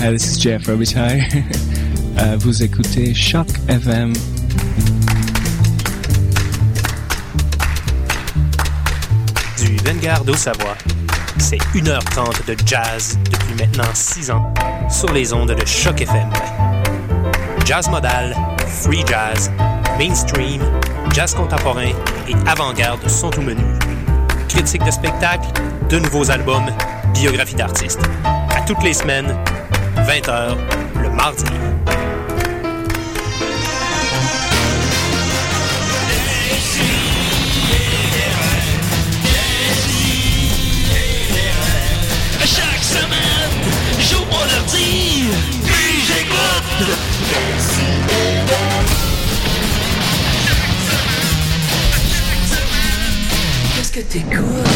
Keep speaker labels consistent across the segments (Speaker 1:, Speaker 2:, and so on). Speaker 1: Hi, this is Jeff Robitaille. Euh, vous écoutez Choc FM
Speaker 2: Du Vanguard au Savoie, c'est 1h30 de jazz depuis maintenant 6 ans sur les ondes de Choc FM. Jazz modal, free jazz, mainstream, jazz contemporain et avant-garde sont au menu. Critiques de spectacles, de nouveaux albums, biographies d'artistes. À toutes les semaines, 20h, le mardi.
Speaker 3: Chaque semaine, j'ouvre mon ordi, puis j'écoute. Qu'est-ce que t'écoutes?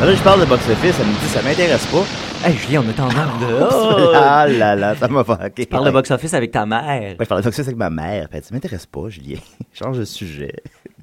Speaker 4: Ah,
Speaker 5: Là, je parle de box-office, elle me dit, ça m'intéresse pas.
Speaker 4: Hey, Julien, on est en ordre
Speaker 5: Oh,
Speaker 4: de.
Speaker 5: ah là là, ça m'a fucké.
Speaker 4: Parle de box-office avec ta mère.
Speaker 5: Ouais, je parle de box-office avec ma mère. Elle dit, ça m'intéresse pas, Julien. Change de sujet.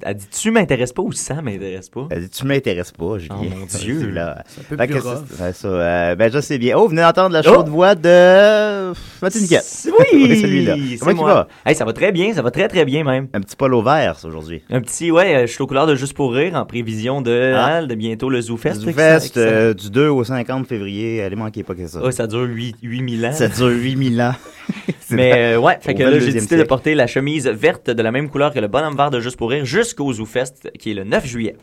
Speaker 4: Elle dit Tu m'intéresses pas ou ça m'intéresse pas
Speaker 5: Elle dit, tu m'intéresses pas, Julien.
Speaker 4: Oh, mon Dieu.
Speaker 5: C'est Là.
Speaker 6: C'est un peu
Speaker 5: Fait
Speaker 6: plus
Speaker 5: que
Speaker 6: rough.
Speaker 5: c'est- ouais, ça, euh, ben, je sais bien. Oh, venez entendre la chaude voix de Mathieu Niquette.
Speaker 4: Oui,
Speaker 5: celui-là.
Speaker 4: c'est
Speaker 5: Comment tu
Speaker 4: moi.
Speaker 5: vas?
Speaker 4: Hey, ça va très bien, ça va très très bien même.
Speaker 5: Un petit polo vert, ça, aujourd'hui.
Speaker 4: Un petit, ouais, euh, je suis aux couleurs de Juste pour Rire en prévision de,
Speaker 5: Ah.
Speaker 4: hein, de bientôt le Zoo Fest.
Speaker 5: Du
Speaker 4: là, qui
Speaker 5: fest
Speaker 4: s'en- qui
Speaker 5: euh, du 2 au 50 février. Allez, manquez pas que ça.
Speaker 4: s'en- Ouais, ça dure 8, 000 ans.
Speaker 5: Ça dure 8000 ans. C'est
Speaker 4: Mais
Speaker 5: vrai.
Speaker 4: euh, ouais, fait
Speaker 5: Au
Speaker 4: que là, j'ai
Speaker 5: 22e
Speaker 4: décidé de
Speaker 5: siècle.
Speaker 4: porter la chemise verte de la même couleur que le bonhomme vert de Juste pour Rire jusqu'au Zoo Fest qui est le 9 juillet.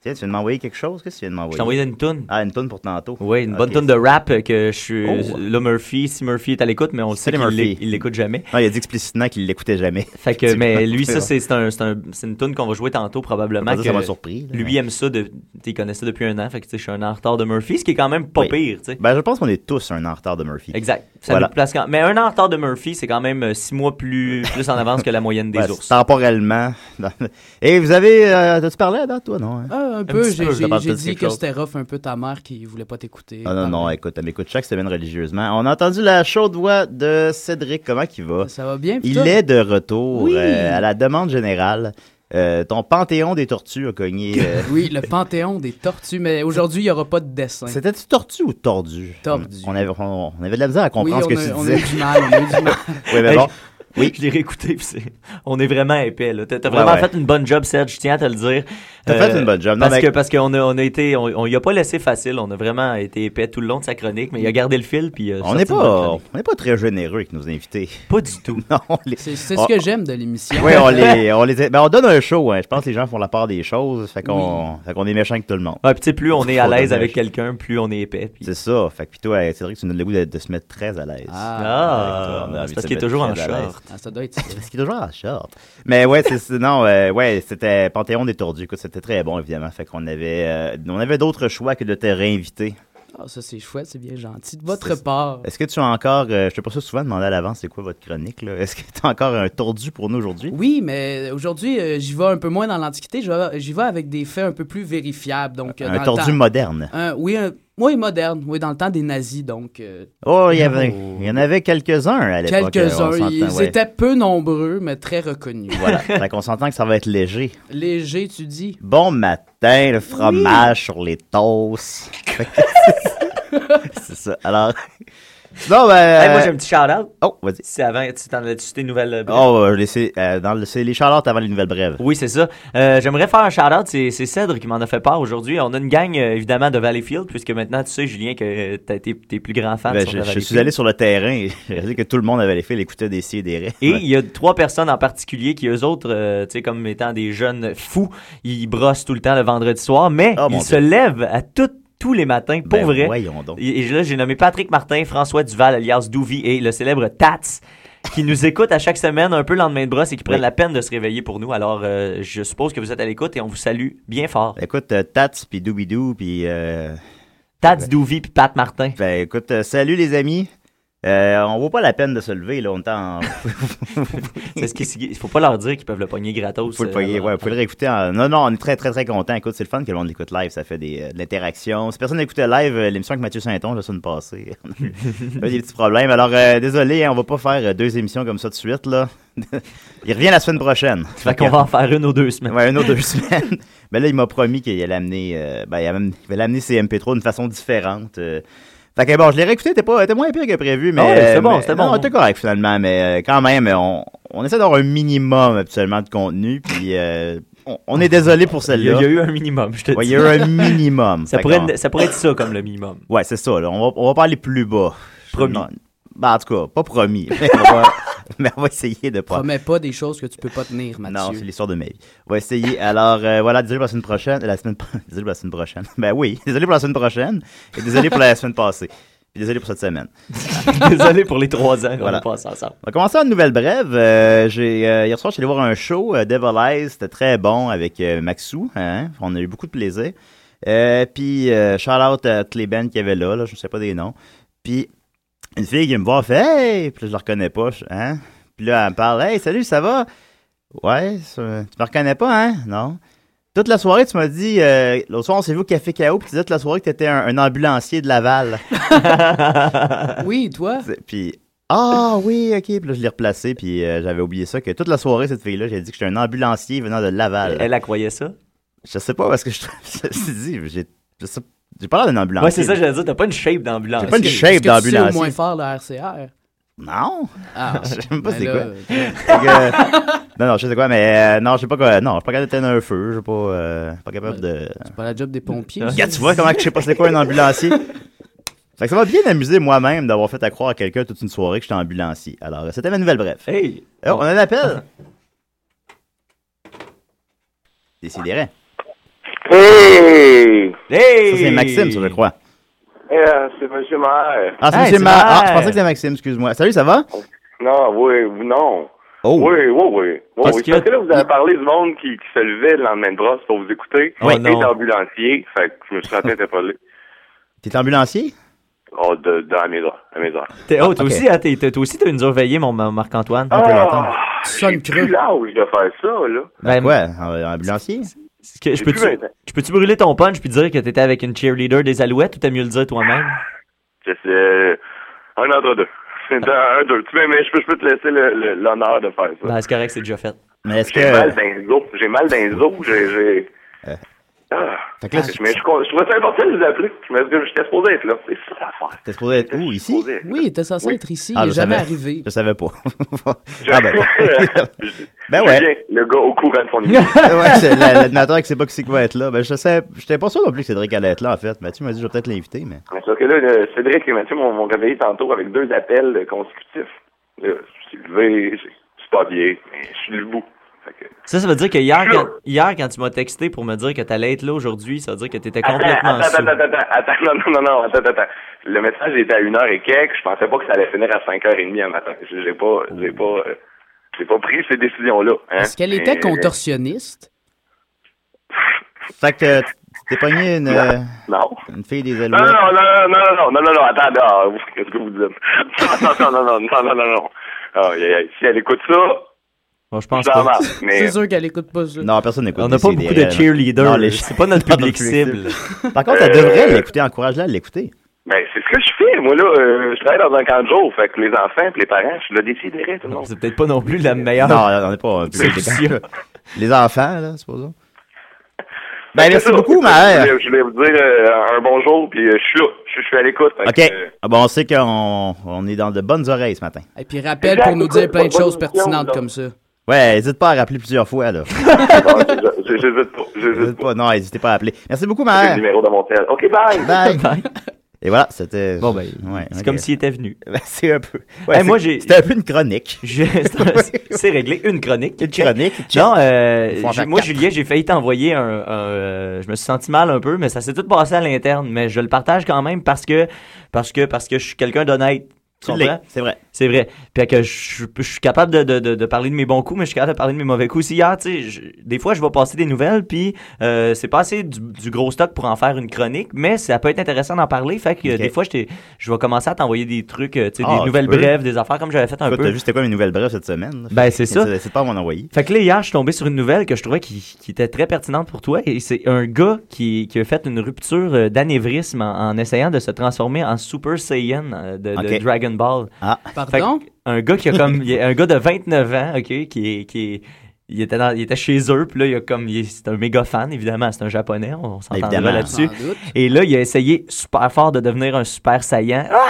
Speaker 5: Tiens, tu viens de m'envoyer quelque chose? Qu'est-ce que tu viens de
Speaker 4: Je
Speaker 5: m'envoyer?
Speaker 4: t'ai envoyé une toune.
Speaker 5: Ah, une tonne pour tantôt.
Speaker 4: Oui, une bonne
Speaker 5: Ok.
Speaker 4: tonne de rap euh, que je suis.
Speaker 5: Oh.
Speaker 4: Là, Murphy, si Murphy est à l'écoute, mais on le sait
Speaker 5: Salut
Speaker 4: qu'il
Speaker 5: Murphy.
Speaker 4: l'é- il l'écoute jamais.
Speaker 5: Non, Ah, il a dit explicitement qu'il l'écoutait jamais.
Speaker 4: Fait que, mais lui,
Speaker 5: C'est
Speaker 4: ça,
Speaker 5: vrai.
Speaker 4: c'est c'est un, c'est un- c'est une tune qu'on va jouer tantôt, probablement.
Speaker 5: Ça,
Speaker 4: que
Speaker 5: ça m'a surpris. là.
Speaker 4: lui aime ça, de, il connaît ça depuis un an. Fait que, tu sais, je suis un an en retard de Murphy, ce qui est quand même pas
Speaker 5: Oui.
Speaker 4: pire, tu sais.
Speaker 5: Ben, je pense qu'on est tous un an en retard de Murphy.
Speaker 4: Exact. Ça
Speaker 5: Voilà.
Speaker 4: nous place quand... Mais un an en retard de Murphy, c'est quand même euh, six mois plus, plus en avance que la moyenne des
Speaker 5: Ouais,
Speaker 4: ours.
Speaker 5: Temporellement. Et vous avez. Euh, T'as-tu parlé à date, toi, non? hein?
Speaker 6: Ah, un peu,
Speaker 4: petit peu,
Speaker 6: j'ai
Speaker 5: je te
Speaker 6: j'ai-
Speaker 5: parle
Speaker 6: j'ai
Speaker 5: de
Speaker 6: dit
Speaker 5: quelque
Speaker 6: que
Speaker 5: chose.
Speaker 6: c'était rough un peu ta mère qui voulait pas t'écouter.
Speaker 5: Ah non, non, écoute, elle m'écoute chaque semaine religieusement. On a entendu la chaude voix de Cédric. Comment qu'il va?
Speaker 6: Ça va bien? puis
Speaker 5: Il
Speaker 6: toi?
Speaker 5: est de retour
Speaker 6: Oui.
Speaker 5: euh, à la demande générale. Euh, ton panthéon des tortues a cogné. euh,
Speaker 6: Oui, le panthéon des tortues, mais aujourd'hui, il y aura pas de dessin.
Speaker 5: C'était-tu tortue ou tordu?
Speaker 6: Tordu.
Speaker 5: On avait, on, on avait de la misère à
Speaker 6: Oui,
Speaker 5: comprendre
Speaker 6: on
Speaker 5: ce que
Speaker 6: a-
Speaker 5: tu
Speaker 6: on a eu
Speaker 5: disais.
Speaker 6: du mal, on a eu du mal.
Speaker 5: oui, mais
Speaker 4: Hey,
Speaker 5: bon.
Speaker 4: Oui. Je l'ai réécouté, puis c'est- on est vraiment épais, là. T'as t'as
Speaker 5: Ouais,
Speaker 4: vraiment
Speaker 5: ouais.
Speaker 4: fait une bonne job, Serge, je tiens à te le dire. Euh,
Speaker 5: T'as fait une bonne job. Non,
Speaker 4: parce
Speaker 5: mais-
Speaker 4: que parce qu'on a, on a été, on, on y a pas laissé facile, on a vraiment été épais tout le long de sa chronique, mais il a gardé le fil, puis euh,
Speaker 5: On
Speaker 4: sorti
Speaker 5: n'est
Speaker 4: une bonne
Speaker 5: pas,
Speaker 4: chronique.
Speaker 5: on n'est pas très généreux avec nos invités.
Speaker 4: Pas du tout.
Speaker 5: Non, on les,
Speaker 6: C'est c'est
Speaker 5: on-
Speaker 6: ce que j'aime de l'émission.
Speaker 5: Oui, on les, on les, ben, on donne un show, hein. Je pense que les gens font la part des choses. Fait qu'on, fait qu'on est méchant avec tout le monde.
Speaker 4: Ouais, puis tu sais, plus on est à
Speaker 5: Faut
Speaker 4: l'aise
Speaker 5: donner
Speaker 4: avec
Speaker 5: un-
Speaker 4: quelqu'un, plus on est épais. puis-
Speaker 5: C'est ça. Fait que, pis toi, Cédric, tu nous donnes le goût de, de se mettre très à l'aise.
Speaker 4: Ah,
Speaker 5: Ouais, on a envie
Speaker 4: c'est
Speaker 5: de
Speaker 4: parce
Speaker 5: se
Speaker 4: qu'il est
Speaker 5: mettre
Speaker 4: toujours en
Speaker 5: très à l'aise.
Speaker 4: short.
Speaker 6: Ah, ça doit être ça.
Speaker 5: Parce qu'il est toujours en short. Mais ouais, c'est, c'est- non, euh, ouais, c'était Panthéon des Tordus. Écoute, c'était très bon, évidemment. Fait qu'on avait, euh, on avait d'autres choix que de te réinviter.
Speaker 6: Ah, ça, c'est chouette, c'est bien gentil. De votre
Speaker 5: C'est-
Speaker 6: part.
Speaker 5: Est-ce que tu as encore, euh, je te pose ça souvent, demander à l'avance, c'est quoi votre chronique, là? Est-ce que tu as encore un tordu pour nous aujourd'hui?
Speaker 6: Oui, mais aujourd'hui, euh, j'y vais un peu moins dans l'Antiquité. je vais- J'y vais avec des faits un peu plus vérifiables. Donc, euh, dans
Speaker 5: un
Speaker 6: le
Speaker 5: tordu
Speaker 6: temps-
Speaker 5: moderne.
Speaker 6: Un- oui, un, oui, moderne. Oui, dans le temps des nazis, donc. euh,
Speaker 5: Oh, il y, avait, il y en avait quelques-uns à l'époque. euh, on
Speaker 6: Quelques-uns.
Speaker 5: s'entend,
Speaker 6: Ils
Speaker 5: ouais.
Speaker 6: étaient peu nombreux, mais très reconnus.
Speaker 5: Voilà. fait qu'on s'entend que ça va être léger.
Speaker 6: Léger, tu dis.
Speaker 5: Bon matin, le fromage sur les toasts. Fait que c'est- c'est ça. Alors. Non, ben.
Speaker 4: Hey, moi,
Speaker 5: euh,
Speaker 4: j'ai un petit shout-out.
Speaker 5: Oh, vas-y.
Speaker 4: Si avant, tu t'en as-tu tes nouvelles. euh,
Speaker 5: Oh, euh, je l'ai- c'est, euh, dans le, c'est les charlottes avant les nouvelles brèves.
Speaker 4: Oui, c'est ça. Euh, J'aimerais faire un shout-out. C'est c'est Cèdre qui m'en a fait part aujourd'hui. On a une gang, euh, évidemment, de Valleyfield, puisque maintenant, tu sais, Julien, que euh, t'as été tes plus grands fans.
Speaker 5: Ben,
Speaker 4: sont
Speaker 5: je,
Speaker 4: de
Speaker 5: je suis
Speaker 4: Valleyfield.
Speaker 5: allé sur le terrain et j'ai réalisé que tout le monde avait les faits, écoutait des si et des rêves.
Speaker 4: Et il y a trois personnes en particulier qui, eux autres, euh, tu sais, comme étant des jeunes fous, ils brossent tout le temps le vendredi soir, mais
Speaker 5: Oh, mon
Speaker 4: ils se lèvent à tout- tous les matins, pour
Speaker 5: Ben,
Speaker 4: vrai.
Speaker 5: Voyons donc.
Speaker 4: Et, et là, j'ai nommé Patrick Martin, François Duval, alias Douvy et le célèbre Tats, qui nous écoutent à chaque semaine, un peu lendemain de brosse, et qui prennent
Speaker 5: Oui.
Speaker 4: la peine de se réveiller pour nous. Alors, euh, je suppose que vous êtes à l'écoute et on vous salue bien fort.
Speaker 5: Écoute, euh, Tats, puis Doubidou, puis... euh,
Speaker 4: Tats, Douvy puis Pat Martin.
Speaker 5: Ben, écoute, euh, salut les amis. Euh, on vaut pas la peine de se lever, là, on est en...
Speaker 4: C'est ce qui- il faut pas leur dire qu'ils peuvent le pogner gratos.
Speaker 5: Faut le
Speaker 4: euh,
Speaker 5: pogner,
Speaker 4: avant-
Speaker 5: ouais, faut le réécouter. en- Non, non, on est très, très, très content. Écoute, c'est le fun que l'on l'écoute live. Ça fait des, euh, de l'interaction. Si personne n'écoutait live euh, l'émission avec Mathieu Saint-On, la semaine passée, on a eu on a eu des petits problèmes. Alors, euh, désolé, hein, on va pas faire euh, deux émissions comme ça de suite, là. Il revient la semaine prochaine.
Speaker 4: Fait qu'on va en faire une ou deux semaines.
Speaker 5: Ouais, une ou deux semaines. Mais là, il m'a promis qu'il allait amener, euh, ben, il allait amener- il allait amener ses MP3 d'une façon différente. euh. Fait que bon, je l'ai réécouté, t'es pas, t'es moins pire que prévu, mais.
Speaker 4: Ah ouais, c'était
Speaker 5: euh,
Speaker 4: bon,
Speaker 5: mais-
Speaker 4: c'était
Speaker 5: non,
Speaker 4: bon.
Speaker 5: Non, t'es correct finalement, mais euh, quand même, on, on essaie d'avoir un minimum absolument de contenu, puis euh, on, on est désolé pour
Speaker 4: Il y, a,
Speaker 5: celle-là.
Speaker 4: il y a eu un minimum, je te
Speaker 5: Ouais, il
Speaker 4: dis.
Speaker 5: y a eu un minimum.
Speaker 4: ça,
Speaker 5: Fait
Speaker 4: pourrait,
Speaker 5: qu'on-
Speaker 4: être- ça pourrait être ça comme le minimum.
Speaker 5: Ouais, c'est ça, là. On va, on va pas aller plus bas.
Speaker 4: Promis.
Speaker 5: Non. Ben, en tout cas, pas promis. mais, on va, mais on va essayer de pas.
Speaker 6: Promets pas des choses que tu peux pas tenir,
Speaker 5: Non,
Speaker 6: Mathieu.
Speaker 5: c'est l'histoire de ma vie. On va essayer. Alors, euh, voilà, désolé pour la semaine prochaine. La semaine... désolé pour la semaine prochaine. Ben oui, désolé pour la semaine prochaine. Et désolé pour la semaine passée. Puis désolé pour cette semaine.
Speaker 4: Désolé pour les trois ans qu'on
Speaker 5: Voilà.
Speaker 4: a passé ensemble.
Speaker 5: On va commencer une nouvelle brève. Euh, j'ai, euh, hier soir, je suis allé voir un show, euh, Devil Eyes. C'était très bon avec euh, Maxou. hein. On a eu beaucoup de plaisir. Euh, puis, euh, shout out à toutes les bands qu'il y avait là, là. Je ne sais pas des noms. Puis, une fille qui me voit, elle fait Hey! Puis là, je la reconnais pas. je- hein? Puis là, elle me parle Hey, salut, ça va? Ouais, ça- tu me reconnais pas, hein? Non. Toute la soirée, tu m'as dit, euh, l'autre soir, on s'est vu au Café K.O. Puis tu disais toute la soirée que tu étais un, un ambulancier de Laval.
Speaker 6: Oui, toi?
Speaker 5: C'est- Puis, ah oui, ok. Puis là, je l'ai replacé. Puis euh, j'avais oublié ça, que toute la soirée, cette fille-là, j'ai dit que j'étais un ambulancier venant de Laval.
Speaker 4: Elle, elle croyait ça.
Speaker 5: Je sais pas, parce que je suis dit, j'ai je sais- j'ai pas l'air d'un ambulancier.
Speaker 4: Ouais, c'est ça, j'allais dire, t'as pas une shape d'ambulance.
Speaker 5: J'ai pas une
Speaker 6: Est-ce que-
Speaker 5: shape
Speaker 6: est-ce que tu sais
Speaker 5: d'ambulancier.
Speaker 6: au moins faire le RCR.
Speaker 5: Non,
Speaker 6: Ah,
Speaker 5: je sais même pas
Speaker 6: ben
Speaker 5: c'est quoi.
Speaker 6: là,
Speaker 5: Fait que- non, non, je sais quoi, mais euh, non, je sais pas quoi. Non, je suis pas capable d'éteindre un feu. Je suis pas, euh, pas capable de.
Speaker 6: C'est pas la job des pompiers.
Speaker 4: Ah.
Speaker 6: ça.
Speaker 5: Regarde, tu vois comment que je sais pas c'est quoi un ambulancier. Fait que ça m'a bien amusé moi-même d'avoir fait à croire à quelqu'un toute une soirée que j'étais ambulancier. Alors, euh, c'était ma nouvelle bref.
Speaker 4: Hey!
Speaker 5: Oh, on a un appel. Décidérez.
Speaker 7: Hey!
Speaker 4: Hey!
Speaker 5: Ça, c'est Maxime, ça, je crois.
Speaker 7: Euh, c'est Monsieur Maire.
Speaker 5: Ah, c'est
Speaker 4: Hey,
Speaker 5: Maxime.
Speaker 4: c'est
Speaker 5: Ma-
Speaker 4: vrai.
Speaker 5: Ah, je pensais que c'était Maxime, excuse-moi. Salut, ça va?
Speaker 7: Non, oui, non.
Speaker 5: Oh.
Speaker 7: Oui, oui, oui. oui,
Speaker 4: Parce
Speaker 7: oui.
Speaker 4: que-
Speaker 7: Parce que là, vous avez parlé du monde qui, qui se levait le lendemain de brosse pour vous écouter.
Speaker 4: Oui.
Speaker 7: Et
Speaker 4: Oh, non.
Speaker 7: d'ambulancier. Fait que je me suis sentais interpellé.
Speaker 5: T'es ambulancier?
Speaker 7: Oh, de, de, à mes heures. À mes heures.
Speaker 4: T'es- oh, toi
Speaker 5: Ah, Ok.
Speaker 4: aussi, hein, t'es- t'es- toi aussi, t'as une dure veillée, mon mon Marc-Antoine.
Speaker 5: On peut l'entendre.
Speaker 7: Ah,
Speaker 6: Tu sonnes
Speaker 7: j'ai
Speaker 6: creux.
Speaker 7: plus l'âge de faire ça, là.
Speaker 4: Ben,
Speaker 5: Ouais, un- un ambulancier?
Speaker 4: est-ce que je
Speaker 7: J'ai
Speaker 4: peux-tu
Speaker 7: plus 20 ans.
Speaker 4: je peux-tu brûler ton punch puis dire que t'étais avec une cheerleader des Alouettes ou t'as mieux le dire toi-même?
Speaker 7: Je sais, un entre deux. C'est un, un, deux. Tu sais, mais je peux, je peux te laisser le- le- l'honneur de faire ça.
Speaker 4: Ben, c'est correct, c'est déjà fait.
Speaker 5: Mais est-ce
Speaker 7: J'ai mal
Speaker 5: que. Euh.
Speaker 7: dans les os. J'ai mal dans les os. J'ai. j'ai- Ah.
Speaker 5: Fait que là,
Speaker 7: Mais je, je trouvais ça important de vous appeler. Je me disais que j'étais supposé être là. C'est ça l'affaire.
Speaker 5: t'es supposé être où, ici?
Speaker 7: Supposé être là.
Speaker 6: Oui, il était censé
Speaker 7: Oui.
Speaker 6: être ici,
Speaker 5: Ah,
Speaker 6: il
Speaker 5: je
Speaker 6: est jamais
Speaker 5: savais.
Speaker 6: arrivé.
Speaker 5: Je savais pas. ah ben.
Speaker 7: euh,
Speaker 5: ben
Speaker 7: Je
Speaker 5: ouais.
Speaker 7: viens, Le gars au courant de son image.
Speaker 5: ouais, c'est la- l'animateur qui sait pas qui c'est qui va être là. Ben, je sais, j'étais pas sûr non plus que Cédric allait être là, en fait. Mathieu m'a dit, je vais peut-être l'inviter, mais.
Speaker 7: C'est sûr que là, le- Cédric et Mathieu m'ont m'ont réveillé tantôt avec deux appels euh, consécutifs. Là, je suis levé, j'ai- c'est pas bien, mais je suis debout. Fait que-
Speaker 4: Ça, ça veut dire que hier,
Speaker 7: Sure.
Speaker 4: quand, hier, quand tu m'as texté pour me dire que t'allais être là aujourd'hui, ça veut dire que t'étais
Speaker 7: Ah, Attends,
Speaker 4: complètement
Speaker 7: attends,
Speaker 4: sous.
Speaker 7: attends, attends, attends, attends, non, non, non, non, attends, attends. Le message était à 1h et quelques, je pensais pas que ça allait finir à 5h30 à matin. J'ai j'ai pas, j'ai pas, euh, j'ai pas pris ces décisions-là. hein.
Speaker 6: Est-ce qu'elle était
Speaker 7: Mais-
Speaker 6: contorsionniste?
Speaker 5: Fait que euh, tu t'es pogné une, euh,
Speaker 7: Non.
Speaker 5: une fille des
Speaker 7: euh, Non,
Speaker 5: Alouettes.
Speaker 7: non, non, non, non, non, non, non, non, attends, non, vous- qu'est-ce que vous dites? Non, non, non, non, non, non, non, non. Aïe, aïe, aïe. Si elle écoute ça,
Speaker 4: Bon, Oh, je pense
Speaker 7: je la
Speaker 4: pas.
Speaker 7: marque, mais
Speaker 6: C'est sûr qu'elle écoute pas ça.
Speaker 5: Non, personne n'écoute.
Speaker 4: On n'a pas
Speaker 5: Décidérez,
Speaker 4: beaucoup de
Speaker 5: non.
Speaker 4: cheerleaders.
Speaker 5: Non, les-
Speaker 4: C'est pas notre
Speaker 5: Pas notre
Speaker 4: public cible.
Speaker 5: Par contre, elle devrait
Speaker 7: Euh,
Speaker 5: l'écouter, encourage-la à l'écouter.
Speaker 7: ben, c'est ce que je fais. Moi, là, euh, je travaille dans un camp de jour, fait que les enfants et les parents, je le déciderai, tout le monde.
Speaker 4: C'est peut-être pas non plus la meilleure.
Speaker 5: Euh, Non, on n'est pas un public
Speaker 4: C'est
Speaker 5: école. Les enfants, là, supposons. Ben,
Speaker 7: C'est
Speaker 5: merci
Speaker 7: ça.
Speaker 5: beaucoup,
Speaker 7: Je
Speaker 5: ma mère.
Speaker 7: voulais- Je voulais vous dire euh, un bonjour, puis euh, je suis là, je je suis à l'écoute. fait
Speaker 5: OK.
Speaker 7: que, euh,
Speaker 5: Ah, bon, on sait qu'on on est dans de bonnes oreilles ce matin.
Speaker 6: Et puis rappelle pour nous dire plein de choses pertinentes comme ça.
Speaker 5: Ouais, n'hésite pas à rappeler plusieurs fois, là.
Speaker 7: bon, je- je- Ah, J'hésite pas,
Speaker 5: N'hésite
Speaker 7: j'hésite pas.
Speaker 5: pas. Non, n'hésitez pas à appeler. Merci beaucoup,
Speaker 7: C'est
Speaker 5: ma
Speaker 7: le
Speaker 5: mère.
Speaker 7: numéro de mon tel. OK, bye!
Speaker 5: Bye.
Speaker 4: Bye.
Speaker 5: Et voilà, c'était.
Speaker 4: Bon, ben,
Speaker 5: Ouais, ok.
Speaker 4: c'est
Speaker 5: Ben,
Speaker 4: comme s'il était venu.
Speaker 5: c'est un peu. Ouais,
Speaker 4: Hey,
Speaker 5: c'est-
Speaker 4: moi, j'ai-
Speaker 5: C'était un peu une chronique.
Speaker 4: Je- c'est- c'est réglé. Une chronique.
Speaker 5: Une chronique. check.
Speaker 4: Non, euh,
Speaker 5: Faut en
Speaker 4: j'ai-
Speaker 5: faire
Speaker 4: moi,
Speaker 5: quatre.
Speaker 4: Julien, j'ai failli t'envoyer un. un, euh, je me suis senti mal un peu, mais ça s'est tout passé à l'interne. Mais je le partage quand même parce que, parce que, parce que je suis quelqu'un d'honnête. Tu
Speaker 5: l'es,
Speaker 4: comprends?
Speaker 5: C'est vrai.
Speaker 4: C'est vrai. Puis que je, je suis capable de, de, de, de parler de mes bons coups, mais je suis capable de parler de mes mauvais coups aussi. Hier, tu sais, je- des fois, je vais passer des nouvelles, puis euh, c'est passé du, du gros stock pour en faire une chronique, mais ça peut être intéressant d'en parler. Fait que euh,
Speaker 5: Ok.
Speaker 4: des fois, je t'ai- je vais commencer à t'envoyer des trucs, euh, tu sais,
Speaker 5: Ah,
Speaker 4: des
Speaker 5: tu
Speaker 4: nouvelles
Speaker 5: peux.
Speaker 4: brèves, des affaires comme j'avais fait un
Speaker 5: Toi, t'as
Speaker 4: peu.
Speaker 5: vu c'était quoi mes nouvelles brèves cette semaine? là?
Speaker 4: Ben, c'est ça.
Speaker 5: C'est pas à mon envoyé.
Speaker 4: Fait que là, hier, je suis tombé sur une nouvelle que je trouvais qui, qui était très pertinente pour toi. Et c'est un gars qui, qui a fait une rupture euh, d'anévrisme en, en essayant de se transformer en Super Saiyan euh, de, de
Speaker 5: Ok. Ah.
Speaker 4: Dragon Ball. Fait que
Speaker 6: Pardon?
Speaker 4: un gars qui a comme il y a un gars de 29 ans, OK, qui est- qui est- il était dans- il était chez eux, puis là il a comme il est- c'est un méga fan évidemment, c'est un japonais, on, on s'entendra
Speaker 5: Évidemment.
Speaker 4: là-dessus.
Speaker 6: Sans doute.
Speaker 4: Et là, il a essayé super fort de devenir un super saiyan. Ah!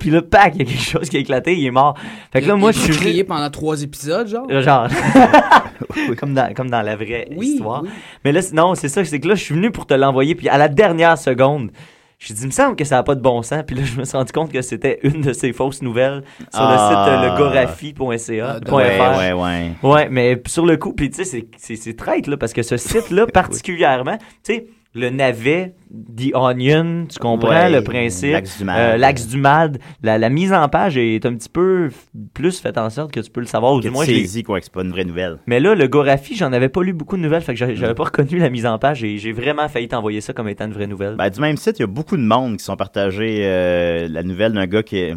Speaker 4: Puis là, pack, il y a quelque chose qui a éclaté, il est mort. Fait que là, moi, je suis
Speaker 6: crié pendant trois épisodes, genre.
Speaker 4: euh, Genre. comme, dans, comme dans la vraie
Speaker 6: Oui,
Speaker 4: histoire.
Speaker 6: oui.
Speaker 4: Mais là, c'est- non, c'est ça, c'est que là, je suis venu pour te l'envoyer, puis à la dernière seconde, je dit, il me semble que ça n'a pas de bon sens. Puis là, je me suis rendu compte que c'était une de ces fausses nouvelles sur
Speaker 5: Ah.
Speaker 4: le site legorafi.ca.
Speaker 6: Ah,
Speaker 4: point
Speaker 5: Ouais,
Speaker 4: fr.
Speaker 5: ouais, ouais.
Speaker 4: Ouais, mais sur le coup, puis tu sais, c'est- c'est c'est traite, là, parce que ce site-là, particulièrement, tu sais, le navet, The Onion, tu comprends
Speaker 5: Ouais,
Speaker 4: le principe,
Speaker 5: l'axe du mal.
Speaker 4: euh, l'axe du mal, la, la mise en page est un petit peu f- plus faite en sorte que tu peux le savoir, ou
Speaker 5: Que
Speaker 4: du moins,
Speaker 5: tu
Speaker 4: je l'ai-
Speaker 5: saisis, quoi, que c'est pas une vraie nouvelle.
Speaker 4: mais là, le Gorafi, j'en avais pas lu beaucoup de nouvelles, fait que j'a- j'avais pas reconnu la mise en page et j'ai vraiment failli t'envoyer ça comme étant une vraie nouvelle.
Speaker 5: Ben, du même site, il y a beaucoup de monde qui sont partagés euh, la nouvelle d'un gars qui, est-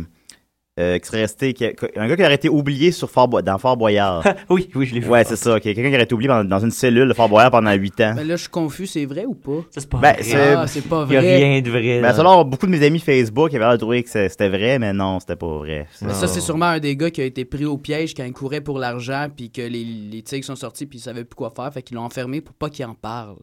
Speaker 5: euh, qui serait resté. qui a- un gars qui aurait été oublié sur Fort Bo- dans Fort Boyard.
Speaker 4: oui, oui, je l'ai vu.
Speaker 5: ouais, c'est ça. ok. Quelqu'un qui aurait été oublié dans, dans une cellule de Fort Boyard pendant 8 ans.
Speaker 6: Ben là, je suis confus, c'est vrai ou pas?
Speaker 4: Ça, c'est pas
Speaker 5: Ben,
Speaker 4: vrai.
Speaker 5: c'est- Euh,
Speaker 6: Ah, c'est pas
Speaker 4: Il y a
Speaker 6: vrai.
Speaker 4: rien de vrai.
Speaker 5: Ben,
Speaker 4: là.
Speaker 5: selon beaucoup de mes amis Facebook, ils avaient l'air de trouver que c'est- c'était vrai, mais non, c'était pas vrai.
Speaker 6: Mais Ça, c'est
Speaker 5: Ah.
Speaker 6: sûrement un des gars qui a été pris au piège quand il courait pour l'argent, puis que les, les tigres sont sortis, puis ils savaient plus quoi faire, fait qu'ils l'ont enfermé pour pas qu'il en parle.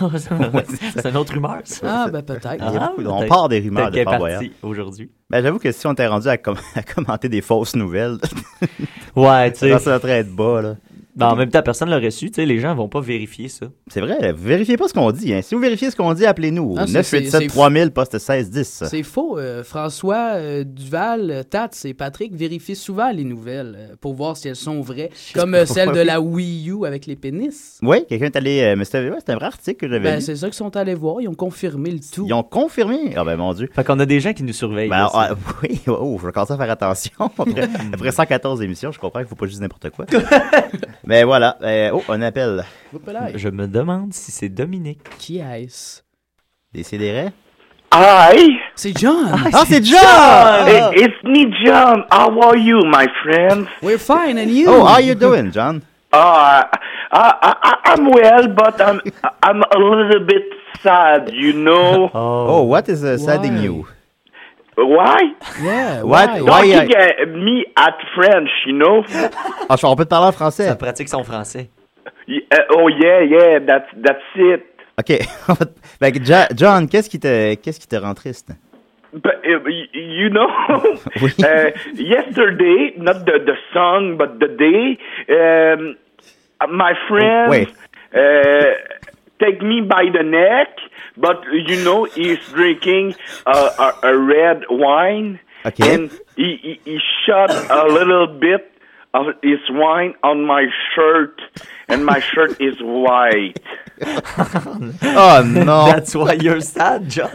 Speaker 4: Ah, c'est une autre rumeur, ça.
Speaker 6: Ah, ben peut-être.
Speaker 5: Il y a beaucoup- on
Speaker 4: peut-être-
Speaker 5: part des rumeurs
Speaker 4: Peut-être
Speaker 5: de
Speaker 4: qu'elle est
Speaker 5: Fort Boyard.
Speaker 4: partie aujourd'hui.
Speaker 5: Ben, j'avoue que si on était rendu à, com- à commenter des fausses nouvelles,
Speaker 4: Ouais, tu sais.
Speaker 5: ça serait très bas, là.
Speaker 4: Ben, en même temps, personne l'a reçu, tu sais, les gens vont pas vérifier ça.
Speaker 5: C'est vrai, là, vérifiez pas ce qu'on dit. hein. Si vous vérifiez ce qu'on dit, appelez-nous.
Speaker 6: Ah, c'est- c'est-
Speaker 5: 987 3000 poste 1610.
Speaker 6: C'est faux. euh, François euh, Duval, euh, Tats et Patrick vérifient souvent les nouvelles euh, pour voir si elles sont vraies, comme euh, celle de la Wii U avec les pénis.
Speaker 5: Oui, quelqu'un est allé. euh, mais c'était ouais, c'était un vrai article que j'avais
Speaker 6: Ben,
Speaker 5: lu.
Speaker 6: c'est ça qu'ils sont allés voir. Ils ont confirmé le tout.
Speaker 5: Ils ont confirmé. Ah, ben mon Dieu.
Speaker 4: Fait qu'on a des gens qui nous surveillent.
Speaker 5: Ben,
Speaker 4: là,
Speaker 5: ah,
Speaker 4: c'est-
Speaker 5: oui,
Speaker 4: Hmm.
Speaker 5: oh, je vais commencer à faire attention. Après, après 114 émissions, je comprends qu'il faut pas juste n'importe quoi. Mais voilà. euh, oh, un appel.
Speaker 6: Oups là,
Speaker 4: Je me demande si c'est Dominique.
Speaker 6: Qui est-ce?
Speaker 5: Décidérez.
Speaker 8: Hi,
Speaker 6: C'est John!
Speaker 5: Ah, c'est John!
Speaker 8: it- it's me, John. How are you, my friend?
Speaker 6: We're fine, and you?
Speaker 5: Oh, how you doing, John?
Speaker 8: Uh, I, I, I- I'm well, but I'm, I'm a little bit sad, you know.
Speaker 5: Oh, what is uh, sadding you?
Speaker 8: Why?
Speaker 6: Yeah,
Speaker 5: What?
Speaker 6: why?
Speaker 8: Don't
Speaker 5: Why?
Speaker 8: you
Speaker 5: uh,
Speaker 8: get me at French, you know?
Speaker 5: Ah, je- on peut te parler en français.
Speaker 4: Ça pratique son français.
Speaker 8: Y- uh, oh yeah, yeah. That's that's it.
Speaker 5: OK. Fait que Jo- John, qu'est-ce qui te qu'est-ce qui te rend triste?
Speaker 8: But uh, y- you know, uh, yesterday, not the the song, but the day, um, my friend
Speaker 5: Wait.
Speaker 8: uh, take me by the neck, but you know he's drinking uh, a, a red wine,
Speaker 5: Okay.
Speaker 8: and he, he he shot a little bit of his wine on my shirt, and my shirt is white.
Speaker 4: Ah,
Speaker 5: Oh non!
Speaker 4: That's why you're sad, John.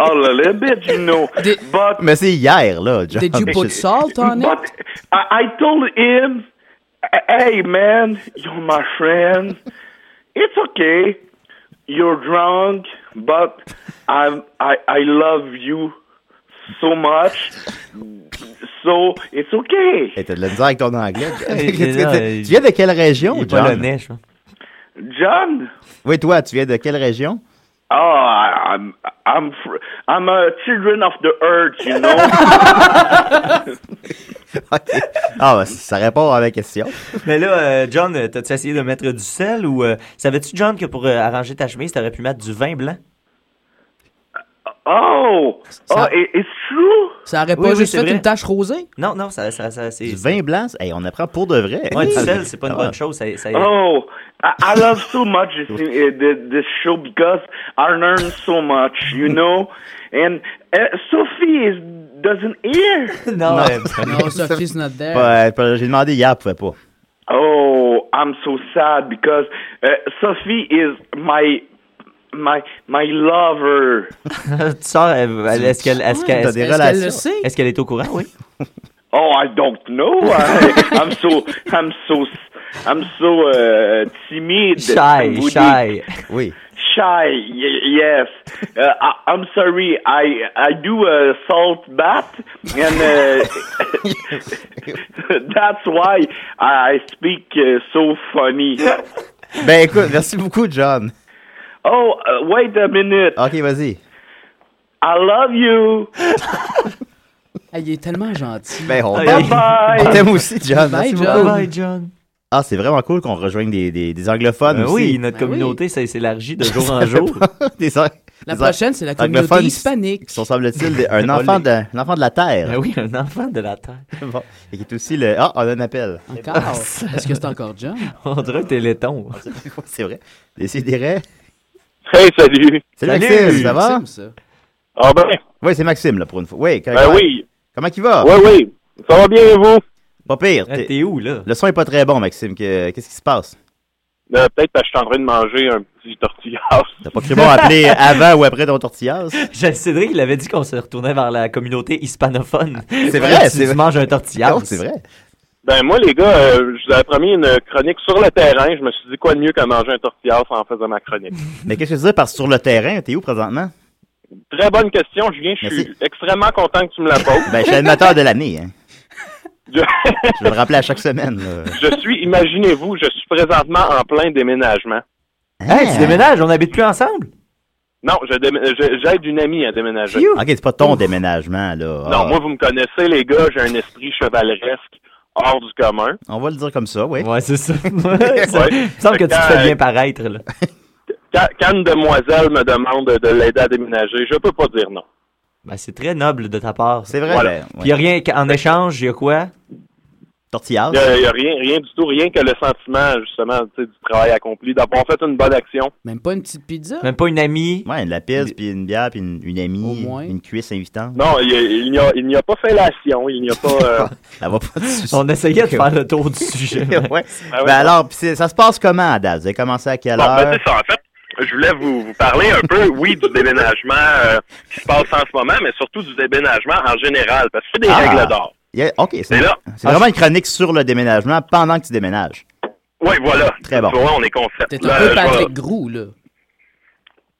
Speaker 8: A little bit, you know,
Speaker 6: Did-
Speaker 8: but
Speaker 5: Mais c'est hier, là, John.
Speaker 6: Did you put salt on it?
Speaker 8: But I, I told him, hey man, you're my friend. It's okay. You're drunk, but I'm, I I love you so much. So it's okay,
Speaker 5: Hey, T'as de la misère avec ton anglais. John.
Speaker 4: Eh,
Speaker 5: Qu'est-ce
Speaker 4: non,
Speaker 5: que-
Speaker 4: euh,
Speaker 5: tu viens de quelle région,
Speaker 4: Il est
Speaker 5: John?
Speaker 4: polonais, je pense.
Speaker 8: John.
Speaker 5: Oui, toi, tu viens de quelle région?
Speaker 8: Oh, I, I'm I'm fr- I'm a children of the earth, you know.
Speaker 5: Ah, bah, ça répond à ma question.
Speaker 4: Mais là, euh, John, euh, t'as-tu essayé de mettre du sel ou... euh, savais-tu, John, que pour euh, arranger ta chemise, t'aurais pu mettre du vin blanc?
Speaker 8: oh, oh, it, it's true.
Speaker 6: Ça aurait pas
Speaker 4: Oui, oui,
Speaker 6: juste
Speaker 4: c'est
Speaker 6: fait
Speaker 4: vrai.
Speaker 6: une tache rosée?
Speaker 4: Non, non, ça... ça, ça c'est,
Speaker 5: Du vin blanc, c'est- hey, on apprend pour de vrai.
Speaker 4: Ouais, du
Speaker 5: Oui.
Speaker 4: sel, c'est pas une
Speaker 5: Ah,
Speaker 4: bonne chose. Ça, ça-
Speaker 8: Oh, I, I love so much this, uh, the- this show because I learn so much, you know. And uh, Sophie is doesn't hear.
Speaker 4: Non, euh,
Speaker 6: No, Sophie's not there.
Speaker 5: Ouais, pas- J'ai demandé hier, elle pouvait pas.
Speaker 8: Oh, I'm so sad because uh, Sophie is my my my lover.
Speaker 4: tu sors, elle- elle- est-ce qu'elle est,
Speaker 5: Ouais, t'as des
Speaker 6: Est-ce qu'elle le
Speaker 5: relations.
Speaker 6: sait?
Speaker 4: est qu'elle est au courant, oui?
Speaker 8: Oh, I don't know. I, I'm so I'm so I'm so uh, timid.
Speaker 4: Shy,
Speaker 8: Would you-
Speaker 4: shy.
Speaker 5: Oui.
Speaker 8: Shy, y- yes. Uh, I, I'm sorry. I I do a salt bath, and uh, that's why I speak uh, so funny.
Speaker 5: Ben écoute, merci beaucoup, John.
Speaker 8: Oh, uh, wait a minute.
Speaker 5: Ok, vas-y.
Speaker 8: I love you.
Speaker 6: Ah, il est tellement gentil.
Speaker 5: Ben on
Speaker 4: Aïe,
Speaker 5: t'aime.
Speaker 4: aïe.
Speaker 8: Bye.
Speaker 5: On t'aime aussi, John.
Speaker 6: Bye,
Speaker 5: Merci
Speaker 6: John.
Speaker 5: beaucoup.
Speaker 4: Bye, John.
Speaker 5: Ah, c'est vraiment cool qu'on rejoigne des, des, des anglophones
Speaker 4: Ben
Speaker 5: aussi.
Speaker 4: oui, notre
Speaker 6: Ben oui.
Speaker 4: communauté ça s'élargit de jour en jour.
Speaker 5: des ang-
Speaker 6: La
Speaker 5: des ang-
Speaker 6: prochaine, c'est la
Speaker 5: anglophones
Speaker 6: communauté
Speaker 5: qui s-
Speaker 6: hispanique.
Speaker 5: Qui sont, semble-t-il, des- un enfant de, un enfant de la
Speaker 4: Ben
Speaker 5: Terre.
Speaker 4: oui, un enfant de la terre.
Speaker 5: Bon. Et qui est aussi le. Ah, on a un appel.
Speaker 6: Encore. Est-ce que c'est encore John?
Speaker 4: On dirait un téléthon.
Speaker 5: c'est vrai. Décidérez.
Speaker 9: Hey, salut.
Speaker 5: Salut,
Speaker 4: Salut.
Speaker 5: Maxime, ça va?
Speaker 6: Maxime, ça.
Speaker 9: Ah ben,
Speaker 5: Oui, c'est Maxime, là, pour une fois. Oui, quand-
Speaker 9: ben oui.
Speaker 5: Comment il va?
Speaker 9: Oui, oui. Ça va bien, vous?
Speaker 5: Pas pire.
Speaker 4: Ah,
Speaker 5: T'es-
Speaker 4: T'es où, là?
Speaker 5: Le son est pas très bon, Maxime. Que- Qu'est-ce qui se passe?
Speaker 9: Euh, Peut-être parce que je suis en train de manger un petit tortillard.
Speaker 5: T'as pas cru bon appeler avant ou après ton tortillage?
Speaker 4: Je- Cédric, il avait dit qu'on se retournait vers la communauté hispanophone.
Speaker 5: Ah, C'est vrai,
Speaker 4: Tu,
Speaker 5: c'est
Speaker 4: tu
Speaker 5: vrai.
Speaker 4: manges un tortillard.
Speaker 5: Non, c'est vrai.
Speaker 9: Ben moi, les gars, euh, je vous avais promis une chronique sur le terrain. Je me suis dit quoi de mieux que manger un tortillard en faisant ma chronique.
Speaker 5: Mais qu'est-ce que tu veux dire par sur le terrain? T'es où présentement?
Speaker 9: Très bonne question, Julien. Je suis
Speaker 5: Merci.
Speaker 9: extrêmement content que tu me la poses.
Speaker 5: Ben, je suis animateur de l'année. Hein.
Speaker 9: Je,
Speaker 5: Je vais le rappeler à chaque semaine. là.
Speaker 9: je suis, imaginez-vous, je suis présentement en plein déménagement.
Speaker 4: Hey,
Speaker 5: Ah!
Speaker 4: tu déménages, on n'habite plus ensemble?
Speaker 9: Non, je déme- je- j'aide une amie à déménager.
Speaker 4: Phew!
Speaker 5: Ok, c'est pas ton déménagement, là. Ah.
Speaker 9: Non, moi, vous me connaissez, les gars, j'ai un esprit chevaleresque hors du commun.
Speaker 5: On va le dire comme ça, oui.
Speaker 4: Ouais, c'est ça. Ouais, ça-
Speaker 9: Ouais.
Speaker 4: Il me semble que tu te fais
Speaker 9: Euh,
Speaker 4: bien paraître, là.
Speaker 9: Quand, quand une demoiselle me demande de l'aider à déménager, je peux pas dire non.
Speaker 4: Ben, c'est très noble de ta part.
Speaker 5: C'est vrai.
Speaker 9: Voilà.
Speaker 5: ben,
Speaker 4: Puis
Speaker 5: ouais.
Speaker 4: y a rien qu'en échange, y a quoi?
Speaker 5: Tortillage.
Speaker 9: Il n'y a, rien, rien du tout, rien que le sentiment, justement, tu sais, du travail accompli, d'avoir fait une bonne action.
Speaker 6: Même pas une petite pizza?
Speaker 4: Même pas une amie.
Speaker 5: Ouais, une lapisse, puis une bière, puis une, une
Speaker 6: Au
Speaker 5: amie,
Speaker 6: moins.
Speaker 5: une cuisse invitante.
Speaker 9: Non, il y a- il n'y a, il n'y a pas fellation, il n'y a pas... euh,
Speaker 5: Elle va pas te
Speaker 4: On essayait de faire le tour du sujet. mais-
Speaker 5: ouais.
Speaker 9: Ah ouais,
Speaker 5: Ben alors, pis c'est- ça se passe comment, Dad? Vous avez commencé à quelle
Speaker 9: Bon, ben,
Speaker 5: heure?
Speaker 9: c'est ça. En fait, je voulais vous, vous parler un peu, oui, du déménagement euh, qui se passe en ce moment, mais surtout du déménagement en général, parce que c'est des
Speaker 5: Ah.
Speaker 9: règles d'or.
Speaker 5: Il y a- Ok, c'est
Speaker 9: C'est là.
Speaker 5: c'est vraiment une chronique sur le déménagement pendant que tu déménages.
Speaker 9: Oui, voilà.
Speaker 5: Très bon.
Speaker 9: Tu vois, on est concept.
Speaker 6: T'es
Speaker 9: Là,
Speaker 6: un peu
Speaker 9: je vais-
Speaker 6: Patrick Grou, là.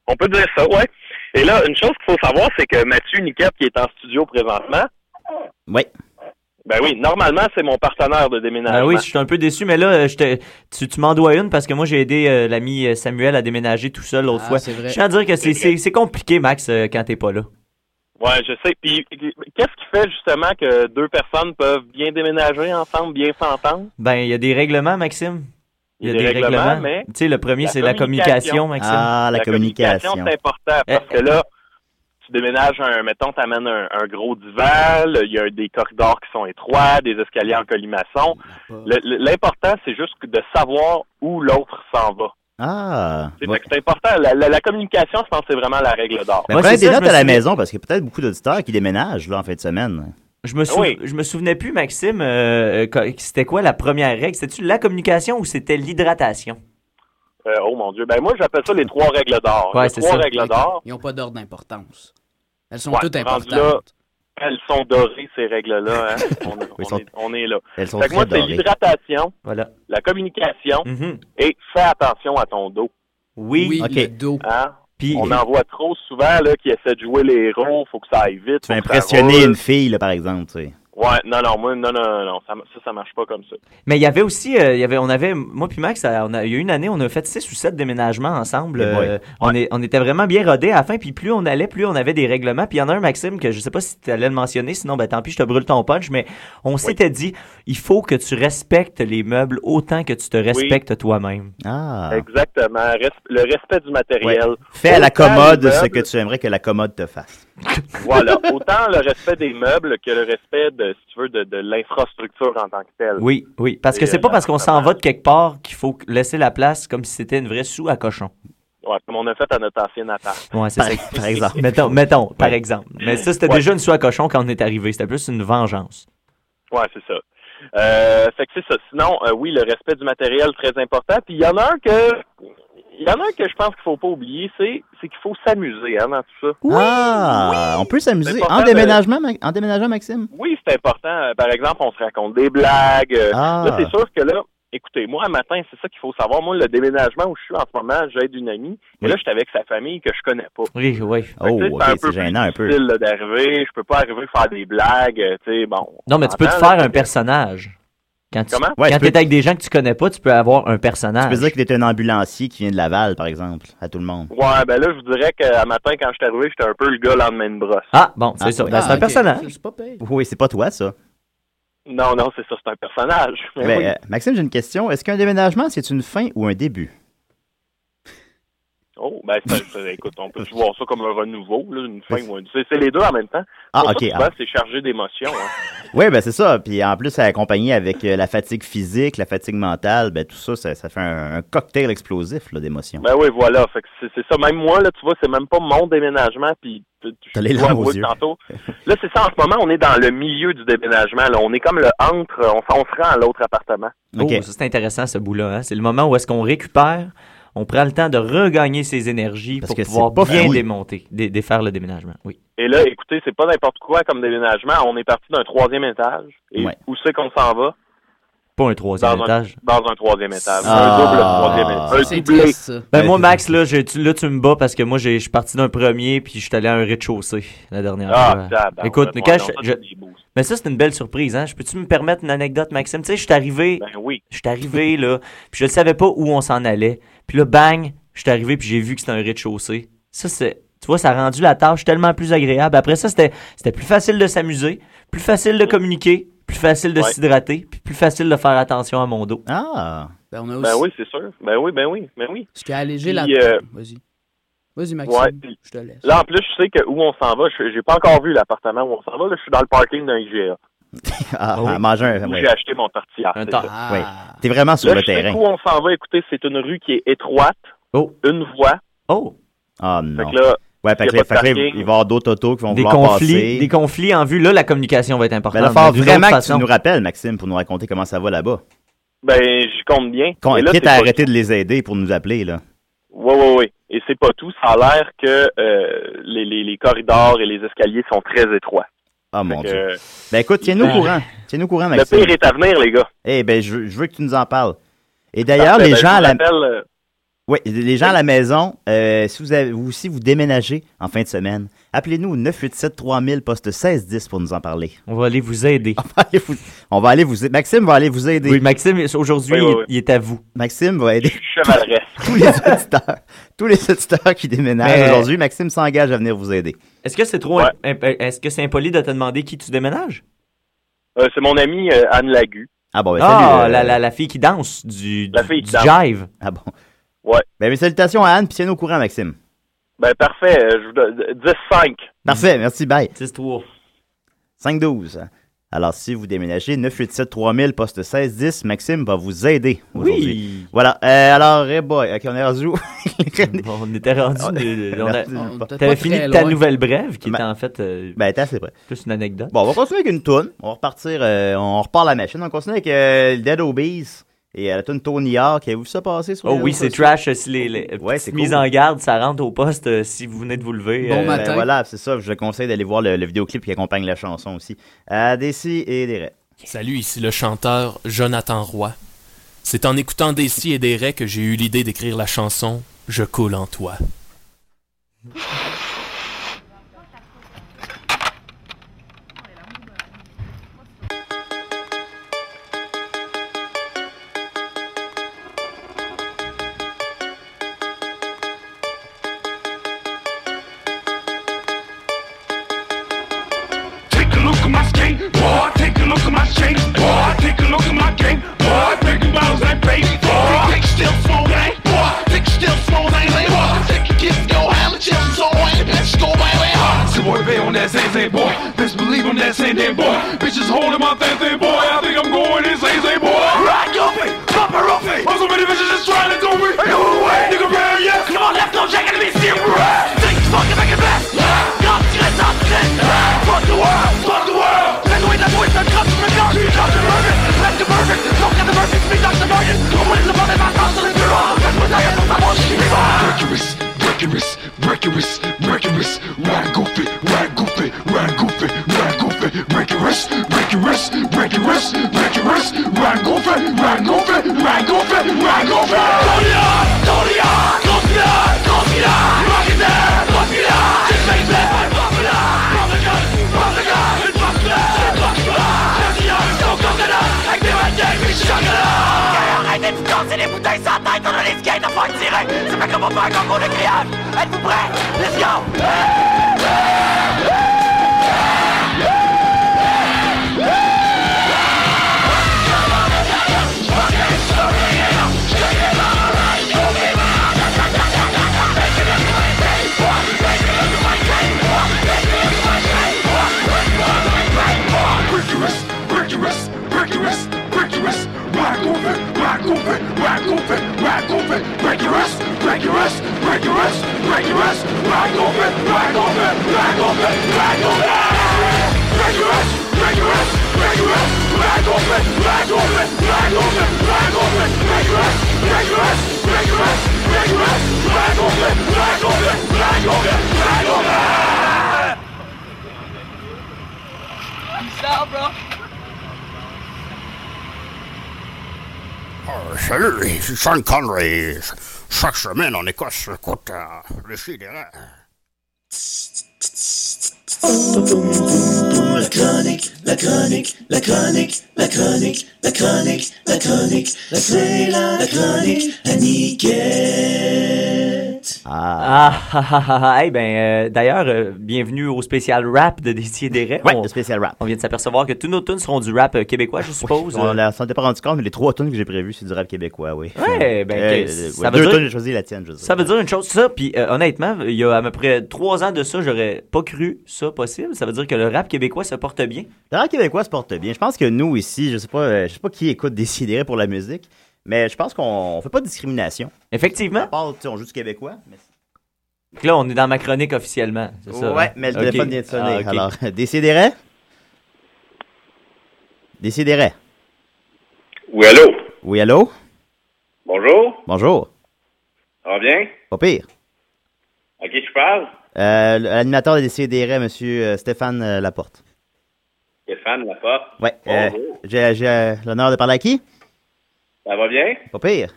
Speaker 9: On peut dire ça, ouais. Et là, une chose qu'il faut savoir, c'est que Mathieu Niquette, qui est en studio présentement,
Speaker 5: Oui.
Speaker 9: ben oui, normalement, c'est mon partenaire de déménagement.
Speaker 4: Ah oui, je suis un peu déçu, mais là, euh, je te- tu, tu m'en dois une parce que moi, j'ai aidé euh, l'ami euh, Samuel à déménager tout seul l'autre
Speaker 6: Ah,
Speaker 4: fois.
Speaker 6: c'est vrai.
Speaker 4: Je tiens à dire que c'est- c'est c'est compliqué, Max, euh, quand t'es pas là.
Speaker 9: Ouais, je sais. Puis, qu'est-ce qui fait justement que deux personnes peuvent bien déménager ensemble, bien s'entendre?
Speaker 4: Ben, il y a des règlements, Maxime.
Speaker 9: Il y a des règlements, mais
Speaker 4: Tu sais, le premier,
Speaker 9: la
Speaker 4: c'est la communication,
Speaker 9: communication.
Speaker 4: Maxime.
Speaker 5: Ah, la, communication.
Speaker 9: c'est important parce
Speaker 4: Eh,
Speaker 9: que là, tu déménages un, mettons, t'amènes un, un gros divan, là, il y a des corridors qui sont étroits, des escaliers en colimaçon. Le- le- L'important, c'est juste que de savoir où l'autre s'en va.
Speaker 5: Ah.
Speaker 9: C'est
Speaker 5: Bon.
Speaker 9: fait que c'est important. La, la- la communication, je pense, que c'est vraiment la règle d'or.
Speaker 5: Ben,
Speaker 4: Moi,
Speaker 5: prenez des
Speaker 4: c'est ça, je
Speaker 5: notes
Speaker 4: me
Speaker 5: à la
Speaker 4: souviens-
Speaker 5: maison parce qu'il y a peut-être beaucoup d'auditeurs qui déménagent là, en fin de semaine.
Speaker 4: Je, me sou-
Speaker 9: Oui.
Speaker 4: je me souvenais plus, Maxime, euh, euh, co- c'était quoi la première règle? C'était-tu la communication ou c'était l'hydratation?
Speaker 9: Euh, oh mon Dieu. Ben moi, j'appelle ça les trois règles d'or.
Speaker 4: Ouais,
Speaker 9: les
Speaker 4: c'est
Speaker 9: trois
Speaker 4: ça.
Speaker 9: règles d'or,
Speaker 6: Ils n'ont pas d'ordre d'importance. Elles sont
Speaker 9: Ouais,
Speaker 6: toutes
Speaker 9: rendu
Speaker 6: importantes.
Speaker 9: là, elles sont dorées, ces règles-là. hein. On, on
Speaker 5: sont-
Speaker 9: est, on est là.
Speaker 5: Elles sont
Speaker 9: Fait que
Speaker 5: très
Speaker 9: moi, c'est
Speaker 5: dorées.
Speaker 9: l'hydratation,
Speaker 4: Voilà.
Speaker 9: la communication
Speaker 4: Mhm.
Speaker 9: et fais attention à ton dos.
Speaker 4: Oui.
Speaker 6: Oui,
Speaker 5: Ok.
Speaker 6: le dos.
Speaker 9: Hein?
Speaker 4: Puis,
Speaker 9: On en voit trop souvent là, qui essaient de jouer les héros, faut que ça aille vite.
Speaker 5: Tu vas
Speaker 9: faut que ça
Speaker 5: impressionner
Speaker 9: roule.
Speaker 5: une fille, là, par exemple. Tu sais.
Speaker 9: Ouais, non, non, moi, non, non, non, non, ça, ça, ça marche pas comme ça.
Speaker 4: Mais il y avait aussi, euh, il y avait, on avait, moi puis Max, euh, on a, il y a une année, on a fait six ou sept déménagements ensemble.
Speaker 5: Eh boy.
Speaker 4: Euh, on, est, on était vraiment bien rodés à la fin, puis plus on allait, plus on avait des règlements. Puis il y en a un, Maxime, que je sais pas si tu allais le mentionner, sinon, ben tant pis, je te brûle ton punch, mais on s'était dit, il faut que tu respectes les meubles autant que tu te respectes toi-même.
Speaker 5: Ah.
Speaker 9: Exactement. Res- le respect du matériel.
Speaker 5: Fais à la
Speaker 9: Autant
Speaker 5: commode
Speaker 4: ben,
Speaker 9: les
Speaker 5: ce
Speaker 9: meubles-
Speaker 5: que tu aimerais que la commode te fasse.
Speaker 9: Voilà. Autant le respect des meubles que le respect de, si tu veux, de, de l'infrastructure en tant que telle.
Speaker 4: Oui, oui. Parce que
Speaker 9: Et,
Speaker 4: c'est
Speaker 9: euh,
Speaker 4: pas
Speaker 9: la-
Speaker 4: parce qu'on s'en va de quelque part qu'il faut laisser la place comme si c'était une vraie sou à cochon.
Speaker 9: euh, Ouais, comme on a fait à notre ancien appart.
Speaker 4: Ouais, c'est
Speaker 5: Par,
Speaker 4: ça.
Speaker 5: par exemple.
Speaker 4: Mettons, mettons, par exemple. Mais ça, c'était
Speaker 9: Ouais.
Speaker 4: déjà une soie à cochon quand on est arrivé. C'était plus une vengeance.
Speaker 9: Ouais, c'est ça. Euh, fait que c'est ça. Sinon, euh, oui, le respect du matériel, très important. Puis il y en a un que il y en a un que je pense qu'il faut pas oublier, c'est c'est qu'il faut s'amuser hein, dans tout ça.
Speaker 5: ah, on peut s'amuser.
Speaker 9: C'est important
Speaker 5: En
Speaker 9: de-
Speaker 5: déménagement, Ma- en déménagement, Maxime?
Speaker 9: Oui, c'est important. Euh, Par exemple, on se raconte des blagues. Euh,
Speaker 5: Ah.
Speaker 9: Là, c'est sûr que là, écoutez, moi, un matin, c'est ça qu'il faut savoir. Moi, le déménagement où je suis en ce moment, j'aide une amie. Et
Speaker 5: Oui.
Speaker 9: là, je suis avec sa famille que je connais pas.
Speaker 4: Oui, oui.
Speaker 9: Fait que,
Speaker 5: Oh,
Speaker 9: tu sais,
Speaker 5: ok, c'est
Speaker 9: plus
Speaker 5: gênant un peu.
Speaker 9: difficile, là, d'arriver. Je peux pas arriver faire des blagues. euh, Tu sais, bon.
Speaker 4: Non, mais tu peux te
Speaker 9: Entends, là,
Speaker 4: faire un
Speaker 9: c'est-
Speaker 4: personnage. Quand tu
Speaker 9: Comment?
Speaker 5: Ouais,
Speaker 4: quand
Speaker 5: tu peux-
Speaker 4: t'es avec des gens que tu connais pas, tu peux avoir un
Speaker 5: Tu
Speaker 4: personnage.
Speaker 5: peux dire que t'es un ambulancier qui vient de Laval, par exemple, à tout le monde.
Speaker 9: Ouais, ben là, je vous dirais qu'à matin, quand je suis arrivé, j'étais un peu le gars lendemain de brosse.
Speaker 4: Ah, bon, c'est
Speaker 5: Ah,
Speaker 4: ça.
Speaker 5: oui.
Speaker 4: Ben,
Speaker 5: Ah,
Speaker 4: c'est un
Speaker 6: ok.
Speaker 4: personnage.
Speaker 6: C'est pas payé.
Speaker 5: Oui, c'est pas toi, ça.
Speaker 9: Non, non, c'est ça, c'est un personnage. Mais
Speaker 5: Ben,
Speaker 9: oui.
Speaker 5: euh, Maxime, j'ai une question. Est-ce qu'un déménagement, c'est une fin ou un début?
Speaker 9: Oh, ben, c'est- c'est- écoute, on peut voir ça comme un renouveau, là, une fin ou une- C'est c'est les deux en même temps.
Speaker 5: Ben, Ah,
Speaker 9: Pour ça,
Speaker 5: ok.
Speaker 9: souvent, c'est chargé d'émotions. hein.
Speaker 5: Oui, ben c'est ça. Puis en plus, c'est accompagné avec euh, la fatigue physique, la fatigue mentale, ben tout ça, ça, ça fait un, un cocktail explosif là, d'émotions.
Speaker 9: Ben oui, voilà. Fait que c'est c'est ça. Même moi, là, tu vois, c'est même pas mon déménagement. Puis, tu- tu-
Speaker 5: T'as
Speaker 9: je
Speaker 5: les
Speaker 9: dois
Speaker 5: larmes aux
Speaker 9: avouer que
Speaker 5: yeux.
Speaker 9: Tantôt. Là, c'est ça. En ce moment, on est dans le milieu du déménagement. Là. On est comme le entre. On, s- on se rend à l'autre appartement.
Speaker 5: OK.
Speaker 4: Oh, ça, c'est intéressant, ce bout-là. hein. C'est le moment où est-ce qu'on récupère, on prend le temps de regagner ses énergies
Speaker 5: Parce
Speaker 4: pour
Speaker 5: que
Speaker 4: pouvoir
Speaker 5: c'est pas
Speaker 4: bien
Speaker 5: fini.
Speaker 4: démonter, dé- défaire le déménagement. Oui.
Speaker 9: Et là, écoutez, c'est pas n'importe quoi comme déménagement. On est parti d'un troisième étage. Et
Speaker 5: Ouais.
Speaker 9: où c'est qu'on s'en va?
Speaker 4: Pas un troisième
Speaker 9: Dans un-
Speaker 4: étage.
Speaker 9: Dans un troisième étage.
Speaker 5: Ah.
Speaker 9: Un double troisième étage. Un
Speaker 6: C'est
Speaker 9: doublé.
Speaker 6: triste, ça.
Speaker 4: Ben
Speaker 5: Ouais,
Speaker 4: moi,
Speaker 5: c'est-
Speaker 4: Max, là, j'ai- tu, là, tu me bats parce que moi, j'ai- je suis parti d'un premier puis je suis allé à un rez-de-chaussée la dernière
Speaker 9: Ah,
Speaker 4: fois.
Speaker 9: tabarnak.
Speaker 4: Écoute,
Speaker 9: Ouais,
Speaker 4: quand
Speaker 9: non, ça,
Speaker 4: je- je-
Speaker 9: c'est des boosts.
Speaker 4: Mais ça, c'est une belle surprise. Hein? Je Peux-tu me permettre une anecdote, Maxime? Tu sais, je suis arrivé...
Speaker 9: Ben oui.
Speaker 4: Je suis arrivé là, puis je ne savais pas où on s'en allait. Puis là, bang, je suis arrivé, puis j'ai vu que c'était un rez-de-chaussée. Ça, c'est. Tu vois, ça a rendu la tâche tellement plus agréable. Après ça, c'était c'était plus facile de s'amuser, plus facile de communiquer, plus facile de
Speaker 9: Ouais.
Speaker 4: s'hydrater, puis plus facile de faire attention à mon dos.
Speaker 5: Ah!
Speaker 6: Ben, on a aussi...
Speaker 9: Ben oui, c'est sûr. Ben oui, ben oui, ben oui.
Speaker 6: Je t'ai allégé la...
Speaker 9: Puis, euh,
Speaker 6: Vas-y. Vas-y, Maxime.
Speaker 9: Ouais, puis-
Speaker 6: Je te laisse.
Speaker 9: Là, en plus, je sais que où on s'en va, je- j'ai pas encore vu l'appartement où on s'en va. Là, je suis dans le parking d'un IGA.
Speaker 5: Ah,
Speaker 4: oui.
Speaker 5: ah, manger un.
Speaker 9: où
Speaker 5: ouais.
Speaker 9: j'ai acheté mon tortillard.
Speaker 4: Un
Speaker 9: c'est
Speaker 4: tort.
Speaker 9: ça.
Speaker 6: Ah.
Speaker 5: T'es vraiment sur
Speaker 9: Là,
Speaker 5: le
Speaker 9: je sais
Speaker 5: terrain.
Speaker 9: où on s'en va. Écoutez, c'est une rue qui est étroite.
Speaker 4: Oh.
Speaker 9: Une voie.
Speaker 4: Oh!
Speaker 5: Ah
Speaker 9: Fait
Speaker 5: non.
Speaker 9: que là,
Speaker 5: Ouais, fait
Speaker 9: y
Speaker 5: que
Speaker 9: a
Speaker 5: là,
Speaker 9: pas de
Speaker 5: fait que là, il
Speaker 9: parking.
Speaker 5: va y avoir d'autres autos qui vont
Speaker 4: Des
Speaker 5: vouloir
Speaker 4: conflits,
Speaker 5: passer.
Speaker 4: des conflits en vue. Là, la communication va être importante.
Speaker 5: Ben, là, faut
Speaker 4: d'une
Speaker 5: vraiment
Speaker 4: autre
Speaker 5: que
Speaker 4: façon.
Speaker 5: tu nous rappelles, Maxime, pour nous raconter comment ça va là-bas.
Speaker 9: ben, je compte bien.
Speaker 5: Qu'on
Speaker 9: Et là,
Speaker 5: quitte
Speaker 9: c'est
Speaker 5: à
Speaker 9: pas-
Speaker 5: arrêter de les aider pour nous appeler, là.
Speaker 9: Oui, oui, oui. Et c'est pas tout. Ça a l'air que euh, les, les- les corridors et les escaliers sont très étroits.
Speaker 5: Ah,
Speaker 9: Fait
Speaker 5: mon
Speaker 9: que,
Speaker 5: Dieu.
Speaker 9: euh,
Speaker 5: Ben, écoute, tiens-nous au
Speaker 4: Ah.
Speaker 5: courant. Tiens-nous au courant,
Speaker 9: le
Speaker 5: Maxime.
Speaker 9: pire est à venir, les gars.
Speaker 5: Eh, ben, je, veux- je veux que tu nous en parles. Et d'ailleurs,
Speaker 9: Parfait.
Speaker 5: les
Speaker 9: Ben, je
Speaker 5: gens à
Speaker 9: vous
Speaker 5: la.
Speaker 9: rappelle, euh,
Speaker 5: Oui, les gens à la maison, euh, si vous avez, vous aussi vous déménagez en fin de semaine, appelez-nous au 987 3000 poste 1610 pour nous en parler.
Speaker 4: On va aller vous aider.
Speaker 5: On va aller vous, on va aller vous Maxime va aller vous aider.
Speaker 4: Oui, Maxime, aujourd'hui,
Speaker 9: Oui, oui,
Speaker 4: il-
Speaker 9: oui.
Speaker 4: Il, est à vous.
Speaker 5: Maxime va aider
Speaker 9: Chevaleresse.
Speaker 5: tous les auditeurs, tous les auditeurs qui déménagent
Speaker 4: Mais-
Speaker 5: aujourd'hui. Maxime s'engage à venir vous aider.
Speaker 4: Est-ce que c'est trop.
Speaker 9: Ouais.
Speaker 4: imp- Est-ce que c'est impoli de te demander qui tu déménages?
Speaker 9: Euh, c'est mon amie euh, Anne Lagu.
Speaker 5: Ah bon, ben,
Speaker 4: Ah,
Speaker 5: salut, euh,
Speaker 4: la, la, la fille qui danse du,
Speaker 9: La
Speaker 4: du-
Speaker 9: fille
Speaker 4: du
Speaker 9: qui danse.
Speaker 4: jive.
Speaker 5: Ah bon.
Speaker 9: Ouais.
Speaker 5: Ben, mes salutations à Anne, puis tiens-nous au courant, Maxime.
Speaker 9: Ben, parfait. euh, Je vous donne 10-5.
Speaker 5: Parfait, merci, bye.
Speaker 4: 6-3.
Speaker 5: 512. Alors, si vous déménagez, 987 3000 poste 1610, Maxime va vous aider aujourd'hui. Voilà. Euh, alors, eh boy, ok, on est rendu où?
Speaker 4: Bon, on était rendu. de- de- on a-
Speaker 6: On était pas
Speaker 4: T'avais
Speaker 6: très
Speaker 4: fini ta
Speaker 6: loin.
Speaker 4: nouvelle brève, qui
Speaker 5: Ma-
Speaker 4: était en fait euh,
Speaker 5: ben, t'as assez près.
Speaker 4: plus une anecdote.
Speaker 5: Bon, on va continuer avec une toune. On va repartir, euh, on repart la machine. On continue avec euh, le Dead Obees et euh, la toune Tony Hawk. Avez-vous vu ça passer sur les
Speaker 4: Oh oui,
Speaker 5: réseaux
Speaker 4: c'est
Speaker 5: sociaux?
Speaker 4: trash. euh, Si les, les
Speaker 5: Ouais,
Speaker 4: petites
Speaker 5: c'est
Speaker 4: mises
Speaker 5: cool.
Speaker 4: en garde, ça rentre au poste euh, si vous venez de vous lever.
Speaker 6: Bon
Speaker 4: euh,
Speaker 6: matin.
Speaker 5: Ben, voilà, c'est ça. Je conseille d'aller voir le, le vidéoclip qui accompagne la chanson aussi. À Dessy et des raies.
Speaker 10: Salut, ici le chanteur Jonathan Roy. C'est en écoutant des si et des raies que j'ai eu l'idée d'écrire la chanson Je coule en toi.
Speaker 11: Take a look at my skin, boy. Take a look at my shape, boy. Take a look at my game, boy. Breaking bottles like bait, boy. Take still small game, boy. Take still small game, boy. Take a kiss, go have a chill, so ain't let's go away. So boy, babe, on that same thing, boy. Best believe on that same thing, boy. Bitches holding my thing, thing, boy. I think I'm going insane, say, boy. Rock your feet, pop her off me. so many bitches just trying to do me. Hey, go away, nigga, man, yes. Come on, left, no jacket, let me see you. Take the fucking back and back. God, you guys are dead. Fuck the world, fuck the world. Take away that voice that comes from the dark. You touch the murder, left the murder. Don't get the murder, me, Dr. Morgan. Who is the mother, my house, and you're all. That's what I am, I'm all she. People, lancer des bouteilles sans tête, on a les skates à faire tirer. C'est pas comme on fait un concours de criage. Êtes-vous prêts? Let's go! Rigorous, rigorous, rigorous, rigorous. Whack open, whack open, whack open, whack open. Rigorous, rigorous, rigorous, rigorous. Whack open, whack open, whack open, whack open. Rigorous, rigorous, rigorous. Whack open, whack open, whack open, whack open. Rigorous, rigorous, rigorous, rigorous. Whack open, whack open, whack open, whack open.
Speaker 12: Salut, c'est Sean Connery. Chaque semaine en Écosse, écoute euh, le Chidera.
Speaker 3: La chronique, la chronique, la chronique, la chronique, la chronique, la chronique, c'est la chronique à
Speaker 4: Ah, ah, ah, ah, ah. Eh ben, euh, d'ailleurs, euh, bienvenue au spécial rap de Décideret.
Speaker 5: Ouais,
Speaker 4: on,
Speaker 5: le spécial rap.
Speaker 4: on vient de s'apercevoir que tous nos tunes seront du rap euh, québécois, je suppose. Euh,
Speaker 5: On l'a- s'en était pas rendu compte, mais les trois tonnes que j'ai prévues, c'est du rap québécois, oui.
Speaker 4: Ouais, ben,
Speaker 5: Euh,
Speaker 4: que-
Speaker 5: euh,
Speaker 4: ça
Speaker 5: ouais,
Speaker 4: veut
Speaker 5: deux
Speaker 4: dire-
Speaker 5: tonnes, j'ai choisi la tienne, je veux dire.
Speaker 4: Ça veut dire une chose, ça, puis euh, honnêtement, il y a à peu près trois ans de ça, j'aurais pas cru ça possible. Ça veut dire que le rap québécois se porte bien.
Speaker 5: Le rap québécois se porte bien. Je pense que nous, ici, je sais pas, euh, je sais pas qui écoute Décideret pour la musique, mais je pense qu'on on fait pas de discrimination. À
Speaker 4: Effectivement.
Speaker 5: part, tu sais, on joue du québécois, mais
Speaker 4: Donc Là, on est dans ma chronique officiellement, c'est ça?
Speaker 5: ouais,
Speaker 4: hein?
Speaker 5: mais le
Speaker 4: Ok.
Speaker 5: téléphone vient de sonner.
Speaker 4: Ah, ok.
Speaker 5: Alors, décidérez. Décidérez.
Speaker 8: Oui, allô?
Speaker 5: Oui, allô?
Speaker 8: Bonjour?
Speaker 5: Bonjour.
Speaker 8: Ça va bien?
Speaker 5: Pas pire.
Speaker 8: À qui je parle?
Speaker 5: Euh, L'animateur de Décidérez, monsieur euh, Stéphane euh, Laporte.
Speaker 8: Stéphane Laporte.
Speaker 5: Ouais. euh,
Speaker 8: Bonjour.
Speaker 5: J'ai j'ai, euh, l'honneur de parler à qui?
Speaker 8: Ça va bien?
Speaker 5: Pas pire.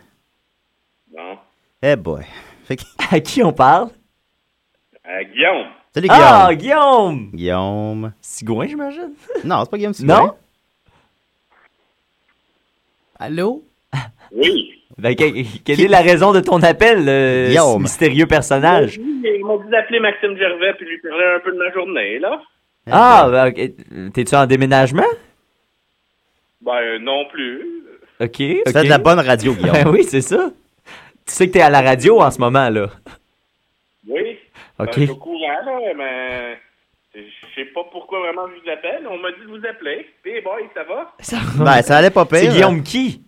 Speaker 8: Bon.
Speaker 5: Eh boy. Fait que-
Speaker 4: À qui on parle?
Speaker 8: Euh, Guillaume.
Speaker 5: Salut, Guillaume.
Speaker 4: Ah, Guillaume!
Speaker 5: Guillaume.
Speaker 4: Sigouin, j'imagine?
Speaker 5: Non, c'est pas Guillaume Sigouin.
Speaker 4: Non?
Speaker 6: Allô?
Speaker 8: Oui.
Speaker 4: Ben, que- quelle est la raison de ton appel, euh,
Speaker 5: Guillaume.
Speaker 4: ce mystérieux personnage?
Speaker 8: Ils m'ont dit d'appeler Maxime Gervais puis lui parler un peu de ma journée, là.
Speaker 4: Ah, ben, ok. t'es-tu en déménagement?
Speaker 8: Ben, euh, non plus.
Speaker 4: Ok,
Speaker 5: Tu
Speaker 4: ok.
Speaker 5: fais de la bonne radio, Guillaume.
Speaker 4: Ben oui, c'est ça. Tu sais que t'es à la radio en ce moment, là.
Speaker 8: Oui. Ben,
Speaker 4: Ok.
Speaker 8: je suis au courant, là, mais je sais pas pourquoi vraiment je vous appelle. On m'a dit de vous appeler. Hey boy, ça va?
Speaker 5: Ben, ça allait pas pire.
Speaker 4: c'est Guillaume qui?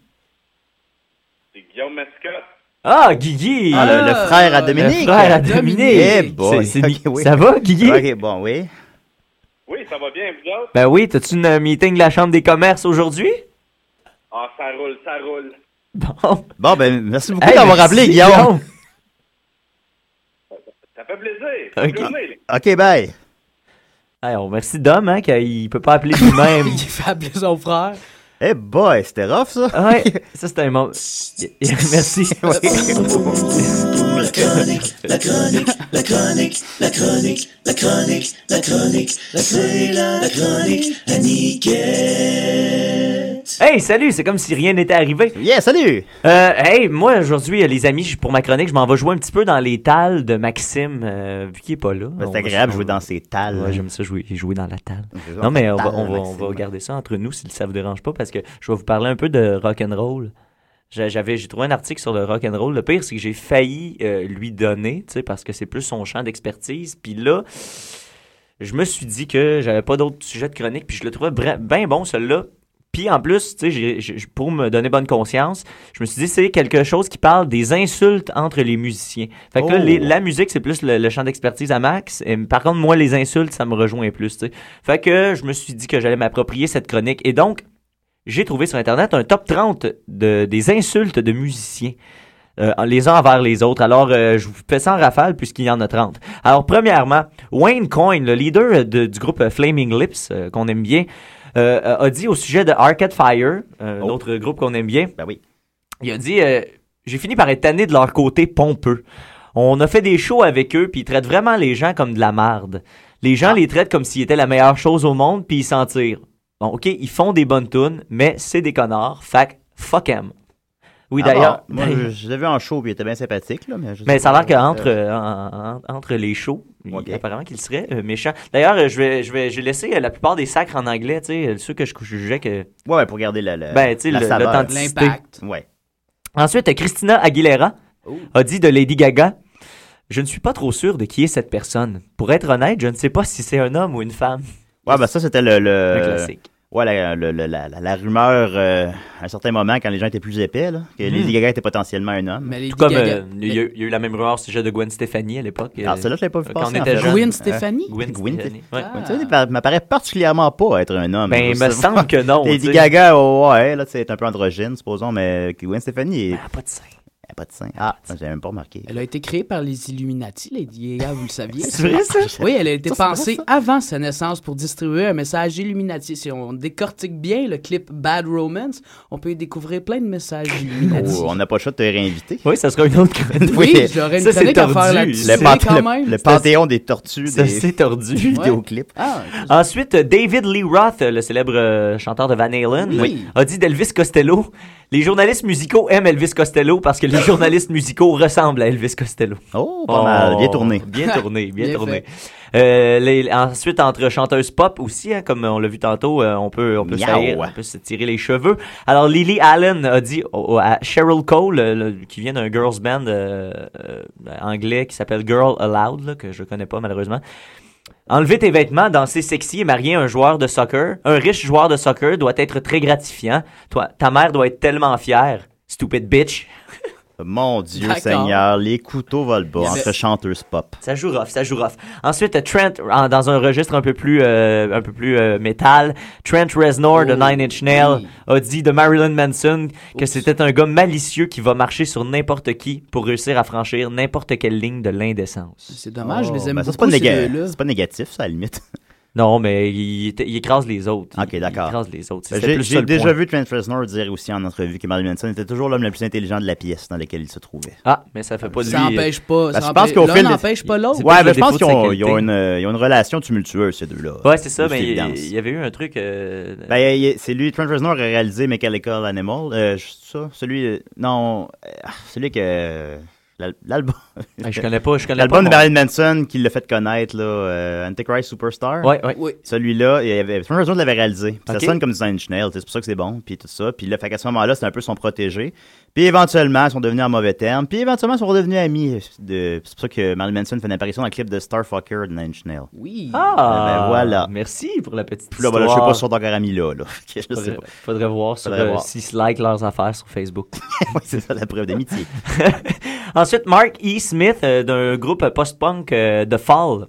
Speaker 8: C'est Guillaume Mascotte.
Speaker 4: Ah, Guigui!
Speaker 5: Ah, le, le frère à
Speaker 6: Le
Speaker 5: Dominique.
Speaker 4: Le frère à Dominique!
Speaker 5: Eh boy.
Speaker 4: C'est- c'est-
Speaker 5: Ok, oui.
Speaker 4: Ça va, Guigui?
Speaker 5: Ok, bon, oui.
Speaker 8: Oui, ça va bien, vous autres?
Speaker 4: Ben oui, t'as-tu une euh, meeting de la Chambre des commerces aujourd'hui?
Speaker 8: Ah, ça roule, ça roule.
Speaker 4: Bon.
Speaker 5: Bon, ben, merci beaucoup
Speaker 4: Hey,
Speaker 5: d'avoir
Speaker 4: merci,
Speaker 5: appelé, Guillaume.
Speaker 8: Ça fait plaisir. Bonne
Speaker 4: Ok.
Speaker 8: journée, les
Speaker 5: Ok, bye.
Speaker 4: Hey, on remercie Dom, hein, qu'il peut pas appeler lui-même.
Speaker 6: Il fait appeler son frère.
Speaker 5: Eh boy, c'était rough, ça.
Speaker 4: Ah ouais, ça c'était un moment. Merci. Hey, salut, c'est comme si rien n'était arrivé.
Speaker 5: Yeah, salut!
Speaker 4: Euh, hey, moi aujourd'hui, euh, les amis, je- pour ma chronique, je m'en vais jouer un petit peu dans les talles de Maxime, euh, vu qu'il est pas là.
Speaker 5: Ben, c'est
Speaker 4: On va-
Speaker 5: agréable de
Speaker 4: on-
Speaker 5: jouer dans ces talles.
Speaker 4: Ouais, j'aime ça jouer, jouer dans la talle.
Speaker 5: Jouer dans
Speaker 4: Non, mais
Speaker 5: la
Speaker 4: on va,
Speaker 5: talle,
Speaker 4: on va, on
Speaker 5: Maxime.
Speaker 4: va garder ça entre nous si ça vous dérange pas, parce que je vais vous parler un peu de rock'n'roll. J'a- J'avais, j'ai trouvé un article sur le rock'n'roll. Le pire, c'est que j'ai failli euh, lui donner, tu sais, parce que c'est plus son champ d'expertise. Puis là, je me suis dit que j'avais pas d'autres sujets de chronique, puis je le trouvais bien bon, celui-là. Puis en plus, tu sais, j'ai- j'ai- j'ai- pour me donner bonne conscience, je me suis dit c'est quelque chose qui parle des insultes entre les musiciens. Fait que là,
Speaker 5: Oh.
Speaker 4: les- la musique, c'est plus le, le champ d'expertise à Max. Et, par contre, moi, les insultes, ça me rejoint plus. tu sais. Fait que je me suis dit que j'allais m'approprier cette chronique. Et donc, j'ai trouvé sur Internet un top 30 de, des insultes de musiciens. euh, les uns envers les autres. Alors, euh, je vous fais ça en rafale puisqu'il y en a 30. Alors, premièrement, Wayne Coyne, le leader de- du groupe euh, Flaming Lips, euh, qu'on aime bien, euh, euh, a dit au sujet de Arcade Fire, euh, un
Speaker 5: Oh.
Speaker 4: autre groupe qu'on aime bien,
Speaker 5: Ben oui.
Speaker 4: il a dit euh, J'ai fini par être tanné de leur côté pompeux. On a fait des shows avec eux, puis ils traitent vraiment les gens comme de la marde. Les
Speaker 5: Ah.
Speaker 4: gens les traitent comme s'ils étaient la meilleure chose au monde, puis ils s'en tirent. Bon, OK, ils font des bonnes tunes, mais c'est des connards, fac, fuck 'em. Oui,
Speaker 5: Ah,
Speaker 4: d'ailleurs.
Speaker 5: bon, moi, je, je l'ai vu en show, puis il était bien sympathique, là. Mais, je sais
Speaker 4: Mais ça a
Speaker 5: pas,
Speaker 4: l'air qu'entre
Speaker 5: euh,
Speaker 4: euh, en- en- entre les shows, il- apparemment qu'il serait euh, méchant. D'ailleurs, euh, je vais, je vais, j'ai laissé euh, la plupart des sacres en anglais, tu sais, euh, ceux que je jugeais que.
Speaker 5: Ouais, pour garder la, la-
Speaker 4: ben, tu sais,
Speaker 5: la
Speaker 4: le-
Speaker 5: saveur.
Speaker 4: l'authenticité.
Speaker 5: L'impact. Ouais.
Speaker 4: Ensuite, euh, Christina Aguilera
Speaker 5: Oh.
Speaker 4: a dit de Lady Gaga. Je ne suis pas trop sûr de qui est cette personne. Pour être honnête, je ne sais pas si c'est un homme ou une femme.
Speaker 5: Ouais, ben ça, c'était le. le-
Speaker 4: Un classique.
Speaker 5: Ouais, la, le- le- la, la- la rumeur euh, à un certain moment, quand les gens étaient plus épais, là, que
Speaker 4: Hmm.
Speaker 5: Lady Gaga était potentiellement un homme.
Speaker 6: Mais Lady
Speaker 4: Tout comme
Speaker 6: Gaga-
Speaker 4: euh, il y, a il y a eu la même rumeur au sujet de Gwen Stefani à l'époque.
Speaker 5: Ah,
Speaker 4: euh,
Speaker 5: celle-là, je l'ai pas vu
Speaker 4: Quand on
Speaker 5: passer, en
Speaker 4: était
Speaker 5: fait.
Speaker 4: jeune.
Speaker 5: Gwen
Speaker 6: Stefani?
Speaker 4: Gwen
Speaker 5: Gwen
Speaker 4: Stefani. ouais.
Speaker 5: Tu sais, il m'apparaît particulièrement pas être un homme.
Speaker 4: Ah. Ben, il me semble que non, tu
Speaker 5: Lady
Speaker 4: sais.
Speaker 5: Gaga, oh, ouais, là, tu sais, est un peu androgyne, supposons, mais euh, Gwen Stefani. Elle n'a
Speaker 4: pas de sein.
Speaker 5: Elle n'a pas de sein. Ah, j'avais même pas remarqué.
Speaker 6: Elle a été créée par les Illuminati, Lady Gaga, vous le saviez.
Speaker 5: C'est vrai, ça?
Speaker 6: Oui, elle a été
Speaker 5: Ça, c'est vrai,
Speaker 6: pensée avant sa naissance pour distribuer un message Illuminati. Si on décortique bien le clip Bad Romance, on peut y découvrir plein de messages Illuminati.
Speaker 5: Oh, on n'a pas le choix de te réinviter.
Speaker 4: Oui, ça sera une autre chronique.
Speaker 6: Oui, j'aurais une
Speaker 4: Ça, c'est
Speaker 6: chronique à
Speaker 4: tordu.
Speaker 6: faire là-dessus,
Speaker 5: Le, panthéon-
Speaker 6: quand même.
Speaker 5: le- le panthéon des tortues
Speaker 4: Ça,
Speaker 5: des
Speaker 4: c'est tordu.
Speaker 5: du
Speaker 4: Ouais.
Speaker 5: vidéoclip.
Speaker 6: Ah,
Speaker 4: Ensuite, euh, David Lee Roth, euh, le célèbre euh, chanteur de Van Halen,
Speaker 5: Oui.
Speaker 4: a dit d'Elvis Costello Les journalistes musicaux aiment Elvis Costello parce que les journalistes musicaux ressemblent à Elvis Costello.
Speaker 5: Oh, pas mal. Bien tourné.
Speaker 4: Bien tourné, bien,
Speaker 5: Bien
Speaker 4: tourné. Euh, les- ensuite, entre chanteuses pop aussi, hein, comme on l'a vu tantôt, euh, on peut, on peut,
Speaker 5: Miaou.
Speaker 4: saillir, on peut se tirer les cheveux. Alors, Lily Allen a dit au- au- à Cheryl Cole, euh, le- qui vient d'un girls band euh, euh, anglais qui s'appelle Girl Aloud, là, que je connais pas malheureusement. Enlever tes vêtements, danser sexy et marier un joueur de soccer, un riche joueur de soccer doit être très gratifiant. Toi, ta mère doit être tellement fière. Stupid bitch.
Speaker 5: Mon Dieu
Speaker 4: D'accord.
Speaker 5: Seigneur, les couteaux volent bas
Speaker 4: Il y
Speaker 5: entre
Speaker 4: avait-
Speaker 5: chanteuses pop.
Speaker 4: Ça joue rough, ça joue rough. Ensuite, euh, Trent, en- dans un registre un peu plus, euh, un peu plus euh, métal, Trent Reznor de Nine Inch Nails
Speaker 5: Oh,
Speaker 4: a dit de Marilyn Manson que c'était un gars malicieux qui va marcher sur n'importe qui pour réussir à franchir n'importe quelle ligne de l'indécence.
Speaker 6: C'est dommage, je les aime
Speaker 5: ben ça, c'est
Speaker 6: beaucoup,
Speaker 5: pas
Speaker 6: ces
Speaker 5: néga-
Speaker 6: deux-là.
Speaker 5: C'est pas négatif, ça, à la limite. Ben,
Speaker 4: Non, mais il, était- il écrase les autres. Ok, d'accord. Il écrase les autres. C'était
Speaker 5: Ben, J'ai
Speaker 4: plus ça
Speaker 5: j'ai
Speaker 4: le
Speaker 5: déjà
Speaker 4: point.
Speaker 5: vu Trent Reznor dire aussi en entrevue que Marilyn Manson était toujours l'homme le plus intelligent de la pièce dans laquelle il se trouvait.
Speaker 4: Ah, mais ça fait pas de
Speaker 6: Ça
Speaker 4: lui,
Speaker 6: empêche pas.
Speaker 5: Ben,
Speaker 6: ça
Speaker 5: je pense
Speaker 6: empê-
Speaker 5: qu'au
Speaker 6: l'un
Speaker 5: fil des-
Speaker 6: n'empêche pas l'autre.
Speaker 5: Ouais, ben, je pense qu'ils ont, ils ont une, euh, ils ont une relation tumultueuse, ces deux-là.
Speaker 4: Ouais, c'est ça,
Speaker 5: De
Speaker 4: mais il
Speaker 5: évidence.
Speaker 4: il y avait eu un truc. euh,
Speaker 5: Ben, il- il- c'est lui, Trent Reznor a réalisé Mechanical Animal. Euh, je- ça, celui. euh, non, euh, ah, celui que. euh, l'al- L'album.
Speaker 4: Ah, je connais pas, je connais
Speaker 5: L'album
Speaker 4: pas,
Speaker 5: de
Speaker 4: moi.
Speaker 5: Marilyn Manson qui l'a fait connaître, là, euh, Antichrist Superstar.
Speaker 4: Ouais, ouais. Oui.
Speaker 5: Celui-là, il y avait- Trent Reznor l'avait réalisé. Puis
Speaker 4: Ok.
Speaker 5: Ça sonne comme du Nine Inch Nails, c'est pour ça que c'est bon, puis tout ça. Puis là, fait qu'à ce moment-là, c'était un peu son protégé. Puis éventuellement, ils sont devenus en mauvais terme. Puis éventuellement, ils sont redevenus amis. euh, De... C'est pour ça que Marilyn Manson fait une apparition dans le clip de Starfucker de Nine Inch Nails.
Speaker 6: Oui.
Speaker 4: Ah,
Speaker 5: Ben, voilà.
Speaker 4: Merci pour la petite
Speaker 5: Puis là, ben là, je sais
Speaker 4: histoire.
Speaker 5: pas si ils sont encore amis là. là. Je sais
Speaker 4: Faudrait,
Speaker 5: pas.
Speaker 4: faudrait voir, sur,
Speaker 5: Faudrait
Speaker 4: euh,
Speaker 5: voir.
Speaker 4: s'ils se like leurs affaires sur Facebook.
Speaker 5: oui, c'est ça la preuve d'amitié.
Speaker 4: Ensuite, Mark E. Smith euh, d'un groupe post-punk euh, The Fall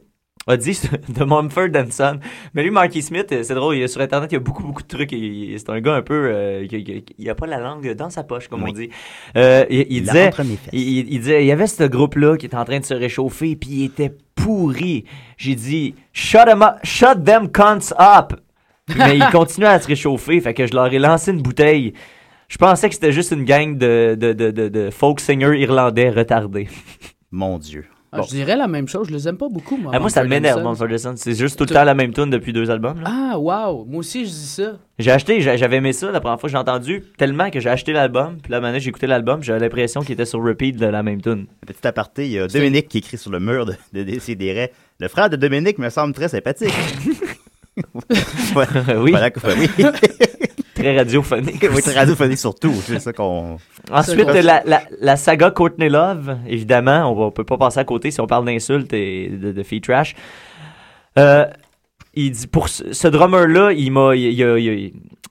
Speaker 4: a dit de Mumford and Son. Mais lui, Mark E. Smith, euh, c'est drôle, il est sur Internet, il y a beaucoup, beaucoup de trucs. Il- il- C'est un gars un peu... euh, qui- qui- il a pas la langue dans sa poche, comme
Speaker 5: Oui.
Speaker 4: on dit. Euh, il, il
Speaker 5: Il la
Speaker 4: disait,
Speaker 5: rentre mes fesses.
Speaker 4: il, il- il disait, il y avait ce groupe-là qui était en train de se réchauffer, puis il était pourri. J'ai dit, shut them, up, shut them cunts up! Mais ils continuaient à se réchauffer, fait que je leur ai lancé une bouteille. Je pensais que c'était juste une gang de, de, de, de, de folk singers irlandais retardés.
Speaker 5: Mon Dieu.
Speaker 6: Ah, Je dirais la même chose, je les aime pas beaucoup, moi.
Speaker 4: Ah, moi, ça
Speaker 6: Mumford and
Speaker 4: m'énerve,
Speaker 6: Son.
Speaker 4: Mumford and Son. C'est juste tout le temps la même tune depuis deux albums. là.
Speaker 6: Ah, wow. Moi aussi, je dis ça.
Speaker 4: J'ai acheté, j'a- j'avais aimé ça la première fois que j'ai entendu, tellement que j'ai acheté l'album, puis la manière j'ai écouté l'album, j'avais l'impression qu'il était sur repeat de la même tune.
Speaker 5: Petit aparté, il y a Dominique qui écrit sur le mur de, de Décideret. Le frère de Dominique me semble très sympathique.
Speaker 4: oui.
Speaker 5: Voilà, quoi, oui.
Speaker 4: Très radiophonique.
Speaker 5: oui, très radiophonique surtout. C'est ça qu'on.
Speaker 4: Ensuite, la, la, la saga Courtney Love, évidemment, on, va- on peut pas passer à côté si on parle d'insultes et de, de filles trash. Euh, il dit pour ce, ce drummer-là, il m'a, il, il a- il a-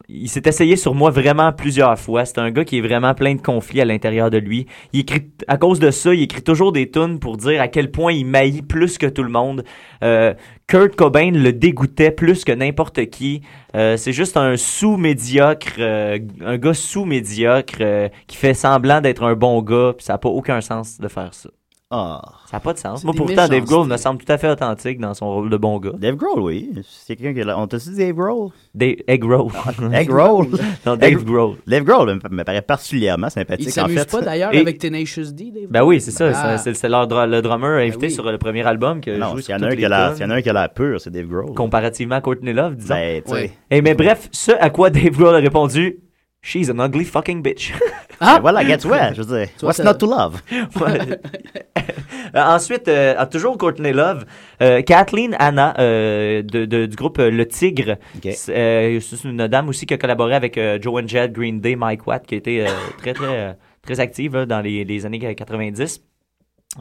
Speaker 4: il s'est essayé sur moi vraiment plusieurs fois. C'est un gars qui est vraiment plein de conflits à l'intérieur de lui. Il écrit, à cause de ça, il écrit toujours des tunes pour dire à quel point il maillit plus que tout le monde. Euh, Kurt Cobain le dégoûtait plus que n'importe qui. Euh, c'est juste un sous-médiocre, euh, un gars sous-médiocre euh, qui fait semblant d'être un bon gars, puis ça n'a pas aucun sens de faire ça.
Speaker 5: Ah.
Speaker 4: Ça n'a pas de sens.
Speaker 5: C'est
Speaker 4: Moi,
Speaker 5: des
Speaker 4: pourtant, Dave
Speaker 5: méchancetés.
Speaker 4: Grohl me semble tout à fait authentique dans son rôle de bon gars.
Speaker 5: Dave Grohl, oui. C'est quelqu'un qui. l'a- On t'a dit Dave Grohl?
Speaker 4: Dave Egg Roll.
Speaker 5: Dave Grohl.
Speaker 4: Non, Dave Grohl.
Speaker 5: Dave Grohl me- me paraît particulièrement sympathique.
Speaker 6: Ils
Speaker 5: en
Speaker 6: s'amusent
Speaker 5: fait.
Speaker 6: pas d'ailleurs
Speaker 4: Et-
Speaker 6: avec Tenacious D, Dave.
Speaker 4: Ben oui, c'est ça.
Speaker 6: Ah. Ben
Speaker 4: c'est- C'est c'est leur dra- le drummer invité sur le premier album que
Speaker 5: Non,
Speaker 4: joue
Speaker 5: s'il y,
Speaker 4: sur
Speaker 5: en a un
Speaker 4: toutes
Speaker 5: qui a
Speaker 4: les
Speaker 5: l'air-
Speaker 4: tonnes.
Speaker 5: s'il y en a un qui a l'air pur, c'est Dave Grohl.
Speaker 4: comparativement à Courtney Love, disons. Eh,
Speaker 5: Ben, tu sais.
Speaker 4: Et mais bref, ce à quoi Dave Grohl a répondu She's an ugly fucking bitch.
Speaker 5: Ah! Voilà, get well, je veux dire. Tu vois, What's ça- not to love?
Speaker 4: Ouais. Euh, ensuite, euh, ah, toujours Courtney Love, euh, Kathleen Anna euh, de, de- du groupe euh, Le Tigre. C'est euh, c'est une dame aussi qui a collaboré avec euh, Joan Jett, Green Day, Mike Watt, qui a été euh, très, très, euh, très active là, dans les, les années 90.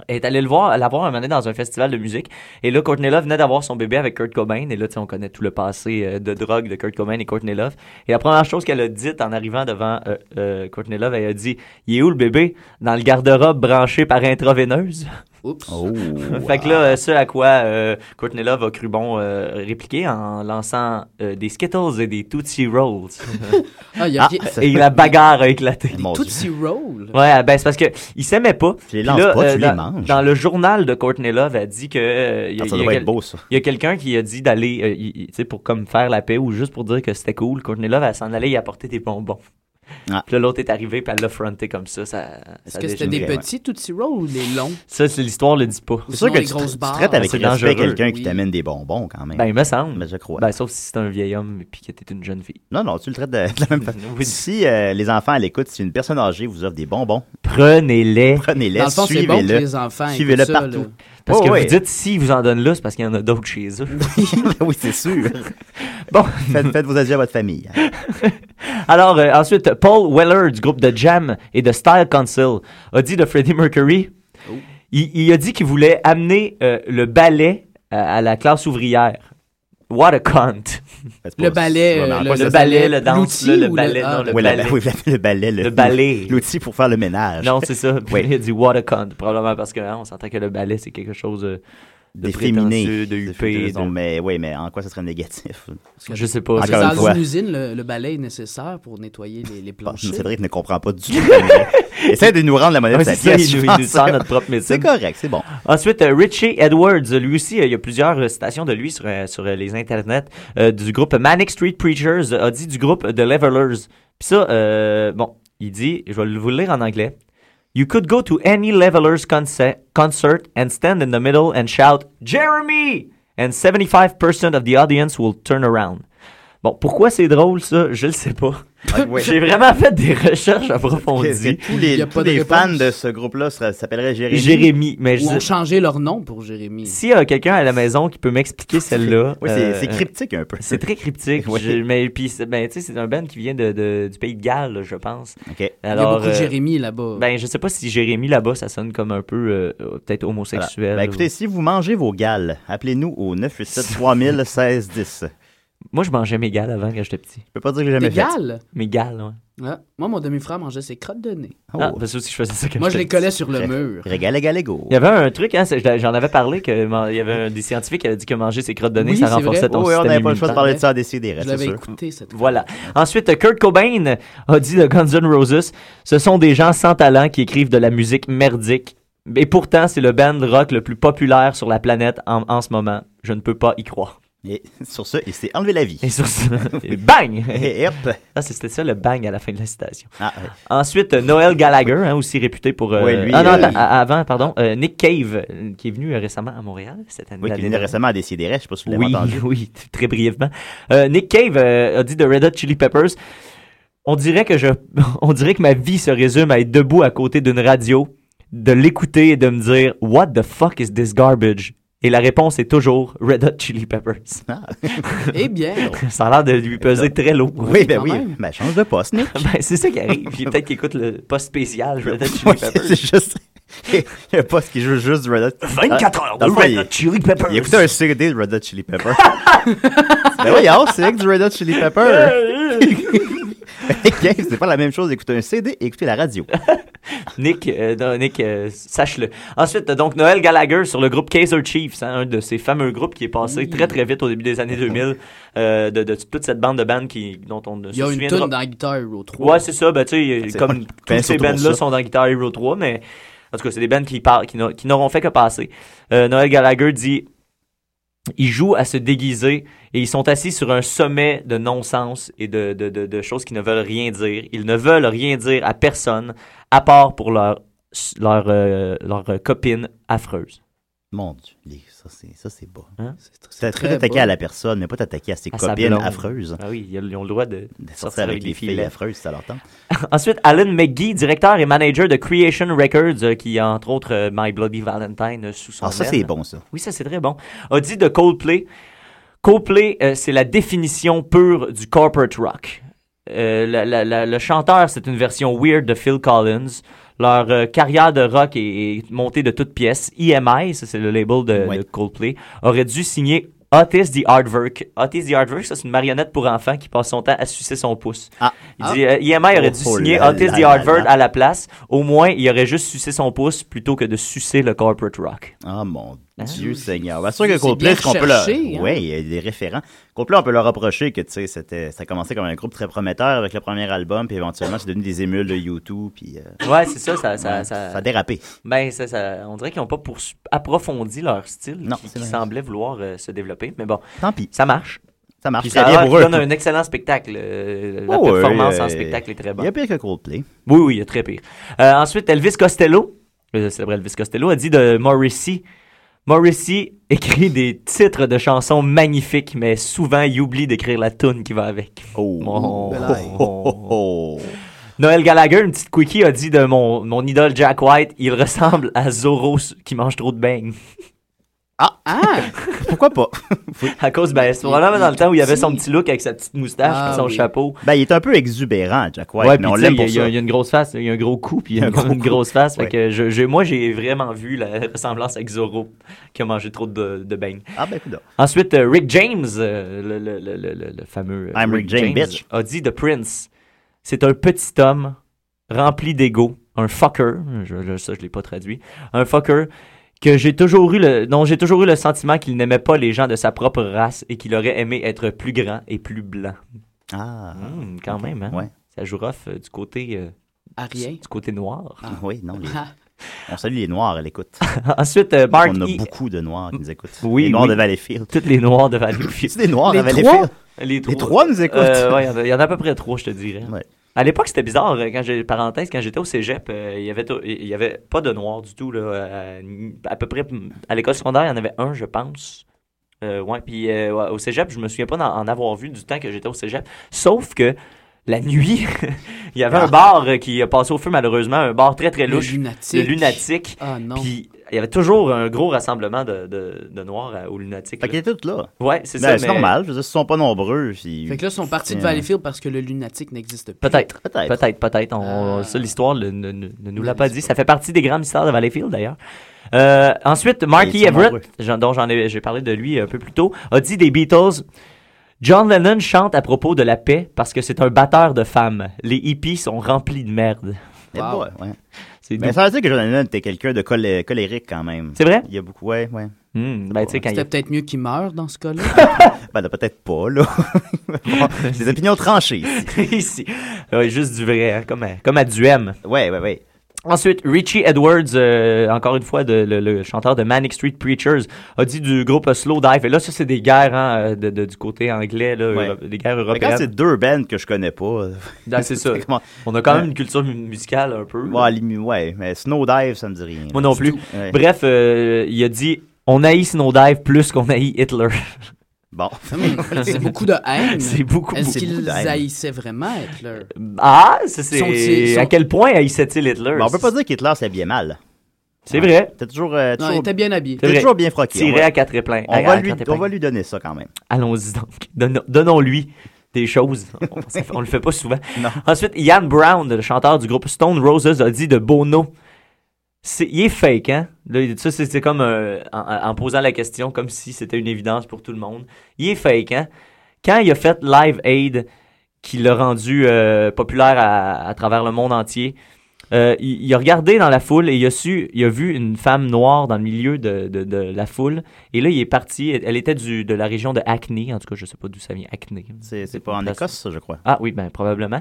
Speaker 4: Elle est allée le voir, la voir un moment donné dans un festival de musique. Et là, Courtney Love venait d'avoir son bébé avec Kurt Cobain. Et là, tu sais, on connaît tout le passé euh, de drogue de Kurt Cobain et Courtney Love. Et la première chose qu'elle a dite en arrivant devant euh, euh, Courtney Love, elle a dit Il est où le bébé Dans le garde-robe branché par intraveineuse.
Speaker 6: Oups.
Speaker 5: Oh,
Speaker 4: fait que là, euh, ce à quoi euh, Courtney Love a cru bon euh, répliquer en lançant euh, des Skittles et des Tootsie Rolls.
Speaker 6: Ah, il y a-
Speaker 4: et la bagarre a éclaté.
Speaker 6: Tootsie Roll.
Speaker 4: Ouais, ben c'est parce que il s'aimait pas. Puis
Speaker 5: lances
Speaker 4: là, euh,
Speaker 5: pas, tu les
Speaker 4: dans,
Speaker 5: manges.
Speaker 4: dans le journal de Courtney Love, elle dit que euh, il y a-
Speaker 5: Ah, ça
Speaker 4: il y a
Speaker 5: doit être
Speaker 4: quel-
Speaker 5: beau, ça.
Speaker 4: Il y a quelqu'un qui a dit d'aller, euh, il- il- tu sais, pour comme faire la paix ou juste pour dire que c'était cool. Courtney Love, elle s'en allait y apporter des bonbons.
Speaker 5: Ah.
Speaker 4: Puis là, l'autre est arrivé, puis elle l'a fronté comme ça. ça
Speaker 6: Est-ce que c'était des petits Tootsie Roll ou des longs?
Speaker 4: Ça, c'est l'histoire le dit pas.
Speaker 6: C'est sûr Sinon, que les tu- grosses tu barres. traites avec
Speaker 4: C'est
Speaker 5: respect
Speaker 4: dangereux.
Speaker 5: quelqu'un qui Oui. t'amène des bonbons, quand même.
Speaker 4: Ben, il me semble.
Speaker 5: Mais je crois.
Speaker 4: Ben, sauf si c'est un vieil homme et puis que t'es une jeune fille.
Speaker 5: Non, non, tu le traites de, de la même façon. Si euh, les enfants à l'écoute, si une personne âgée vous offre des bonbons,
Speaker 4: prenez-les.
Speaker 5: Prenez-les,
Speaker 6: Dans le fond, c'est bon
Speaker 5: suivez-le.
Speaker 6: que les enfants écoutent
Speaker 5: Suivez-le
Speaker 6: ça,
Speaker 5: partout.
Speaker 6: là.
Speaker 4: Parce
Speaker 5: Oh,
Speaker 4: que
Speaker 5: oui.
Speaker 4: vous dites, s'ils vous en donnent là, c'est parce qu'il y en a d'autres chez eux.
Speaker 5: oui, c'est sûr.
Speaker 4: bon.
Speaker 5: faites, faites vos adieux à votre famille. hein.
Speaker 4: Alors, euh, ensuite, Paul Weller du groupe de Jam et de Style Council a dit de Freddie Mercury, il, il a dit qu'il voulait amener euh, le ballet euh, à, à la classe ouvrière. What a
Speaker 5: Ben,
Speaker 4: cunt!
Speaker 6: Le ballet, euh,
Speaker 4: le, ballet, le danse,
Speaker 6: l'outil
Speaker 4: là, le
Speaker 6: ou le-
Speaker 4: ballet,
Speaker 6: ah,
Speaker 4: non, le
Speaker 5: Oui, la-
Speaker 4: ballet.
Speaker 5: oui, le ballet. Le,
Speaker 4: Le ballet.
Speaker 5: L'outil pour faire le ménage.
Speaker 4: Non, c'est ça. Puis
Speaker 5: Oui.
Speaker 4: Il a dit what a cunt, probablement parce que hein, on s'entend que le ballet, c'est quelque chose euh, de
Speaker 5: Déféminé.
Speaker 4: prétentieux, de huppé.
Speaker 5: Puis,
Speaker 4: de-
Speaker 5: donc, Mais oui, mais en quoi ça serait négatif?
Speaker 4: Je sais pas.
Speaker 5: Encore
Speaker 6: Parce que
Speaker 5: une
Speaker 6: dans
Speaker 5: fois. Ah,
Speaker 6: une usine, le, le balai est nécessaire pour nettoyer les, les planchers.
Speaker 5: Cédric ne comprend pas du tout. Mais Essaie de nous rendre la monnaie de
Speaker 4: Ouais,
Speaker 5: sa
Speaker 4: Ah, c'est ça,
Speaker 5: pièce.
Speaker 4: il
Speaker 5: je
Speaker 4: nous-
Speaker 5: pense.
Speaker 4: il nous sort notre propre médecine.
Speaker 5: C'est correct, c'est bon.
Speaker 4: Ensuite, euh, Richie Edwards, lui aussi, euh, il y a plusieurs euh, citations de lui sur, euh, sur euh, les internets euh, du groupe Manic Street Preachers, euh, a dit du groupe The Levelers. Puis ça, euh, bon, il dit, je vais vous le lire en anglais. You could go to any Levelers conce- concert and stand in the middle and shout Jeremy! And 75% of the audience will turn around. Bon, pourquoi c'est drôle ça, je le sais pas.
Speaker 5: ouais.
Speaker 4: J'ai vraiment fait des recherches approfondies.
Speaker 5: Tous les, tous les fans de ce groupe-là seraient- s'appelleraient Jérémy.
Speaker 4: Jérémy, mais je
Speaker 6: Ou ont
Speaker 4: dis-
Speaker 6: changé leur nom pour Jérémy.
Speaker 4: S'il y a quelqu'un à la maison qui peut m'expliquer celle-là. euh,
Speaker 5: Oui, c'est- c'est cryptique un peu.
Speaker 4: C'est très cryptique.
Speaker 5: Oui.
Speaker 4: Je- mais puis, c'est- ben, tu sais, c'est un band qui vient de, de- du pays de Galles, là, je pense.
Speaker 6: Il y a beaucoup de
Speaker 4: euh,
Speaker 6: Jérémy là-bas.
Speaker 4: Ben, je sais pas si Jérémy là-bas, ça sonne comme un peu euh, euh, peut-être
Speaker 5: Voilà.
Speaker 4: homosexuel.
Speaker 5: Ben, écoutez, si vous mangez vos gales, appelez-nous au 987 3000 10.
Speaker 4: Moi, je mangeais mes gales avant quand j'étais petit.
Speaker 5: Je peux pas dire que j'ai jamais
Speaker 6: Des
Speaker 5: fait.
Speaker 6: gales?
Speaker 4: Mes gales, ouais.
Speaker 6: Ouais. Moi, mon demi-frère mangeait ses crottes de nez.
Speaker 5: Oh.
Speaker 4: Ah, parce que aussi, je faisais ça quand
Speaker 6: Moi, je
Speaker 4: j'étais
Speaker 6: les collais
Speaker 4: petit.
Speaker 6: sur le mur.
Speaker 5: Régale, égale, égo.
Speaker 4: Il y avait un truc, hein, c'est- j'en avais parlé, que man- il y avait un- des scientifiques qui avaient dit que manger ses crottes de nez,
Speaker 5: Oui,
Speaker 4: ça
Speaker 5: c'est
Speaker 4: renforçait
Speaker 5: vrai.
Speaker 4: ton
Speaker 5: Oui, oui, on
Speaker 4: système
Speaker 5: n'avait pas le choix de
Speaker 4: immunitaire.
Speaker 5: parler de ça à Décideret,
Speaker 6: Je
Speaker 5: c'est
Speaker 6: l'avais
Speaker 5: sûr.
Speaker 6: écouté, cette
Speaker 4: Voilà. Ensuite, Kurt Cobain a dit de Guns N' Roses Ce sont des gens sans talent qui écrivent de la musique merdique. Et pourtant, c'est le band rock le plus populaire sur la planète en, en ce moment. Je ne peux pas y croire.
Speaker 5: Et sur ce, il s'est enlevé la vie.
Speaker 4: Et sur ce, et bang
Speaker 5: Et hop.
Speaker 4: Ah, C'était ça le bang à la fin de la citation.
Speaker 5: Ah, ouais.
Speaker 4: Ensuite, euh, Noel Gallagher, hein, aussi réputé pour. euh,
Speaker 5: Ouais, lui,
Speaker 4: ah non,
Speaker 5: euh,
Speaker 4: attends, à- avant, pardon, euh, Nick Cave, euh, qui est venu euh, récemment à Montréal cette année.
Speaker 5: Oui, qui
Speaker 4: l'année
Speaker 5: est venu
Speaker 4: dernière.
Speaker 5: récemment à Décideret, je sais pas si vous l'avez
Speaker 4: Oui,
Speaker 5: entendu.
Speaker 4: oui, très brièvement. Euh, Nick Cave euh, a dit de Red Hot Chili Peppers On dirait que je on dirait que ma vie se résume à être debout à côté d'une radio, de l'écouter et de me dire what the fuck is this garbage Et la réponse est toujours Red Hot Chili Peppers.
Speaker 5: Ah.
Speaker 6: Eh bien.
Speaker 4: Ça a l'air de lui peser très lourd.
Speaker 5: Oui, ben oui. Ben, change de poste, Nick.
Speaker 4: Ben, c'est ça qui arrive. Puis peut-être qu'il écoute le poste spécial Red Hot Chili Peppers.
Speaker 5: C'est juste. Il y a un poste qui joue juste du Red Hot.
Speaker 4: 24
Speaker 5: Ah,
Speaker 4: heures
Speaker 5: dans
Speaker 4: de
Speaker 5: le fond,
Speaker 4: Red
Speaker 5: il-
Speaker 4: Hot Chili Peppers.
Speaker 5: Il écoutait un CD de Red Hot Chili Peppers. ben voyons, c'est avec du Red Hot Chili Peppers. Ok, c'est pas la même chose d'écouter un CD et écouter la radio.
Speaker 4: Nick, euh, non, Nick euh, sache-le. Ensuite, euh, donc Noël Gallagher sur le groupe Kaiser Chiefs, hein, un de ces fameux groupes qui est passé très très vite au début des années 2000, euh, de, de toute cette bande de bandes qui, dont on ne
Speaker 6: Il y a
Speaker 4: se
Speaker 6: une
Speaker 4: souviendra
Speaker 6: toune dans Guitar Hero 3.
Speaker 4: Ouais, c'est ça. Ben, tu sais,
Speaker 6: C'est-
Speaker 4: comme
Speaker 6: Ben,
Speaker 4: tous ces
Speaker 6: surtout pour
Speaker 4: bands-là
Speaker 6: ça.
Speaker 4: sont dans Guitar Hero 3, mais en tout cas, c'est des bands qui, par- qui n'a- qui n'auront fait que passer. Euh, Noël Gallagher dit ils jouent à se déguiser et ils sont assis sur un sommet de non-sens et de, de- de- de choses qui ne veulent rien dire. Ils ne veulent rien dire à personne, à part pour leur, leur, euh, leur, euh, copine affreuse.
Speaker 5: Mon Dieu, les- ça c'est ça, c'est bas.
Speaker 4: c'est
Speaker 5: C'est
Speaker 4: très
Speaker 5: très attaqué
Speaker 4: bas.
Speaker 5: à la personne, mais pas t'attaquer à ses
Speaker 4: À sa
Speaker 5: copines
Speaker 4: blonde.
Speaker 5: affreuses.
Speaker 4: Ah oui, ils ont le droit de,
Speaker 5: sortir avec des filles
Speaker 4: hein.
Speaker 5: affreuses, ça leur tente.
Speaker 4: Ensuite, Alan McGee, directeur et manager de Creation Records, euh, qui a entre autres euh, My Bloody Valentine euh, sous son
Speaker 5: Ah, ça,
Speaker 4: aile.
Speaker 5: c'est bon, ça.
Speaker 4: Oui, ça c'est très bon. A dit de Coldplay, Coldplay, euh, c'est la définition pure du corporate rock. Euh, la- la- la- le chanteur, c'est une version weird de Phil Collins. Leur euh, carrière de rock est, est montée de toutes pièces. EMI, ça c'est le label de, de Coldplay, aurait dû signer Otis the Hardwork. Otis the Hardwork, ça c'est une marionnette pour enfants qui passe son temps à sucer son pouce. Il dit, euh, EMI aurait dû
Speaker 5: Ah. Oh
Speaker 4: signer
Speaker 5: là
Speaker 4: Otis
Speaker 5: là
Speaker 4: the
Speaker 5: là
Speaker 4: Hardwork
Speaker 5: là.
Speaker 4: à la place. Au moins, il aurait juste sucé son pouce plutôt que de sucer le corporate rock.
Speaker 5: Ah mon
Speaker 4: Hein?
Speaker 5: Dieu Seigneur. Ben, sûr
Speaker 4: C'est-
Speaker 5: que
Speaker 4: c'est
Speaker 5: Coldplay,
Speaker 4: bien
Speaker 5: ce qu'on peut leur...
Speaker 4: recherché, hein?
Speaker 5: Oui, il y a des référents. Coldplay, on peut leur reprocher que, tu sais, c'était- ça commençait comme un groupe très prometteur avec le premier album, puis éventuellement, c'est devenu des émules de YouTube, puis... euh,
Speaker 4: Ouais, c'est ça, ça, ça,
Speaker 5: ouais,
Speaker 4: ça-
Speaker 5: a dérapé.
Speaker 4: Ben, ça, ça- on dirait qu'ils n'ont pas poursu- approfondi leur style qui,
Speaker 5: c'est
Speaker 4: qui
Speaker 5: vrai.
Speaker 4: semblait vouloir euh, se développer. Mais bon,
Speaker 5: Tant pis.
Speaker 4: ça marche.
Speaker 5: Ça marche
Speaker 4: Puis
Speaker 5: très
Speaker 4: ça
Speaker 5: bien
Speaker 4: a-
Speaker 5: pour eux.
Speaker 4: donne un excellent spectacle. euh, la
Speaker 5: Oh, ouais,
Speaker 4: performance en
Speaker 5: euh,
Speaker 4: spectacle est très bonne.
Speaker 5: Il y a pire que Coldplay.
Speaker 4: Oui, oui, il y a très pire. Euh, ensuite, Elvis Costello, le célèbre Elvis Costello, a dit de Morrissey. Morrissey écrit des titres de chansons magnifiques, mais souvent il oublie d'écrire la tune qui va avec.
Speaker 5: Oh.
Speaker 4: Noël Gallagher, une petite quickie, a dit de mon, mon idole Jack White, il ressemble à Zorro qui mange trop de beignes.
Speaker 5: Ah! Pourquoi pas?
Speaker 4: à cause, ben, c'est probablement dans le temps où il avait son petit look avec sa petite moustache
Speaker 5: Ah,
Speaker 4: et son
Speaker 5: oui.
Speaker 4: chapeau.
Speaker 5: Ben, il est un peu exubérant, Jack White,
Speaker 4: Ouais,
Speaker 5: mais
Speaker 4: puis
Speaker 5: on
Speaker 4: tu sais,
Speaker 5: l'aime
Speaker 4: il y a-
Speaker 5: pour
Speaker 4: il y, a-
Speaker 5: ça.
Speaker 4: il y a une grosse face, il y a un gros cou, puis il y
Speaker 5: Un
Speaker 4: a une,
Speaker 5: gros
Speaker 4: une
Speaker 5: cou.
Speaker 4: grosse face. Fait
Speaker 5: Ouais.
Speaker 4: que je, je- moi, j'ai vraiment vu la ressemblance avec Zorro, qui a mangé trop de, de beignes.
Speaker 5: Ah ben, coudonc.
Speaker 4: Ensuite, euh, Rick James, euh, le, le- le- le- le- le fameux euh,
Speaker 5: I'm Rick James, bitch.
Speaker 4: a dit de Prince, c'est un petit homme rempli d'ego, un fucker, je, je- ça je l'ai pas traduit, un fucker que j'ai toujours eu le, dont j'ai toujours eu le sentiment qu'il n'aimait pas les gens de sa propre race et qu'il aurait aimé être plus grand et plus blanc.
Speaker 5: Ah.
Speaker 4: quand même, hein?
Speaker 5: Ouais.
Speaker 4: Ça joue rough euh, du côté... euh,
Speaker 6: À rien.
Speaker 4: Du côté noir.
Speaker 5: Ah oui, non. les- On salue les Noirs à l'écoute.
Speaker 4: Ensuite, euh, Mark
Speaker 5: On a
Speaker 4: E.
Speaker 5: beaucoup de Noirs qui nous écoutent.
Speaker 4: Oui,
Speaker 5: les Noirs
Speaker 4: oui.
Speaker 5: de Valleyfield.
Speaker 4: Toutes les Noirs de Valleyfield.
Speaker 5: C'est des Noirs
Speaker 4: Les
Speaker 5: à
Speaker 4: trois?
Speaker 5: Valleyfield.
Speaker 4: Les trois.
Speaker 5: nous écoutent.
Speaker 4: Euh, ouais, il y en a- il y, en a à peu près trois, je te dirais. À l'époque, c'était bizarre. euh, Quand j'ai parenthèse, quand j'étais au cégep, euh, il y avait to- il y avait pas de noirs du tout là. euh, ni- À, peu près mm, à l'école secondaire, il y en avait un, je pense. Euh, ouais, puis euh, ouais, au cégep, je me souviens pas d'en en avoir vu du temps que j'étais au cégep. Sauf que la nuit, il y avait un bar euh, qui a passé au feu malheureusement, un bar très très
Speaker 6: Ah. Le
Speaker 4: louche,
Speaker 6: Lunatique.
Speaker 4: le lunatique.
Speaker 6: Ah, non.
Speaker 4: Puis il y avait toujours un gros rassemblement de, de, de noirs euh, au lunatique.
Speaker 5: Fait
Speaker 4: là.
Speaker 5: qu'ils étaient tous là.
Speaker 4: Ouais, c'est
Speaker 5: Ben,
Speaker 4: ça.
Speaker 5: C'est
Speaker 4: mais-
Speaker 5: normal. Je veux dire, s'ils sont pas nombreux. Puis...
Speaker 6: Fait que là, ils sont partis de
Speaker 5: C'est-
Speaker 6: Valleyfield parce que le lunatique n'existe plus.
Speaker 4: Peut-être, peut-être, peut-être. On- Ça, l'histoire le- ne, ne- ne nous l'a pas dit. Ça fait partie des grands mystères de Valleyfield, d'ailleurs. Euh, ensuite,
Speaker 6: Et ils
Speaker 4: Marky
Speaker 6: sont nombreux.
Speaker 4: Everett, j'en- dont j'en ai, j'ai parlé de lui un peu plus tôt, a dit des Beatles. John Lennon chante à propos de la paix parce que c'est un batteur de femmes. Les hippies sont remplis de merde.
Speaker 5: Eh boy, ouais.
Speaker 4: C'est
Speaker 5: Mais
Speaker 4: doux.
Speaker 5: ça veut dire que John Lennon était quelqu'un de colé- colérique quand même.
Speaker 4: C'est vrai?
Speaker 5: Il y a beaucoup, ouais, ouais.
Speaker 4: Hmm, ben, tu sais, quand il y
Speaker 6: C'était
Speaker 4: a-
Speaker 6: peut-être mieux qu'il meure dans ce cas-là.
Speaker 5: Ben, là, peut-être pas, là. Bon, des opinions tranchées
Speaker 4: ici. Ouais, juste du vrai, hein, comme, à, comme à Duhem.
Speaker 5: Ouais, ouais, ouais.
Speaker 4: Ensuite, Richie Edwards, euh, encore une fois, de- le, le chanteur de Manic Street Preachers, a dit du groupe Slow Dive. Et là, ça, c'est des guerres hein, euh, de- de- du côté anglais, là,
Speaker 5: Ouais.
Speaker 4: Euro- des guerres
Speaker 5: Mais quand c'est
Speaker 4: européennes.
Speaker 5: deux bands que je connais pas.
Speaker 4: Ah, c'est ça.
Speaker 5: Comment-
Speaker 4: On a quand même
Speaker 5: Ouais.
Speaker 4: une culture mu- musicale un peu.
Speaker 5: Ouais, limi- ouais, mais Snowdive, ça me dit rien.
Speaker 4: Moi
Speaker 5: là.
Speaker 4: non plus.
Speaker 5: Ouais.
Speaker 4: Bref, euh, il a dit on haït Snowdive plus qu'on haït Hitler.
Speaker 5: Bon.
Speaker 6: c'est beaucoup de haine.
Speaker 4: C'est beaucoup,
Speaker 6: Est-ce
Speaker 4: beaucoup
Speaker 6: qu'ils
Speaker 4: de haine.
Speaker 6: haïssaient vraiment Hitler?
Speaker 4: Ah, ça, c'est.
Speaker 6: Sont-ils- sont-
Speaker 4: À quel point haïssait-il Hitler
Speaker 5: Mais Ben, on peut pas dire qu'Hitler s'habillait mal.
Speaker 4: C'est vrai.
Speaker 5: T'es toujours. euh,
Speaker 6: Non,
Speaker 5: toujours-
Speaker 6: il était bien habillé.
Speaker 5: T'es
Speaker 4: vrai.
Speaker 5: toujours bien froqué.
Speaker 4: Tiré
Speaker 5: on va-
Speaker 4: à quatre épingles.
Speaker 5: On
Speaker 4: À-
Speaker 5: va,
Speaker 4: à
Speaker 5: lui,
Speaker 4: quatre
Speaker 5: on va
Speaker 4: épingles.
Speaker 5: lui donner ça quand même.
Speaker 4: Allons-y donc. Donnons- Donnons-lui des choses. On, ça fait- on le fait pas souvent. Ensuite, Ian Brown, le chanteur du groupe Stone Roses, a dit de Bono. C'est, il est fake, hein? Là, il- ça, c'est, c'est comme euh, en, en posant la question comme si c'était une évidence pour tout le monde. Il est fake, hein? Quand il a fait Live Aid, qui l'a rendu euh, populaire à, à travers le monde entier, euh, il, il a regardé dans la foule et il a, su, il a vu une femme noire dans le milieu de, de- de la foule. Et là, il est parti. Elle, elle était du, de la région de Hackney. En tout cas, je sais pas d'où ça vient, Hackney.
Speaker 5: C'est c'est pas en Écosse, ça, je crois.
Speaker 4: Ah oui, ben probablement.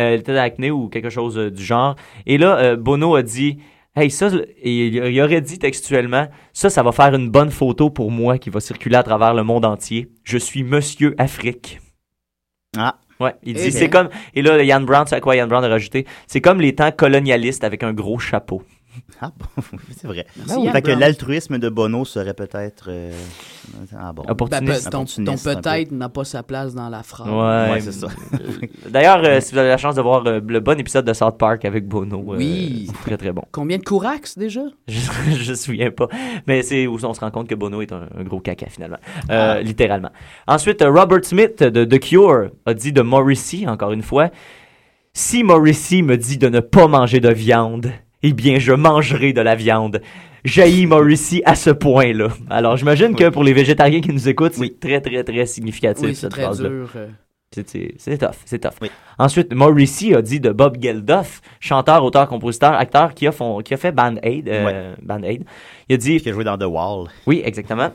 Speaker 4: Euh, elle était acné ou quelque chose euh, du genre. Et là, euh, Bono a dit Hey, ça, le- et il, il aurait dit textuellement Ça, ça va faire une bonne photo pour moi qui va circuler à travers le monde entier. Je suis Monsieur Afrique.
Speaker 5: Ah.
Speaker 4: Ouais, il
Speaker 6: Eh
Speaker 4: dit C'est
Speaker 6: bien.
Speaker 4: comme. Et là, Yann Brown, c'est à quoi Yann Brown a rajouté C'est comme les temps colonialistes avec un gros chapeau.
Speaker 5: Ah bon, c'est vrai.
Speaker 6: Merci, Yann
Speaker 5: fait que
Speaker 6: Brown.
Speaker 5: l'altruisme de Bono serait peut-être. euh, Ah bon.
Speaker 6: Ben, ton, ton
Speaker 5: Opportuniste, un peu.
Speaker 6: peut-être n'a pas sa place dans la phrase.
Speaker 4: Ouais,
Speaker 5: Ouais, c'est ça.
Speaker 4: Euh, D'ailleurs, euh, si vous avez la chance de voir euh, le bon épisode de South Park avec Bono, euh,
Speaker 6: Oui.
Speaker 4: c'est très très bon.
Speaker 6: Combien de courax déjà?
Speaker 4: Je je me souviens pas. Mais c'est où on se rend compte que Bono est un, un gros caca, finalement.
Speaker 6: Ah.
Speaker 4: Euh, Littéralement. Ensuite, euh, Robert Smith de The Cure a dit de Morrissey, encore une fois, « Si Morrissey me dit de ne pas manger de viande, eh bien, je mangerai de la viande. » Jaillit Morrissey à ce point-là. Alors, j'imagine que pour les végétariens qui nous écoutent, c'est très, très, très significatif,
Speaker 6: Oui, c'est
Speaker 4: cette
Speaker 6: très
Speaker 4: phrase-là.
Speaker 6: dur. euh.
Speaker 4: C'est- C'est c'est tough, c'est tough. Ensuite, Morrissey a dit de Bob Geldof, chanteur, auteur, compositeur, acteur qui a, fon- qui a fait Band Aid. euh, Band Aid. Il a dit. Qui
Speaker 5: a joué dans The Wall.
Speaker 4: Oui, exactement.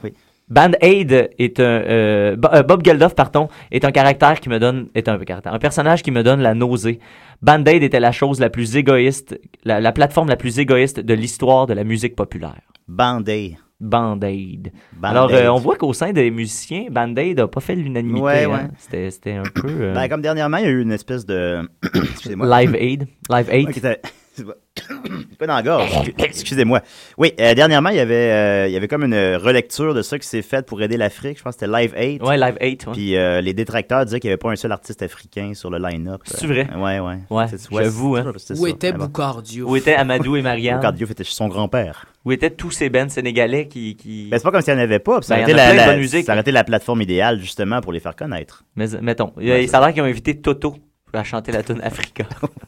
Speaker 4: Band Aid est un. euh, Bo- euh, Bob Geldof, pardon, est un caractère qui me donne. Est un caractère. Un personnage qui me donne la nausée. Band Aid était la chose la plus égoïste. La, la plateforme la plus égoïste de l'histoire de la musique populaire.
Speaker 5: Band Aid.
Speaker 4: Band Aid.
Speaker 5: Band
Speaker 4: Alors,
Speaker 5: Aid.
Speaker 4: euh, on voit qu'au sein des musiciens, Band Aid n'a pas fait l'unanimité.
Speaker 5: Ouais, ouais.
Speaker 4: hein. C'était c'était un peu. euh,
Speaker 5: Ben, comme dernièrement, il y a eu une espèce de. Excusez-moi.
Speaker 4: Live Aid. Live Aid.
Speaker 5: Ouais, qui était- c'est pas- c'est pas dans la gorge. Excusez-moi. Oui, euh, dernièrement, il y, avait, euh, il y avait comme une relecture de ça qui s'est faite pour aider l'Afrique. Je pense que c'était Live 8.
Speaker 4: Ouais, Live 8, ouais.
Speaker 5: Puis euh, les détracteurs disaient qu'il n'y avait pas un seul artiste africain sur le line-up.
Speaker 4: C'est vrai?
Speaker 5: Ouais, ouais.
Speaker 4: Ouais, j'avoue, hein.
Speaker 5: c'est
Speaker 4: Où
Speaker 5: ça.
Speaker 4: était
Speaker 5: Mais bon.
Speaker 6: Boucardio?
Speaker 4: Où étaient Amadou et Marianne?
Speaker 5: Boucardio était chez son grand-père.
Speaker 4: Où étaient tous ces bands sénégalais qui. qui...
Speaker 5: Ben, c'est pas comme s'il n'y en avait pas. puis Ça
Speaker 4: Ben,
Speaker 5: aurait
Speaker 4: il y en
Speaker 5: été
Speaker 4: a
Speaker 5: la,
Speaker 4: plein de
Speaker 5: la-
Speaker 4: bonne musique.
Speaker 5: ça aurait été la plateforme idéale, justement, pour les faire connaître.
Speaker 4: Mais, mettons, il y a-
Speaker 5: Ouais,
Speaker 4: ça a l'air qu'ils ont invité Toto à chanter la tune Africa.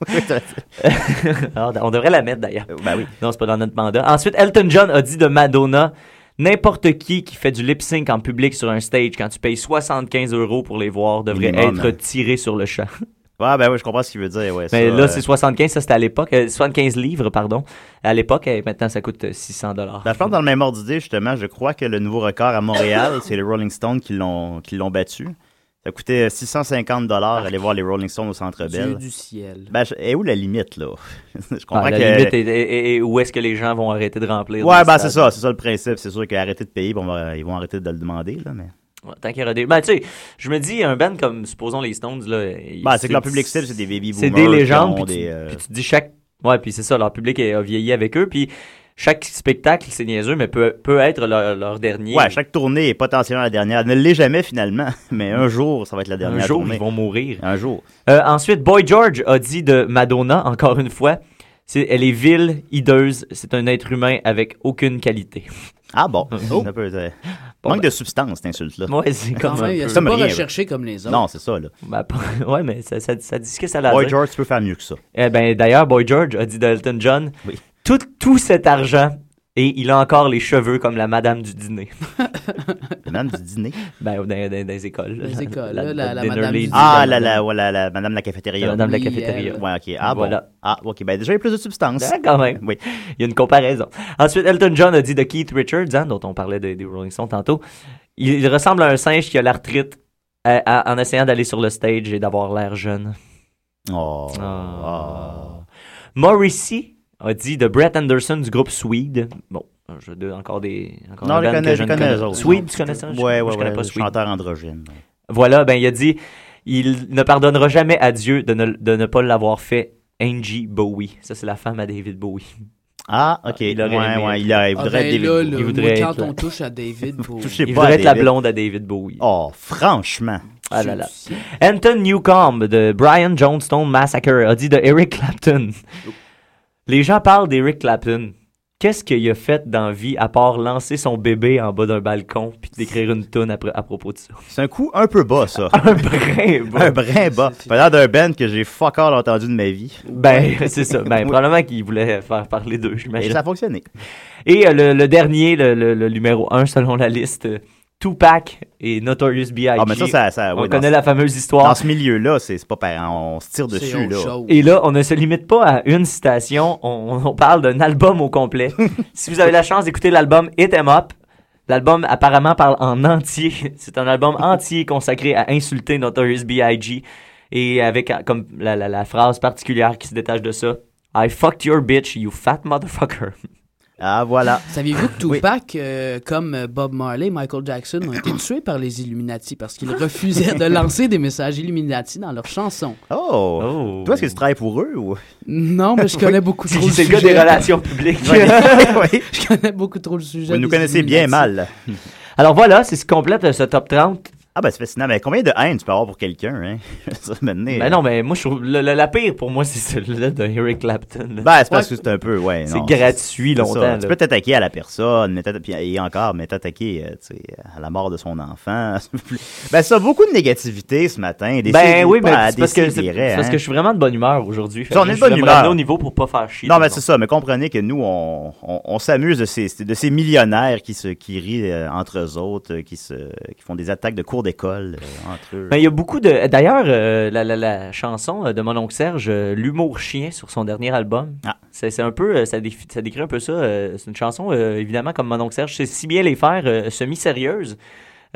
Speaker 4: Alors, on devrait la mettre d'ailleurs.
Speaker 5: Ben oui.
Speaker 4: Non, c'est pas dans notre mandat. Ensuite, Elton John a dit de Madonna. N'importe qui qui fait du lip sync en public sur un stage quand tu payes 75 euros pour les voir devrait
Speaker 5: Minimum,
Speaker 4: être
Speaker 5: hein.
Speaker 4: tiré sur le champ.
Speaker 5: Ouais, ben oui, je comprends ce qu'il veut dire. Ouais,
Speaker 4: Mais
Speaker 5: ça,
Speaker 4: Ben, là,
Speaker 5: euh,
Speaker 4: c'est 75, ça c'était à l'époque. euh, 75 livres, pardon. À l'époque, et maintenant ça coûte euh, 600 dollars.
Speaker 5: Ben, je pense dans le même ordre d'idée, justement, je crois que le nouveau record à Montréal, c'est les Rolling Stones qui l'ont qui l'ont battu. Ça coûtait euh, 650 dollars aller voir les Rolling Stones au Centre
Speaker 6: Dieu
Speaker 5: Bell.
Speaker 6: du ciel.
Speaker 5: Ben, je- et où la limite là Je comprends
Speaker 4: Ah, la
Speaker 5: que
Speaker 4: limite est- est- est- où est-ce que les gens vont arrêter de remplir.
Speaker 5: Ouais,
Speaker 4: des
Speaker 5: ben
Speaker 4: stades.
Speaker 5: c'est ça, c'est ça le principe, c'est sûr qu'arrêter de payer, bon, ben, ils vont arrêter de le demander là, mais
Speaker 4: Ouais, Tant qu'il y aura des. Ben, tu sais, je me dis, un band comme, supposons les Stones, là. ils-
Speaker 5: Ben, c'est que leur public cible, c'est des baby
Speaker 4: C'est des
Speaker 5: boomers qui ont
Speaker 4: légendes, puis,
Speaker 5: des,
Speaker 4: tu,
Speaker 5: euh,
Speaker 4: puis tu dis chaque. Ouais, puis c'est ça, leur public est- a vieilli avec eux, puis chaque spectacle, c'est niaiseux, mais peut, peut être leur, leur dernier.
Speaker 5: Ouais, chaque tournée est potentiellement la dernière. Elle ne l'est jamais finalement, mais un jour, ça va être la dernière
Speaker 4: jour,
Speaker 5: tournée.
Speaker 4: ils vont mourir.
Speaker 5: Un jour.
Speaker 4: Euh, ensuite, Boy George a dit de Madonna, encore une fois, c'est, elle est vile, hideuse, c'est un être humain avec aucune qualité.
Speaker 5: Ah bon.
Speaker 4: Oh.
Speaker 5: C'est un peu, euh,
Speaker 4: Bon,
Speaker 5: manque
Speaker 4: ben.
Speaker 5: de substance cette insulte là.
Speaker 4: Ouais, c'est comme
Speaker 6: Enfin,
Speaker 4: un
Speaker 6: ils
Speaker 4: peu-
Speaker 6: sont pas
Speaker 5: rien,
Speaker 6: recherchés comme les autres.
Speaker 5: Non, c'est ça là.
Speaker 4: Ben, pas- ouais, mais ça, ça- ça dit ce que ça a
Speaker 5: Boy
Speaker 4: dire.
Speaker 5: George, tu peux faire mieux que ça.
Speaker 4: Eh ben, d'ailleurs, Boy George a dit d'Elton John tout, tout cet argent et il a encore les cheveux comme la madame du dîner.
Speaker 5: Madame du dîner?
Speaker 4: Ben, dans, dans- dans les écoles. là.
Speaker 6: Dans les écoles, là, la- la
Speaker 4: dinner
Speaker 6: madame du
Speaker 4: lady.
Speaker 6: dîner.
Speaker 5: Ah, la, la, ouais, la, la- madame la cafétéria.
Speaker 4: La madame de la
Speaker 6: Oui,
Speaker 4: cafétéria.
Speaker 6: elle.
Speaker 5: Ouais, ok. Ah, bon.
Speaker 4: Voilà.
Speaker 5: Ah, ok. Ben, déjà, il y a plus de substance.
Speaker 4: Ah, quand même.
Speaker 5: Oui.
Speaker 4: Il y a une comparaison. Ensuite, Elton John a dit de Keith Richards, hein, dont on parlait des, des Rolling Stones tantôt, il, il ressemble à un singe qui a l'arthrite à- à- en essayant d'aller sur le stage et d'avoir l'air jeune.
Speaker 5: Oh.
Speaker 4: Ah. Morrissey a dit de Brett Anderson du groupe Swede. Bon, je veux encore des. Encore
Speaker 5: Non,
Speaker 4: un
Speaker 5: je les
Speaker 4: band
Speaker 5: connais,
Speaker 4: que
Speaker 5: je les
Speaker 4: ne
Speaker 5: connais, eux
Speaker 4: connais.
Speaker 5: autres.
Speaker 4: Swede, tu connais ça Je-
Speaker 5: Ouais, ouais,
Speaker 4: moi,
Speaker 5: ouais.
Speaker 4: je connais pas Swede.
Speaker 5: chanteur androgyne.
Speaker 4: Voilà, ben il a dit il ne pardonnera jamais à Dieu de ne, de ne pas l'avoir fait Angie Bowie. Ça, c'est la femme à David Bowie.
Speaker 5: Ah, ok.
Speaker 4: il
Speaker 5: ouais,
Speaker 4: aurait aimé
Speaker 5: ouais.
Speaker 4: être-
Speaker 5: Il, a- il
Speaker 6: Ah,
Speaker 5: voudrait
Speaker 6: ben là,
Speaker 5: être David
Speaker 6: là,
Speaker 5: Bowie.
Speaker 4: Il voudrait
Speaker 6: moi,
Speaker 4: être-
Speaker 6: quand on touche à David Bowie,
Speaker 5: Touchez
Speaker 4: Il
Speaker 5: pas
Speaker 4: voudrait
Speaker 5: à
Speaker 4: être la
Speaker 5: David.
Speaker 4: blonde à David Bowie.
Speaker 5: Oh, franchement.
Speaker 4: Ah là là. Anton Newcomb de Brian Johnstone Massacre a dit de Eric Clapton. Les gens parlent d'Eric Clapton. Qu'est-ce qu'il a fait dans la vie à part lancer son bébé en bas d'un balcon puis d'écrire une toune après- à, propos de ça?
Speaker 5: C'est un coup un peu bas, ça.
Speaker 4: Un brin, bon.
Speaker 5: un brin bas. Parlant d'un band que j'ai fuck all entendu de ma vie.
Speaker 4: Ben, c'est ça. Ben,
Speaker 5: Oui.
Speaker 4: probablement qu'il voulait faire parler d'eux,
Speaker 5: Et
Speaker 4: j'imagine.
Speaker 5: ça a fonctionné.
Speaker 4: Et euh, le, le dernier, le, le- le numéro 1 selon la liste, euh, Tupac et Notorious B.I.G.
Speaker 5: Ah, mais ça, ça- ça-
Speaker 4: on
Speaker 5: oui,
Speaker 4: connaît
Speaker 5: dans-
Speaker 4: la fameuse
Speaker 5: Dans
Speaker 4: histoire.
Speaker 5: ce milieu-là, c'est c'est pas pareil. On se tire
Speaker 6: c'est
Speaker 5: dessus,
Speaker 6: autre
Speaker 5: là.
Speaker 6: chose.
Speaker 4: Et là, on ne se limite pas à une citation, on, on parle d'un album au complet. si vous avez la chance d'écouter l'album Hit 'em Up, l'album apparemment parle en entier. C'est un album entier consacré à insulter Notorious B.I.G. Et avec euh, comme la, la- la phrase particulière qui se détache de ça, I fucked your bitch, you fat motherfucker.
Speaker 5: Ah, voilà.
Speaker 6: Saviez-vous que Tupac, euh, comme Bob Marley, Michael Jackson, ont été tués par les Illuminati parce qu'ils refusaient de lancer des messages Illuminati dans leurs chansons?
Speaker 5: Oh! Toi, est-ce que tu travailles pour eux ou.
Speaker 6: Non, mais je connais beaucoup trop le
Speaker 4: C'est le gars
Speaker 6: sujet.
Speaker 4: des relations publiques.
Speaker 6: Je connais beaucoup trop le sujet.
Speaker 5: Vous nous
Speaker 6: des
Speaker 5: connaissez bien
Speaker 6: Illuminati.
Speaker 5: mal.
Speaker 4: Alors voilà, c'est ce complète euh, ce top 30.
Speaker 5: Ah, ben, c'est fascinant. Mais combien de haine tu peux avoir pour quelqu'un, hein? Ça, maintenant.
Speaker 4: Ben non, mais moi, je trouve le- le- la pire pour moi, c'est celle-là de Eric Clapton. là.
Speaker 5: Ben, c'est parce que c'est un peu, ouais.
Speaker 4: C'est
Speaker 5: non,
Speaker 4: gratuit
Speaker 5: c'est ça.
Speaker 4: longtemps.
Speaker 5: Tu
Speaker 4: là.
Speaker 5: peux t'attaquer à la personne, mais t'atta- puis- et encore, mais t'attaquer euh, tu sais, à la mort de son enfant. ben, ça, beaucoup de négativité ce matin. Des
Speaker 4: Ben
Speaker 5: séries
Speaker 4: oui,
Speaker 5: pas
Speaker 4: mais
Speaker 5: à
Speaker 4: c'est parce, que, c'est-
Speaker 5: décider,
Speaker 4: c'est parce
Speaker 5: hein.
Speaker 4: que je suis vraiment de bonne humeur aujourd'hui. Fait
Speaker 5: Ça, on est
Speaker 4: que
Speaker 5: de
Speaker 4: je
Speaker 5: bonne
Speaker 4: vais me
Speaker 5: humeur.
Speaker 4: ramener au niveau pour pas faire chier.
Speaker 5: Non,
Speaker 4: tout
Speaker 5: mais
Speaker 4: le
Speaker 5: c'est ça. Mais comprenez que nous, on, on, on s'amuse de ces, de ces millionnaires qui, se, qui rient euh, entre eux autres, euh, qui, se, qui font des attaques de cours d'école euh, entre eux.
Speaker 4: Ben, il y a beaucoup de. D'ailleurs, euh, la, la- la chanson euh, de mon oncle Serge, euh, L'humour chien, sur son dernier album,
Speaker 5: Ah.
Speaker 4: c'est c'est un peu, euh, ça, défi- ça décrit un peu ça. euh, c'est une chanson, euh, évidemment, comme mon oncle Serge, c'est si bien les faire, euh, semi-sérieuse,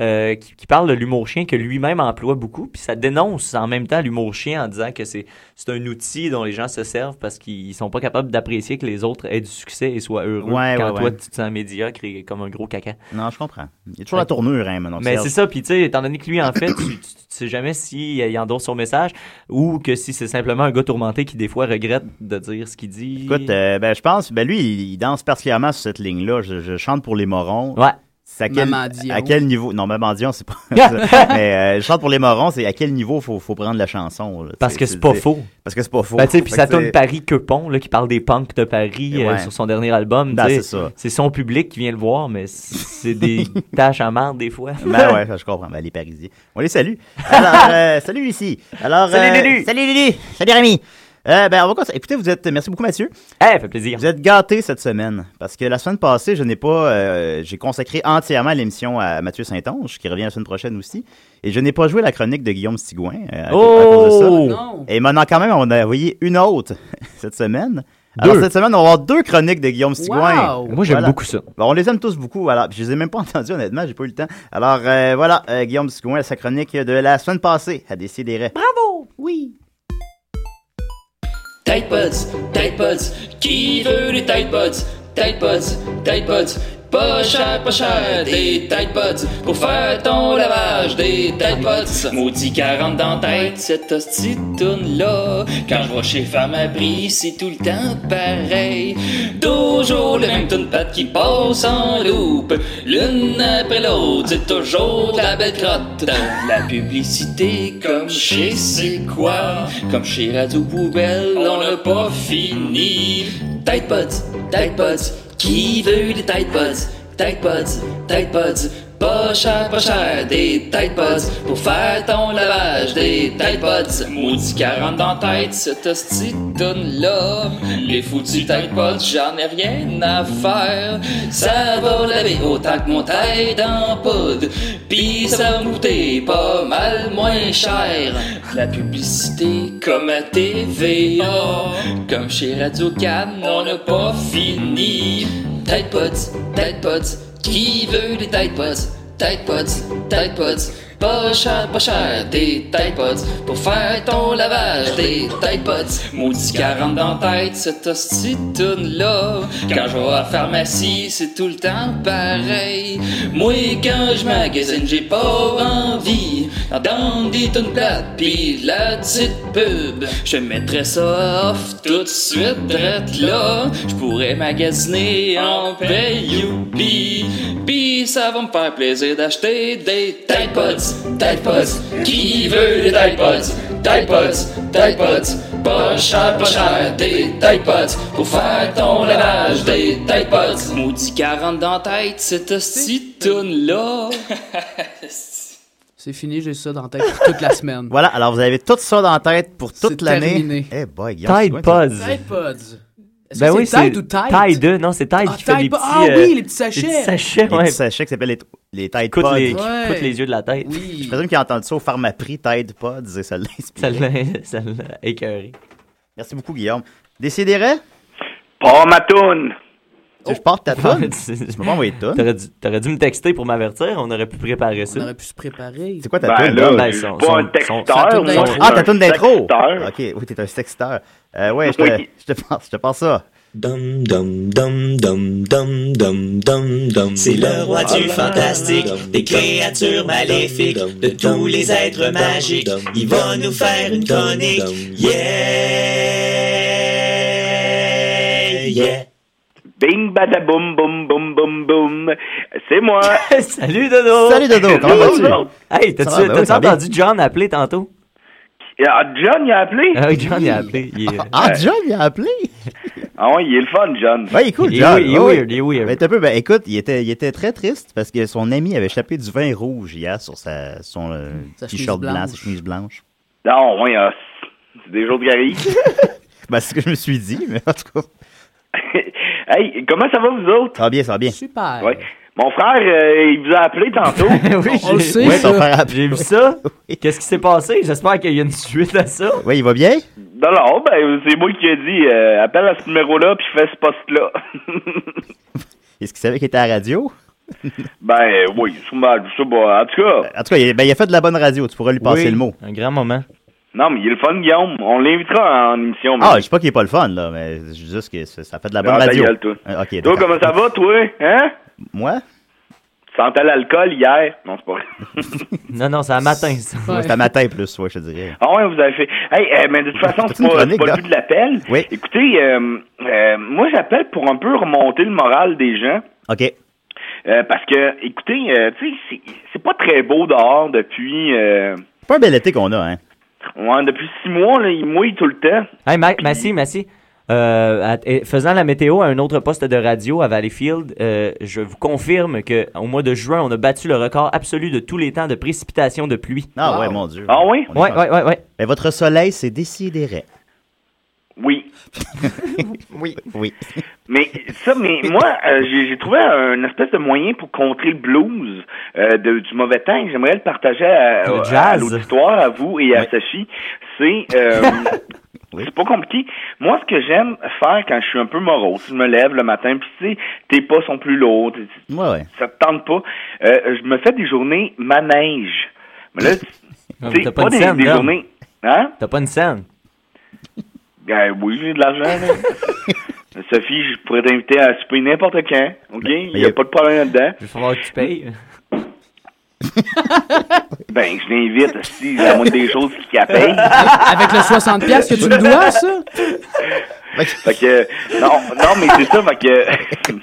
Speaker 4: euh, qui, qui parle de l'humour chien que lui-même emploie beaucoup. Puis ça dénonce en même temps l'humour chien en disant que c'est c'est un outil dont les gens se servent parce qu'ils sont pas capables d'apprécier que les autres aient du succès et soient heureux.
Speaker 5: Ouais,
Speaker 4: quand
Speaker 5: ouais,
Speaker 4: toi,
Speaker 5: ouais.
Speaker 4: tu te sens médiocre et comme un gros caca.
Speaker 5: Non, je comprends. Il y a toujours la tournure, hein, maintenant.
Speaker 4: Mais c'est ça, puis tu sais, étant donné que lui, en fait, tu, tu- tu sais jamais s'il il endosse son message ou que si c'est simplement un gars tourmenté qui, des fois, regrette de dire ce qu'il dit.
Speaker 5: Écoute, euh, ben, je pense, ben, lui, il, il danse particulièrement sur cette ligne-là. Je, je chante pour les morons.
Speaker 4: Ouais.
Speaker 5: C'est à quel,
Speaker 6: Maman Dion.
Speaker 5: à quel niveau Non, Maman Dion, c'est pas. ça. Mais euh, je chante pour les morons, c'est à quel niveau faut, faut prendre la chanson. là.
Speaker 4: Parce que c'est pas faux.
Speaker 5: Parce que c'est pas faux.
Speaker 4: Ben, tu sais, puis
Speaker 5: Fait
Speaker 4: ça
Speaker 5: que c'est-
Speaker 4: tourne Paris que pont, là, qui parle des punks de Paris euh,
Speaker 5: Ouais.
Speaker 4: sur son dernier album.
Speaker 5: Ben,
Speaker 4: tu sais.
Speaker 5: c'est ça.
Speaker 4: C'est son public qui vient le voir, mais c'est c'est des tâches à marre des fois.
Speaker 5: Ben ouais, je comprends. Ben, les Parisiens. On les salue. Alors, euh, salut Lucie. Alors,
Speaker 4: Salut,
Speaker 5: euh,
Speaker 4: Lulu.
Speaker 5: Salut Lulu. Salut Rémi. Euh, ben, on va continuer. Écoutez, vous êtes. Merci beaucoup, Mathieu.
Speaker 4: Eh, fait plaisir.
Speaker 5: Vous êtes gâtés cette semaine parce que la semaine passée, je n'ai pas, euh, j'ai consacré entièrement l'émission à Mathieu Saint-Onge qui revient la semaine prochaine aussi, et je n'ai pas joué la chronique de Guillaume Stigouin euh, à, cause de ça.
Speaker 4: Oh!
Speaker 6: Non.
Speaker 5: Et maintenant quand même, on a envoyé une autre cette semaine. Alors
Speaker 4: Deux.
Speaker 5: cette semaine, on va avoir deux chroniques de Guillaume Stigouin.
Speaker 6: Wow!
Speaker 4: Moi, j'aime
Speaker 5: Voilà.
Speaker 4: beaucoup ça.
Speaker 5: Bon, on les aime tous beaucoup. Alors, je les ai même pas entendus, honnêtement, j'ai pas eu le temps. Alors, euh, voilà, euh, Guillaume Sigouin, sa chronique de la semaine passée, à décider.
Speaker 3: Tide Pods, Tide Pods, qui veut des Tide Pods? Tide Pods, Tide Pods, pas cher, pas cher, des Tide Pods, pour faire ton lavage, des Tide Pods. Maudit 40 dans la tête, cette hostie tourne là. Quand je vais chez faire ma brise, c'est tout le temps pareil. Toujours le même tune pâte qui passe en loupe, l'une après l'autre, c'est toujours de la belle crotte. De la publicité comme chez c'est quoi? Comme chez Radio Poubelle, on n'a pas fini. Tide Pods, Tide Pods, qui veut des Tide Pods? Tide Pods, Tide Pods, pas cher, pas cher, des Tide Pods, pour faire ton lavage, des Tide Pods. Maudit 40 dans la tête, cette hostie de tonne-là. Les foutus Tide Pods, j'en ai rien à faire. Ça va laver autant que mon tête en poudre, pis ça va me coûter pas mal moins cher. La publicité comme à TVA, comme chez Radio Can, on n'a pas fini. Tide Pods, Tide Pods, qui veut des Tide Pods? Tide Pods, Tide Pods, pas cher, pas cher, des Tide Pods, pour faire ton lavage, des Tide Pods. Maudit 40 dans la tête, cette hostie de toune-là. Quand je vais à la pharmacie, c'est tout le temps pareil. Moi, quand je magasine, j'ai pas envie d'entendre des tonnes plates pis de la petite pub. Je mettrais ça off tout de suite, drette là. Je pourrais magasiner en payoubi. Pis ça va me faire plaisir d'acheter des Tide Pods, Tide Pods. Qui veut des Tide Pods? Tide Pods, Tide Pods. Pas cher, pas cher, des Tide Pods. Pour faire ton lavage, des Tide Pods. Maudit 40 dans la tête, cette hostie de toune-là.
Speaker 6: C'est fini, j'ai ça dans la tête pour toute la semaine.
Speaker 5: Voilà, alors vous avez tout ça dans la tête pour
Speaker 6: C'est
Speaker 5: toute l'année.
Speaker 6: terminé.
Speaker 5: Eh boy, Guillaume Sigouin,
Speaker 4: Tide
Speaker 5: t'es-
Speaker 4: Pods.
Speaker 6: Tide Pods. Est-ce
Speaker 4: Ben
Speaker 6: que
Speaker 4: oui,
Speaker 6: c'est
Speaker 4: c'est
Speaker 6: Tide ou Tide?
Speaker 4: Tide, non, c'est Tide
Speaker 6: Ah,
Speaker 4: qui fait
Speaker 6: Tide
Speaker 4: les
Speaker 6: Po-
Speaker 4: petits...
Speaker 6: ah
Speaker 4: euh,
Speaker 6: oui, les petits sachets.
Speaker 4: Les petits sachets,
Speaker 5: Il y a
Speaker 4: ouais.
Speaker 5: du sachet qui s'appelle les, les Tide
Speaker 4: Coûte
Speaker 5: Pods.
Speaker 4: les,
Speaker 5: Je
Speaker 6: Ouais.
Speaker 4: coûte les yeux de la tête.
Speaker 6: Oui.
Speaker 5: présume qu'il a entendu ça au Pharmaprix Tide Pods et ça l'a
Speaker 4: Ça
Speaker 5: inspiré.
Speaker 4: l'a ça l'a écœuré.
Speaker 5: Merci beaucoup, Guillaume. Décidérez,
Speaker 8: Pas ma toune.
Speaker 5: je porte ta tonne.
Speaker 4: Oh. C'est-
Speaker 5: Tu m'as pas envoyé de toune.
Speaker 4: T'aurais dû, t'aurais dû me texter pour m'avertir, on aurait pu préparer
Speaker 6: On
Speaker 4: ça.
Speaker 6: aurait pu se préparer.
Speaker 5: C'est quoi ta
Speaker 8: Ben
Speaker 5: toune,
Speaker 8: là,
Speaker 5: Guillaume?
Speaker 4: ben,
Speaker 8: je suis
Speaker 4: son-
Speaker 8: pas
Speaker 4: son-
Speaker 8: un
Speaker 4: son-
Speaker 8: texteur.
Speaker 4: son-
Speaker 8: moi,
Speaker 6: son-
Speaker 8: je suis
Speaker 5: Ah,
Speaker 8: un
Speaker 5: ta toune d'intro!
Speaker 8: texteur.
Speaker 5: Ok, oui, t'es un sexteur. Euh, ouais, je te,
Speaker 8: Oui.
Speaker 5: je te pense, je te pense ça.
Speaker 13: Dum dum dum dum dum dum dum dum.
Speaker 14: C'est le roi du fantastique, des créatures maléfiques, de tous les êtres magiques. Il va nous faire une chronique.
Speaker 8: Ben
Speaker 14: Yeah! Yeah!
Speaker 8: Bing bada boum boum boum boum boum. C'est moi.
Speaker 4: Salut Dodo!
Speaker 8: Salut, Dodo, comment vas-tu?
Speaker 4: Hey, t'as-tu
Speaker 8: Ça va, ben oui,
Speaker 4: t'as-tu
Speaker 8: ça va bien.
Speaker 4: entendu John appeler tantôt?
Speaker 8: Ah, John, il a appelé?
Speaker 4: Ah oui, John, il a appelé. Il est-
Speaker 5: Ah, John, il a appelé?
Speaker 8: Ah oui, il est le fun, John.
Speaker 5: Ouais, il est cool, John.
Speaker 4: il est
Speaker 5: Ouais,
Speaker 4: weird, il est weird.
Speaker 5: Ben, t'as peu, ben, écoute, il était, il était très triste parce que son ami avait échappé du vin rouge hier sur sa, son euh,
Speaker 8: Sa
Speaker 5: t-shirt
Speaker 8: chemise
Speaker 5: blanc,
Speaker 8: blanche.
Speaker 5: sa chemise blanche.
Speaker 8: Non, oui, euh, c'est des jours de garrigue.
Speaker 5: Ben, c'est ce que je me suis dit, mais en tout cas,
Speaker 8: hey, comment ça va, vous autres?
Speaker 5: ça va bien, ça va bien.
Speaker 6: Super.
Speaker 8: Ouais. Mon frère, euh, il vous a appelé tantôt.
Speaker 4: oui,
Speaker 8: On le
Speaker 4: j'ai-
Speaker 8: sait,
Speaker 4: ouais,
Speaker 8: ça.
Speaker 4: ton frère a appelé. J'ai vu ça. Qu'est-ce qui s'est passé? J'espère qu'il y a une suite à ça.
Speaker 5: Oui, il va bien?
Speaker 8: Non, non, ben, c'est moi qui ai dit, euh, appelle à ce numéro-là puis fais ce poste-là.
Speaker 5: Est-ce qu'il savait qu'il était à la radio?
Speaker 8: ben, oui, sûrement, je sais pas. En tout cas,
Speaker 5: En tout cas, il, ben, il a fait de la bonne radio, tu pourras lui passer
Speaker 8: Oui,
Speaker 5: le mot.
Speaker 4: Un grand moment.
Speaker 8: non, mais il est le fun, Guillaume. On l'invitera en émission. mais-
Speaker 5: Ah, je sais pas qu'il est pas le fun, là, mais je dis juste que ça, ça fait de la bonne
Speaker 8: Ah, ta
Speaker 5: radio.
Speaker 8: gueule, toi.
Speaker 5: Ah, ok,
Speaker 8: Toi,
Speaker 5: d'accord.
Speaker 8: comment ça va, toi? Hein?
Speaker 5: Moi?
Speaker 8: Tu sentais l'alcool hier? Non, c'est pas vrai.
Speaker 4: Non, non, c'est à matin, ça.
Speaker 5: Ouais, C'est à matin plus, ouais, je te dirais.
Speaker 8: Ah ouais, vous avez fait. Hey, euh, mais de toute façon, c'est
Speaker 5: une
Speaker 8: pas, c'est
Speaker 5: chronique,
Speaker 8: pas le
Speaker 5: là.
Speaker 8: but de l'appel.
Speaker 5: Oui.
Speaker 8: Écoutez, euh, euh, moi j'appelle pour un peu remonter le moral des gens.
Speaker 5: OK.
Speaker 8: Euh, parce que, écoutez, euh, tu sais, c'est- c'est pas très beau dehors depuis, euh,
Speaker 5: C'est pas un bel été qu'on a, hein?
Speaker 8: ouais, depuis six mois, là, il mouille tout le temps.
Speaker 4: Hey, Ma- Massy, Massy, euh, à- et- faisant la météo à un autre poste de radio à Valleyfield, euh, je vous confirme qu'au mois de juin, on a battu le record absolu de tous les temps de précipitation de pluie.
Speaker 5: Ah ouais, mon Dieu.
Speaker 8: Ah oui?
Speaker 4: Ouais, ouais, ouais, ouais.
Speaker 5: Mais votre soleil, c'est décidéré.
Speaker 8: Oui.
Speaker 5: oui. Oui.
Speaker 8: Mais ça, mais moi, euh, j'ai j'ai trouvé un espèce de moyen pour contrer le blues euh, de- du mauvais temps. et J'aimerais le partager à,
Speaker 4: Le
Speaker 8: à-
Speaker 4: jazz.
Speaker 8: à l'auditoire, à vous et à Sachi. C'est euh, c'est pas compliqué. Moi, ce que j'aime faire quand je suis un peu morose, je me lève le matin, puis tu sais, tes pas sont plus lourds, t'es-
Speaker 5: Ouais, ouais.
Speaker 8: ça te tente pas. Euh, je me fais des journées manège. Mais là, tu
Speaker 4: Ah,
Speaker 8: tu sais,
Speaker 4: t'as
Speaker 8: pas,
Speaker 4: pas une
Speaker 8: des,
Speaker 4: scène,
Speaker 8: des
Speaker 4: Dan.
Speaker 8: journées. Hein?
Speaker 4: T'as pas une scène.
Speaker 8: Ben oui, j'ai de l'argent. là. Sophie, je pourrais t'inviter à souper n'importe quand, OK? Il n'y
Speaker 4: y
Speaker 8: a
Speaker 4: a-
Speaker 8: pas de problème là-dedans.
Speaker 4: Il va falloir que tu payes.
Speaker 8: Ben, je l'invite, si la moindre des choses qui la paye.
Speaker 6: Avec le 60$ piastres que tu me dois, ça?
Speaker 8: Fait que, non, non, mais c'est ça, fait que...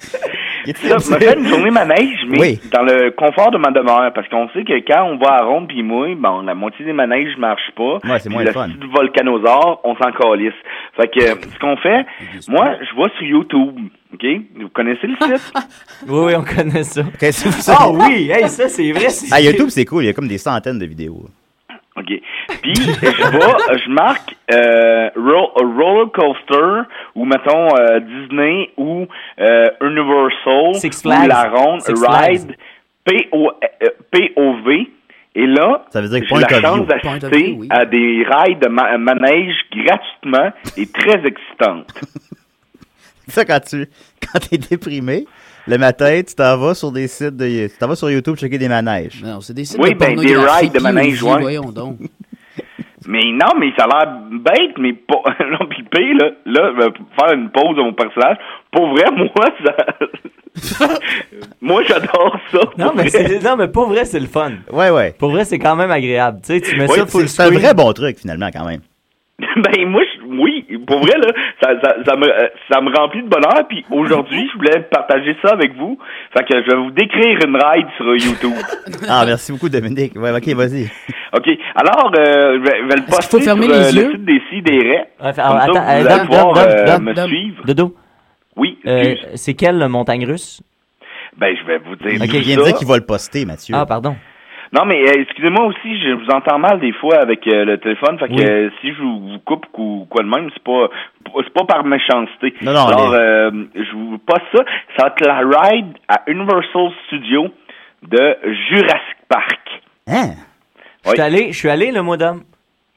Speaker 8: Ça, je me fais une journée manège, mais dans le confort de ma demeure, parce qu'on sait que quand on va à Ronde puis mouille, bon, la moitié des manèges marche pas.
Speaker 5: Ouais, c'est
Speaker 8: Puis
Speaker 5: moins
Speaker 8: le
Speaker 5: le fun.
Speaker 8: petit volcanosaure, on s'en calisse. Fait que, ce qu'on fait, moi, je vois sur YouTube, OK? Vous connaissez le site?
Speaker 4: Oui, oui, on connaît ça.
Speaker 5: ça?
Speaker 4: Ah oui, hey, ça, c'est vrai. c'est-
Speaker 5: Ah, YouTube, c'est cool. Il y a comme des centaines de vidéos.
Speaker 8: OK. Puis, je vais, je marque euh, ro- roller coaster ou, mettons, euh, Disney ou euh, Universal
Speaker 4: Six
Speaker 8: ou
Speaker 4: Flags.
Speaker 8: La Ronde
Speaker 4: Six
Speaker 8: Ride P-O- euh, POV. Et là,
Speaker 5: Ça veut dire
Speaker 8: j'ai
Speaker 5: point
Speaker 8: la
Speaker 5: of view.
Speaker 8: chance
Speaker 5: Point of
Speaker 8: d'assister
Speaker 5: view, oui.
Speaker 8: à des rides de ma- manège gratuitement et très excitantes.
Speaker 5: Ça, quand tu quand t'es déprimé, le matin, tu t'en vas sur des sites de. Tu t'en vas sur YouTube checker des manèges.
Speaker 6: Non, c'est des sites
Speaker 8: Oui, ben, des rides de manège, ouais.
Speaker 6: Voyons donc.
Speaker 8: Mais non, mais ça a l'air bête, mais pas. Non, puis le pire, là, là, je vais faire une pause de mon personnage. Pour vrai, moi, ça. moi, j'adore ça.
Speaker 4: Non,
Speaker 8: pour
Speaker 4: mais,
Speaker 8: vrai.
Speaker 4: c'est- non, mais pour vrai, c'est le fun.
Speaker 5: Ouais, ouais.
Speaker 4: Pour vrai, c'est quand même agréable. Tu sais, tu mets
Speaker 5: Ouais,
Speaker 4: ça
Speaker 5: c'est-
Speaker 4: full
Speaker 5: c'est un
Speaker 4: screen.
Speaker 5: vrai bon truc, finalement, quand même.
Speaker 8: Ben, moi, je- oui, pour vrai, là, ça, ça, ça me, euh, ça me remplit de bonheur. Puis aujourd'hui, je voulais partager ça avec vous. Fait que je vais vous décrire une ride sur YouTube.
Speaker 5: Ah, merci beaucoup, Dominique. Ouais, ok, vas-y.
Speaker 8: OK. Alors, euh, je vais, je vais le
Speaker 5: qu'il
Speaker 8: poster sur
Speaker 5: faut fermer
Speaker 8: euh,
Speaker 5: les
Speaker 8: le
Speaker 5: yeux?
Speaker 8: site des Sidérés.
Speaker 4: Ouais, fait-
Speaker 8: Comme ça,
Speaker 4: attends,
Speaker 8: vous
Speaker 4: euh,
Speaker 8: allez
Speaker 4: Dom,
Speaker 8: pouvoir
Speaker 4: Dom,
Speaker 8: euh,
Speaker 4: Dom,
Speaker 8: me
Speaker 4: Dom.
Speaker 8: suivre.
Speaker 4: Dodo.
Speaker 8: Oui,
Speaker 4: Euh,
Speaker 8: excuse.
Speaker 4: c'est quelle le montagne russe?
Speaker 8: Ben, je vais vous dire.
Speaker 5: Il
Speaker 8: tout
Speaker 5: vient
Speaker 8: ça.
Speaker 5: de dire qu'il va le poster, Mathieu.
Speaker 4: Ah, pardon.
Speaker 8: Non, mais euh, excusez-moi aussi, je vous entends mal des fois avec euh, le téléphone. Fait que
Speaker 5: Oui.
Speaker 8: euh, si je vous vous coupe ou quoi de même, c'est pas c'est pas par méchanceté.
Speaker 5: Non, non,
Speaker 8: Alors,
Speaker 5: mais-
Speaker 8: euh, je vous passe ça. Ça va être la ride à Universal Studios de Jurassic Park.
Speaker 5: Hein?
Speaker 4: Je suis allé, je suis allé le mois d'homme.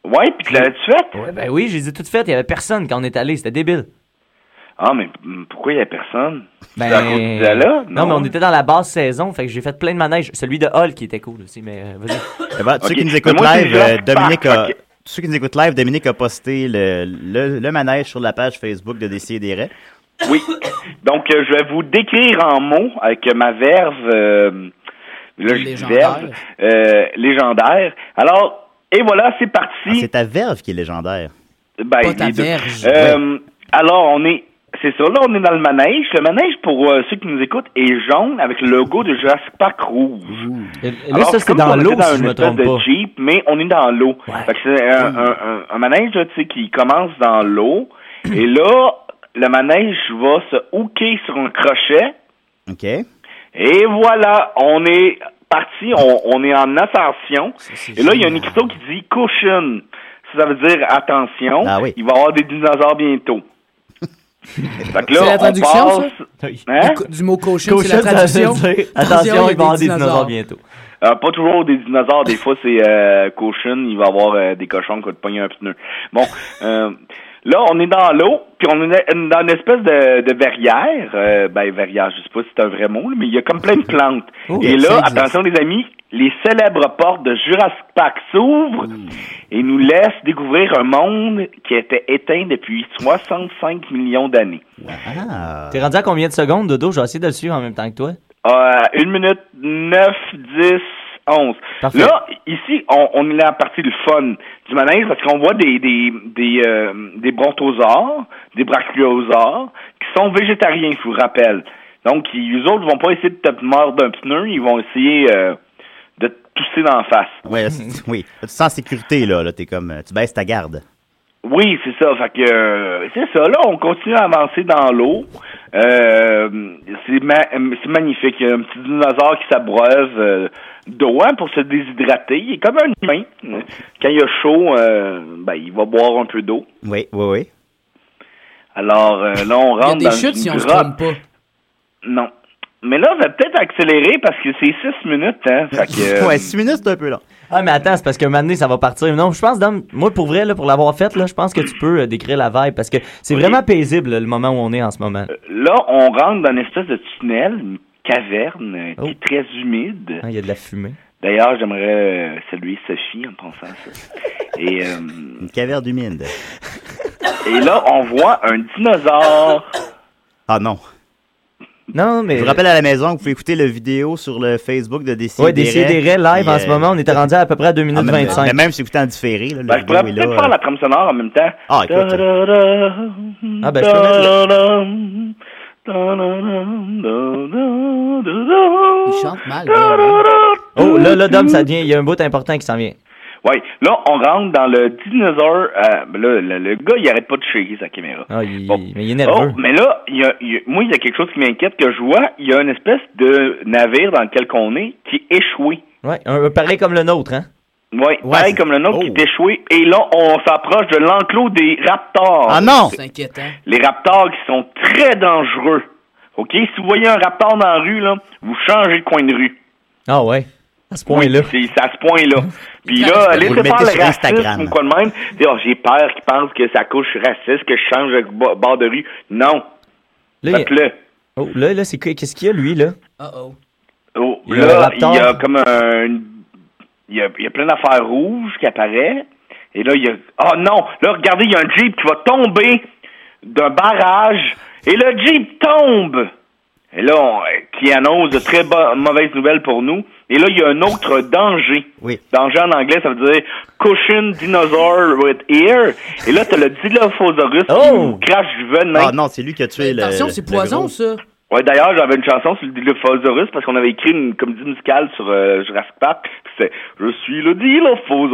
Speaker 8: Ouais, puis tu l'as-tu fait?
Speaker 4: Ouais, ben oui, j'ai dit tout fait. Il y avait personne quand on est allé. C'était débile.
Speaker 8: Ah, mais mm, pourquoi il y a personne?
Speaker 4: Ben,
Speaker 8: C'est à cause du gala?
Speaker 4: non, mais on était dans la basse saison, fait que j'ai fait plein de manèges. Celui de Hall qui était cool aussi, mais euh, vas-y.
Speaker 5: Eh ben, ceux
Speaker 4: Ok.
Speaker 5: qui nous
Speaker 4: Mais
Speaker 5: écoutent
Speaker 4: moi, c'est
Speaker 5: live,
Speaker 4: Jurassic
Speaker 5: euh, Dominique a, tous ceux qui nous écoutent live, Dominique a posté le, le, le manège sur la page Facebook de Décideret.
Speaker 8: Oui. Donc, euh, je vais vous décrire en mots avec ma verve. euh, là, je dis
Speaker 5: Légendaire.
Speaker 8: verve, euh, légendaire. Alors, et voilà, c'est parti.
Speaker 5: Ah, C'est ta verve qui est légendaire.
Speaker 8: Ben,
Speaker 5: Pas ta
Speaker 8: les deux.
Speaker 5: verge.
Speaker 8: Euh, Alors, on est. C'est ça, là, on est dans le manège. Le manège, pour euh, ceux qui nous écoutent, est jaune avec le logo de Jurassic Park rouge.
Speaker 4: Et Là, ça, c'est
Speaker 8: comme
Speaker 4: dans
Speaker 8: on était
Speaker 4: l'eau,
Speaker 8: dans
Speaker 4: si je
Speaker 8: une
Speaker 4: me
Speaker 8: espèce
Speaker 4: trompe
Speaker 8: de
Speaker 4: pas.
Speaker 8: Jeep, mais on est dans l'eau. Fait que c'est un, un- un- un manège là, tu sais, qui commence dans l'eau. et là, le manège va se hooker sur un crochet.
Speaker 5: OK.
Speaker 8: Et voilà, on est parti, on, on est en ascension. et là, il y a une écriteau qui dit caution. Ça, ça veut dire attention.
Speaker 5: Ah oui.
Speaker 8: Il va y avoir des dinosaures bientôt. Fait que là,
Speaker 6: C'est la
Speaker 8: on
Speaker 6: traduction,
Speaker 8: passe-
Speaker 6: ça?
Speaker 8: Hein?
Speaker 6: Du, co- du mot cochon, c'est la traduction.
Speaker 8: il va y avoir Euh, pas toujours des dinosaures, des fois c'est euh, cochon, il va y avoir euh, des cochons qui vont te pogner un pneu. Bon, euh, là on est dans l'eau, puis on est dans une espèce de, de verrière, euh, ben verrière, je sais pas si c'est un vrai mot, là, mais il y a comme plein de plantes.
Speaker 15: Oh,
Speaker 8: Et
Speaker 15: ça
Speaker 8: là,
Speaker 15: existe.
Speaker 8: attention les amis, les célèbres portes de Jurassic Park s'ouvrent et nous laissent découvrir un monde qui était éteint depuis 65 millions d'années. Ah.
Speaker 4: T'es rendu à combien de secondes, Dodo? Je vais essayer de le suivre en même temps que toi.
Speaker 8: Euh, une minute 9, 10, 11.
Speaker 4: Parfait.
Speaker 8: Là, ici, on, on est dans la partie le fun du manège parce qu'on voit des des des, euh, des brontosaures, des brachiosaures qui sont végétariens, je vous rappelle. Donc, ils, eux autres vont pas essayer de te mordre d'un pneu, ils vont essayer euh, de te tousser d'en face.
Speaker 5: Ouais, là, c'est- oui. Là, Tu te sens en sécurité, là. là T'es comme, euh, tu baisses ta garde.
Speaker 8: Oui, c'est ça. Fait que euh, c'est ça. Là, on continue à avancer dans l'eau. Euh, c'est ma- c'est magnifique. Il y a un petit dinosaure qui s'abreuve euh, d'eau hein, pour se déshydrater. Il est comme un humain. Quand il a chaud, euh, ben, il va boire un peu d'eau.
Speaker 5: Oui, oui, oui.
Speaker 8: Alors euh, là, on
Speaker 6: Il y a
Speaker 8: rentre
Speaker 6: des
Speaker 8: dans
Speaker 6: chutes
Speaker 8: une
Speaker 6: si on se
Speaker 8: grotte.
Speaker 6: trompe pas.
Speaker 8: Non. Mais là, on va peut-être accélérer parce que c'est six minutes. Hein, fait que, euh,
Speaker 4: Ouais,
Speaker 5: 6 minutes, c'est un peu long.
Speaker 4: Ah, mais attends, c'est parce qu'un moment donné, ça va partir. Non, je pense, Dom, moi, pour vrai, là, pour l'avoir faite, là, je pense que tu peux euh, décrire la vibe parce que c'est vraiment paisible, là, le moment où on est en ce moment.
Speaker 5: Euh,
Speaker 8: là, on rentre dans une espèce de tunnel, une caverne euh, qui est très humide.
Speaker 4: Hein, Il y a de la fumée.
Speaker 8: D'ailleurs, j'aimerais euh, saluer Sophie en pensant à ça. Et, euh,
Speaker 5: Une caverne du mine.
Speaker 8: et là, on voit un dinosaure.
Speaker 5: Ah non.
Speaker 4: Non, mais.
Speaker 5: Je vous rappelle à la maison que vous pouvez écouter la vidéo sur le Facebook de Décideret.
Speaker 4: Ouais, des live en ce moment, on était rendu à, à peu près à 2 minutes
Speaker 5: euh, Ah, même,
Speaker 4: 25.
Speaker 5: mais même si vous écoutez en différé, là,
Speaker 8: Ben, je pourrais
Speaker 5: vidéo est
Speaker 8: peut-être
Speaker 5: là.
Speaker 8: faire la trame sonore en même temps.
Speaker 5: Ah, écoute.
Speaker 4: Ah, ben, je peux mettre
Speaker 8: Il
Speaker 6: chante mal.
Speaker 4: Oh, là, là, Dom, ça devient. Il y a un bout important qui s'en vient.
Speaker 8: Ouais, là, on rentre dans le dinosaure. euh, ben là, le, le gars, il arrête pas de shaker sa caméra.
Speaker 4: Ah, il- Mais il est nerveux.
Speaker 8: Oh, mais là, il y a- il y a- moi, il y a quelque chose qui m'inquiète que je vois. Il y a une espèce de navire dans lequel qu'on est qui est échoué.
Speaker 4: Ouais, un, un pareil comme le nôtre, hein.
Speaker 8: Oui, pareil comme le nôtre
Speaker 4: Oh.
Speaker 8: qui est échoué. Et là, on s'approche de l'enclos des raptors.
Speaker 5: Ah
Speaker 6: Ah, C'est inquiétant.
Speaker 8: Les raptors qui sont très dangereux. OK? Si vous voyez un raptor dans la rue, là, vous changez de coin de rue.
Speaker 4: Ah, ouais. À ce point-là.
Speaker 8: C'est c'est à ce point-là. Puis là,
Speaker 4: Vous
Speaker 8: laissez
Speaker 4: le
Speaker 8: faire
Speaker 4: mettez
Speaker 8: le
Speaker 4: sur
Speaker 8: racisme
Speaker 4: Instagram.
Speaker 8: ou quoi de même. Dis, Oh, J'ai peur qu'ils pensent que ça couche raciste, que je change de bo- bord de rue. Non.
Speaker 4: Là, il y a-
Speaker 8: Faites-le.
Speaker 4: Oh, là, là, c'est quoi- qu'est-ce qu'il y a, lui, là?
Speaker 6: Uh-oh.
Speaker 8: Oh,
Speaker 4: Il y a un
Speaker 8: là,
Speaker 4: raptor.
Speaker 8: il y a comme un. Il y a, il y a plein d'affaires rouges qui apparaissent. Et là, il y a. Oh non! Là, regardez, il y a un Jeep qui va tomber d'un barrage. Et le Jeep tombe! Et là, on- qui annonce de très bo- mauvaises nouvelles pour nous. Et là, il y a un autre danger. Danger en anglais, ça veut dire Cushion Dinosaur with Ear. Et là, t'as le Dilophosaurus qui nous crache du venin.
Speaker 5: Oh! Ah non, c'est lui qui a tué le.
Speaker 6: Attention, c'est
Speaker 5: le
Speaker 6: poison,
Speaker 5: gros.
Speaker 6: ça.
Speaker 8: Ouais, d'ailleurs, j'avais une chanson sur le Dilophosaurus parce qu'on avait écrit une comédie musicale sur euh, Jurassic Park. Puis C'était Je suis le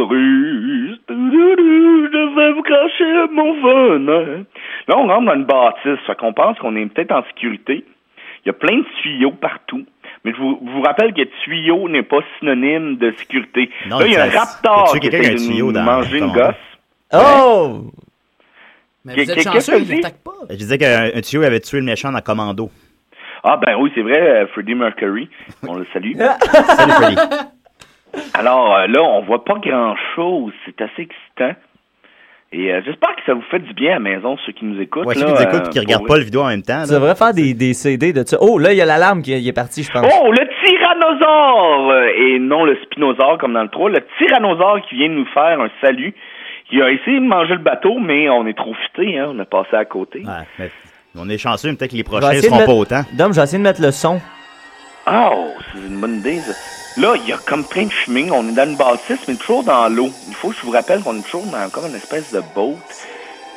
Speaker 8: Dilophosaurus. Doudou, Je vais vous cracher mon venin. Là, on rentre dans une bâtisse. Fait qu'on pense qu'on est peut-être en sécurité. Il y a plein de tuyaux partout. Mais je vous, vous rappelle que tuyau n'est pas synonyme de sécurité.
Speaker 5: Non,
Speaker 8: Là, il y a un
Speaker 5: ça-
Speaker 8: raptor
Speaker 5: t'as tué
Speaker 8: qui
Speaker 5: quelqu'un
Speaker 8: essaie
Speaker 5: avec un
Speaker 8: de
Speaker 5: tuyau
Speaker 8: nous
Speaker 5: dans-
Speaker 8: manger
Speaker 5: dans
Speaker 8: une
Speaker 5: ton-
Speaker 8: gosse.
Speaker 4: Oh!
Speaker 6: Mais
Speaker 8: Qu'est-
Speaker 6: vous êtes
Speaker 8: qu'est- qu'est-ce
Speaker 6: chanceux,
Speaker 8: que
Speaker 6: ils
Speaker 8: tu dis?
Speaker 6: n'attaquent pas.
Speaker 5: Euh, Je disais qu'un un tuyau avait tué le méchant dans Commando.
Speaker 8: Ah ben oui, c'est vrai, euh, Freddie Mercury, on le salue.
Speaker 5: Salut, Freddy.
Speaker 8: Alors euh, là, on voit pas grand-chose, c'est assez excitant. Et euh, j'espère que ça vous fait du bien à la maison, ceux qui nous écoutent.
Speaker 5: Ouais, ceux
Speaker 8: là,
Speaker 5: qui nous
Speaker 8: euh,
Speaker 5: écoutent et qui
Speaker 8: pour
Speaker 5: regardent
Speaker 8: vrai.
Speaker 5: pas le vidéo en même temps.
Speaker 4: Tu
Speaker 5: là.
Speaker 4: devrais faire des, des CD de ça. Oh, là, il y a l'alarme qui est, il est parti, je pense.
Speaker 8: Oh, le tyrannosaure! euh, Et non le spinosaure comme dans le 3. Le tyrannosaure qui vient nous faire un salut. qui a essayé de manger le bateau, mais on est trop fités, hein, on a passé à côté.
Speaker 5: mais on est chanceux, mais peut-être que les
Speaker 4: Je vais
Speaker 5: prochains ne
Speaker 4: essayer de
Speaker 5: seront pas
Speaker 4: mettre-
Speaker 5: autant.
Speaker 4: Dom, je vais essayer de mettre le son.
Speaker 8: Oh, c'est une bonne idée, ça. Là, il y a comme plein de fumée. On est dans une bâtisse, mais toujours dans l'eau. Il faut que je vous rappelle qu'on est toujours dans comme une espèce de boat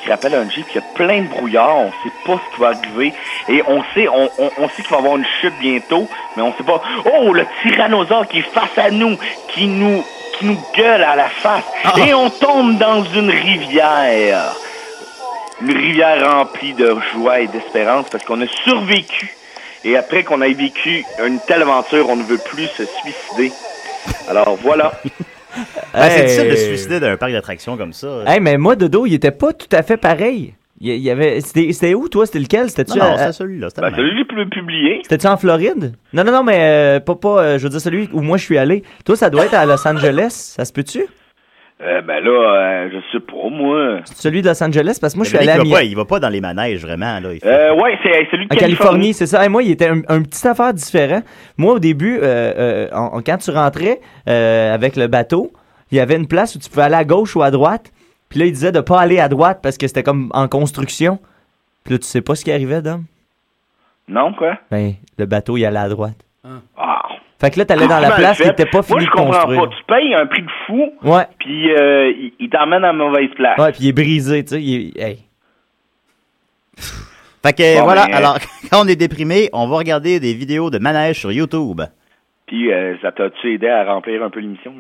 Speaker 8: qui rappelle un Jeep. Il y a plein de brouillard. On sait pas ce qui va arriver. Et on sait, on, on, on sait qu'il va y avoir une chute bientôt, mais on sait pas. Oh, le tyrannosaure qui est face à nous, qui nous, qui nous gueule à la face. Et on tombe dans une rivière. Une rivière remplie de joie et d'espérance parce qu'on a survécu et après qu'on ait vécu une telle aventure, on ne veut plus se suicider. Alors voilà.
Speaker 5: Ben, C'est
Speaker 4: Hey.
Speaker 5: difficile de se suicider d'un parc d'attractions comme ça.
Speaker 4: Hey, mais moi, Dodo, il était pas tout à fait pareil. Il il y avait... C'était c'était où, toi? C'était lequel? C'était-tu
Speaker 5: Non, non,
Speaker 4: à-
Speaker 5: c'est
Speaker 4: à-
Speaker 5: celui-là, c'était
Speaker 8: Ben, celui-là, plus publié.
Speaker 4: C'était-tu en Floride? Non, non, non, mais euh, pas, pas euh, je veux dire celui où moi je suis allé. Toi, ça doit être à Los Angeles, ça se peut-tu?
Speaker 8: Euh, ben là, euh, je sais pas, moi.
Speaker 4: Celui de Los Angeles, parce que moi je suis
Speaker 5: Mais là,
Speaker 4: allé à
Speaker 5: il va pas,
Speaker 4: Miami.
Speaker 5: il va pas dans les manèges, vraiment. Là, il fait-
Speaker 8: Euh, ouais, c'est c'est lui de
Speaker 4: En Californie, c'est ça. Et moi, il était un, un petit affaire différent. Moi, au début, euh, euh, en- en- quand tu rentrais euh, avec le bateau, il y avait une place où tu pouvais aller à gauche ou à droite. Puis là, il disait de pas aller à droite parce que c'était comme en construction. Puis là, tu sais pas ce qui arrivait, Dom?
Speaker 8: Non, quoi?
Speaker 4: Ben, le bateau, il allait à droite.
Speaker 8: Ah.
Speaker 4: Fait que là, t'allais dans la
Speaker 8: Comment
Speaker 4: place
Speaker 8: le
Speaker 4: qui
Speaker 8: fait?
Speaker 4: était pas
Speaker 8: Moi,
Speaker 4: finie
Speaker 8: je
Speaker 4: de
Speaker 8: comprends
Speaker 4: construire.
Speaker 8: pas. Tu payes un prix de fou,
Speaker 4: Ouais.
Speaker 8: puis euh, il, il t'emmène à mauvaise place.
Speaker 5: Ah.
Speaker 4: Ouais, puis il est brisé, tu sais. il est- hey.
Speaker 5: Fait que
Speaker 8: Bon,
Speaker 5: voilà,
Speaker 8: mais, euh,
Speaker 5: alors quand on est déprimé, on va regarder des vidéos de manèges sur YouTube.
Speaker 8: Puis euh, ça t'a-tu aidé à remplir un peu l'émission?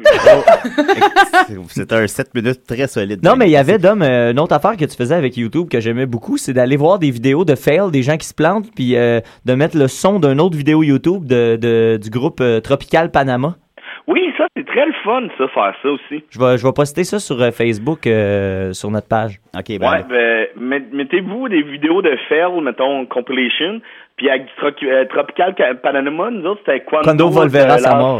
Speaker 5: C'était un 7 minutes très solide.
Speaker 4: Non, mais il y avait, Dom, euh, une autre affaire que tu faisais avec YouTube que j'aimais beaucoup, c'est d'aller voir des vidéos de fail, des gens qui se plantent, puis euh, de mettre le son d'une autre vidéo YouTube de, de- du groupe euh, Tropical Panama.
Speaker 8: oui, ça, c'est très le fun, ça, faire ça aussi.
Speaker 4: Je vais, je vais poster ça sur euh, Facebook, euh, sur notre page.
Speaker 5: OK,
Speaker 8: Ouais, ben, met- mettez-vous des vidéos de Ferl, mettons, compilation, puis avec Tro- euh, Tropical Ca- Panama, nous autres, c'était quoi?
Speaker 4: Quando Volvera sa mort.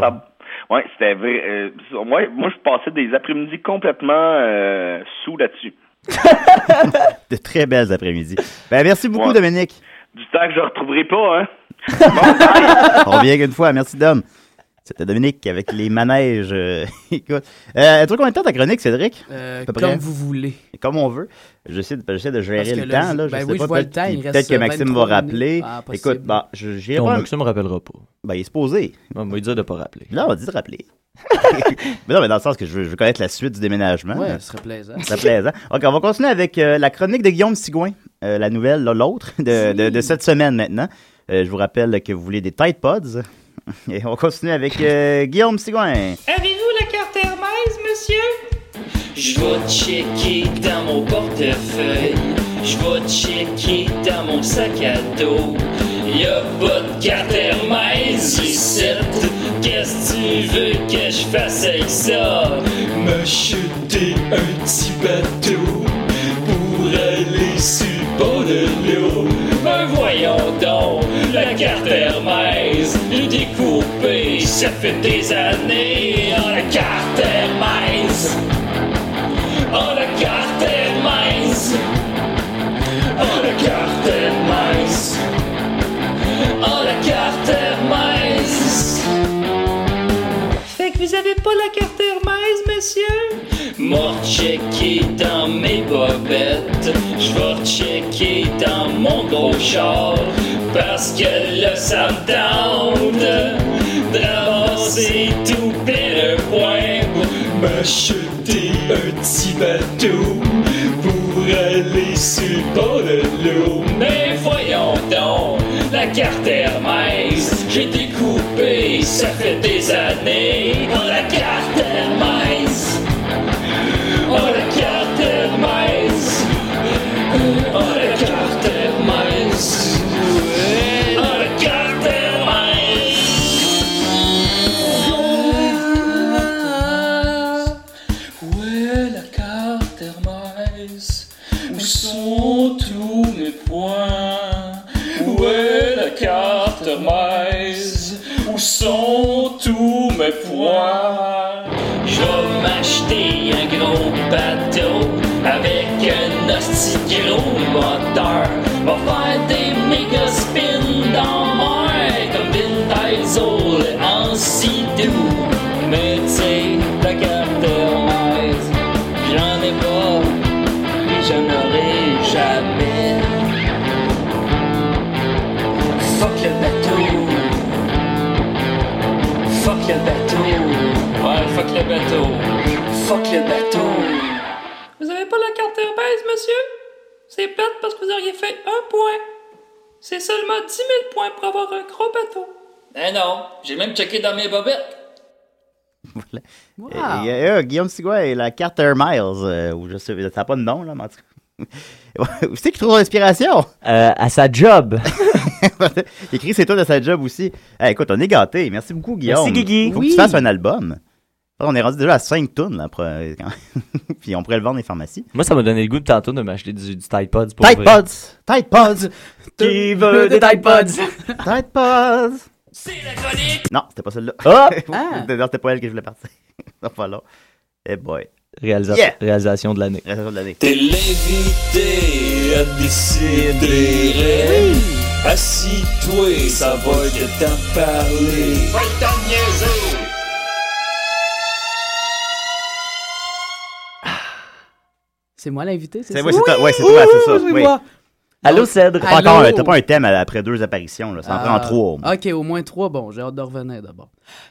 Speaker 8: Ouais, c'était vrai. euh, moi, moi, je passais des après-midi complètement euh, sous là-dessus.
Speaker 5: De très belles après-midi. Ben, merci beaucoup,
Speaker 8: Ouais.
Speaker 5: Dominique.
Speaker 8: Du temps que je retrouverai pas, hein?
Speaker 5: On revient une fois. Merci, Dom. C'était Dominique avec les manèges. euh, Écoute. Euh, tu combien de temps ta chronique, Cédric?
Speaker 6: Euh,
Speaker 5: À peu
Speaker 6: comme
Speaker 5: près.
Speaker 6: vous voulez.
Speaker 5: Comme on veut. J'essaie de, j'essaie de gérer
Speaker 6: Parce que
Speaker 5: le
Speaker 6: là,
Speaker 5: temps.
Speaker 6: je-
Speaker 5: Là, je
Speaker 6: ben
Speaker 5: sais
Speaker 6: oui,
Speaker 5: pas,
Speaker 6: je vois le
Speaker 5: peut-être
Speaker 6: temps, il
Speaker 5: qu'il-
Speaker 6: reste
Speaker 5: Peut-être que
Speaker 6: euh,
Speaker 5: Maxime
Speaker 6: 23
Speaker 5: va rappeler.
Speaker 6: minutes. Ah, possible.
Speaker 5: Écoute, bah, je, j'irai
Speaker 4: Ton
Speaker 5: pas-
Speaker 4: Maxime me rappellera pas.
Speaker 5: Ben, il est supposé.
Speaker 4: On va lui dire de pas rappeler.
Speaker 5: Là, on va dit de rappeler. mais non, mais dans le sens que je veux, je veux connaître la suite du déménagement.
Speaker 6: Ouais,
Speaker 5: Euh,
Speaker 6: ce serait plaisant.
Speaker 5: Ça serait plaisant. OK, on va continuer avec euh, la chronique de Guillaume Sigouin, euh, la nouvelle, là, l'autre, de, de- de cette semaine maintenant. Euh, je vous rappelle que vous voulez des Tide Pods. Et on continue avec euh, Guillaume Sigouin.
Speaker 3: Avez-vous la carte Hermès, monsieur?
Speaker 14: Je vais checker dans mon portefeuille. Je vais checker dans mon sac à dos. Y a pas de carte Hermès ici. Qu'est-ce que tu veux que je fasse avec ça? M'acheter un petit bateau pour aller sur le bord de l'eau. Ben voyons donc, la carte Hermès, j'ai découpé, ça fait des années. Oh, la carte Hermès! Oh, la carte Hermès! Oh, la carte Hermès! Oh, la carte Hermès!
Speaker 3: Fait que vous avez pas la carte Hermès, monsieur?
Speaker 14: Moi, checker dans mes bobettes, je vais checker dans mon gros char, parce que là ça me tente d'avancer tout plein de points pour m'acheter un petit bateau pour aller sur le bord de l'eau. Mais voyons donc, la carte Hermès, j'ai découpé, ça fait des années, Oh, la carte Hermès. Oh la carte Hermès Oh la carte Hermès Oh la carte Hermès Ouais la carte Hermès Où sont tous mes points Où est la carte Hermès Où sont tous mes points Je vais m'acheter un gros bateau avec un hostie gros moteur. Va faire des méga spins dans mer comme Vin Diesel en Sidou. Mais t'sais, la carte Hermès, j'en ai pas
Speaker 3: le bateau. Fuck le bateau.
Speaker 15: Vous avez pas la carte Herpès, monsieur? C'est plate parce que vous auriez fait un point. C'est seulement 10 000 points pour avoir un gros bateau.
Speaker 3: Eh non, j'ai même checké dans mes bobettes.
Speaker 5: Voilà. Et- et- euh, Guillaume Sigouin et la carte Air Miles, euh, ou je sais, ça n'a pas de nom, là, mais en tout cas. Où c'est qu'il trouve son inspiration?
Speaker 4: Euh, à sa job.
Speaker 5: Il écrit ses tours de sa job aussi. Eh, écoute, on est gâtés. Merci beaucoup, Guillaume.
Speaker 4: Merci, Guigui.
Speaker 5: Faut
Speaker 4: Oui.
Speaker 5: que tu fasses un album. On est rendu déjà à 5 tonnes, là, pour- puis on pourrait le vendre dans les pharmacies.
Speaker 4: Moi, ça m'a donné le goût de tantôt de m'acheter du, du Tide Pods. Pour
Speaker 5: Tide
Speaker 4: vrai.
Speaker 5: Pods! Tide Pods!
Speaker 4: Qui veut des Tide Pods?
Speaker 5: Tide Pods! Non, c'était pas celle-là.
Speaker 4: Ah!
Speaker 5: Non, c'était pas elle que je voulais partir. Enfin, là. Eh boy.
Speaker 4: Réalisa-
Speaker 5: Yeah!
Speaker 4: Réalisation de l'année.
Speaker 5: Réalisation de l'année.
Speaker 14: T'es l'invité à décider. Assis-toi, ça va que t'en parler.
Speaker 6: C'est moi l'invité, c'est ça?
Speaker 5: C'est ouais, c'est toi,
Speaker 6: Oui,
Speaker 5: ouais, c'est
Speaker 6: oui,
Speaker 5: toi, c'est
Speaker 6: oui,
Speaker 5: ça.
Speaker 6: oui,
Speaker 5: oui.
Speaker 6: moi.
Speaker 4: Allô, Cèdre.
Speaker 5: T'as pas, encore un-
Speaker 6: Allô?
Speaker 5: t'as pas un thème à- après deux apparitions, là. Ça en prend
Speaker 6: Ah,
Speaker 5: trois. au moins.
Speaker 6: Ok, au moins trois. Bon, j'ai hâte de revenir d'abord.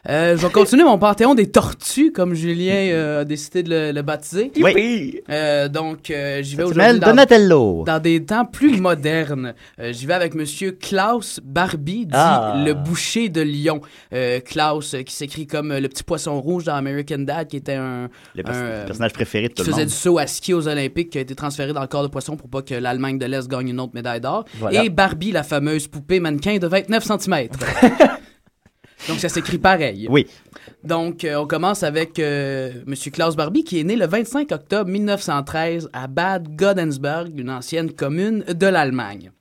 Speaker 6: Euh, je vais continuer mon panthéon des tortues, comme Julien euh, a décidé de le, le baptiser.
Speaker 5: Oui.
Speaker 6: Euh, donc, euh, j'y vais
Speaker 5: Cette
Speaker 6: aujourd'hui
Speaker 5: semaine,
Speaker 6: dans,
Speaker 5: Donatello.
Speaker 6: dans des temps plus modernes. Euh, j'y vais avec Monsieur Klaus Barbie, dit
Speaker 5: Ah.
Speaker 6: le boucher de Lyon. Euh, Klaus, euh, qui s'écrit comme euh, le petit poisson rouge dans American Dad, qui était un...
Speaker 5: Le pers-
Speaker 6: un,
Speaker 5: le personnage préféré de tout
Speaker 6: qui
Speaker 5: le
Speaker 6: faisait
Speaker 5: monde.
Speaker 6: du saut à ski aux Olympiques, qui a été transféré dans le corps de poisson pour pas que l'Allemagne de l'Est gagne une autre médaille d'or.
Speaker 5: Voilà.
Speaker 6: Et Barbie, la fameuse poupée mannequin de 29 cm. Donc, ça s'écrit pareil.
Speaker 5: Oui.
Speaker 6: Donc, euh, on commence avec euh, M. Klaus Barbie, qui est né le 25 octobre 1913 à Bad Godensberg, une ancienne commune de l'Allemagne.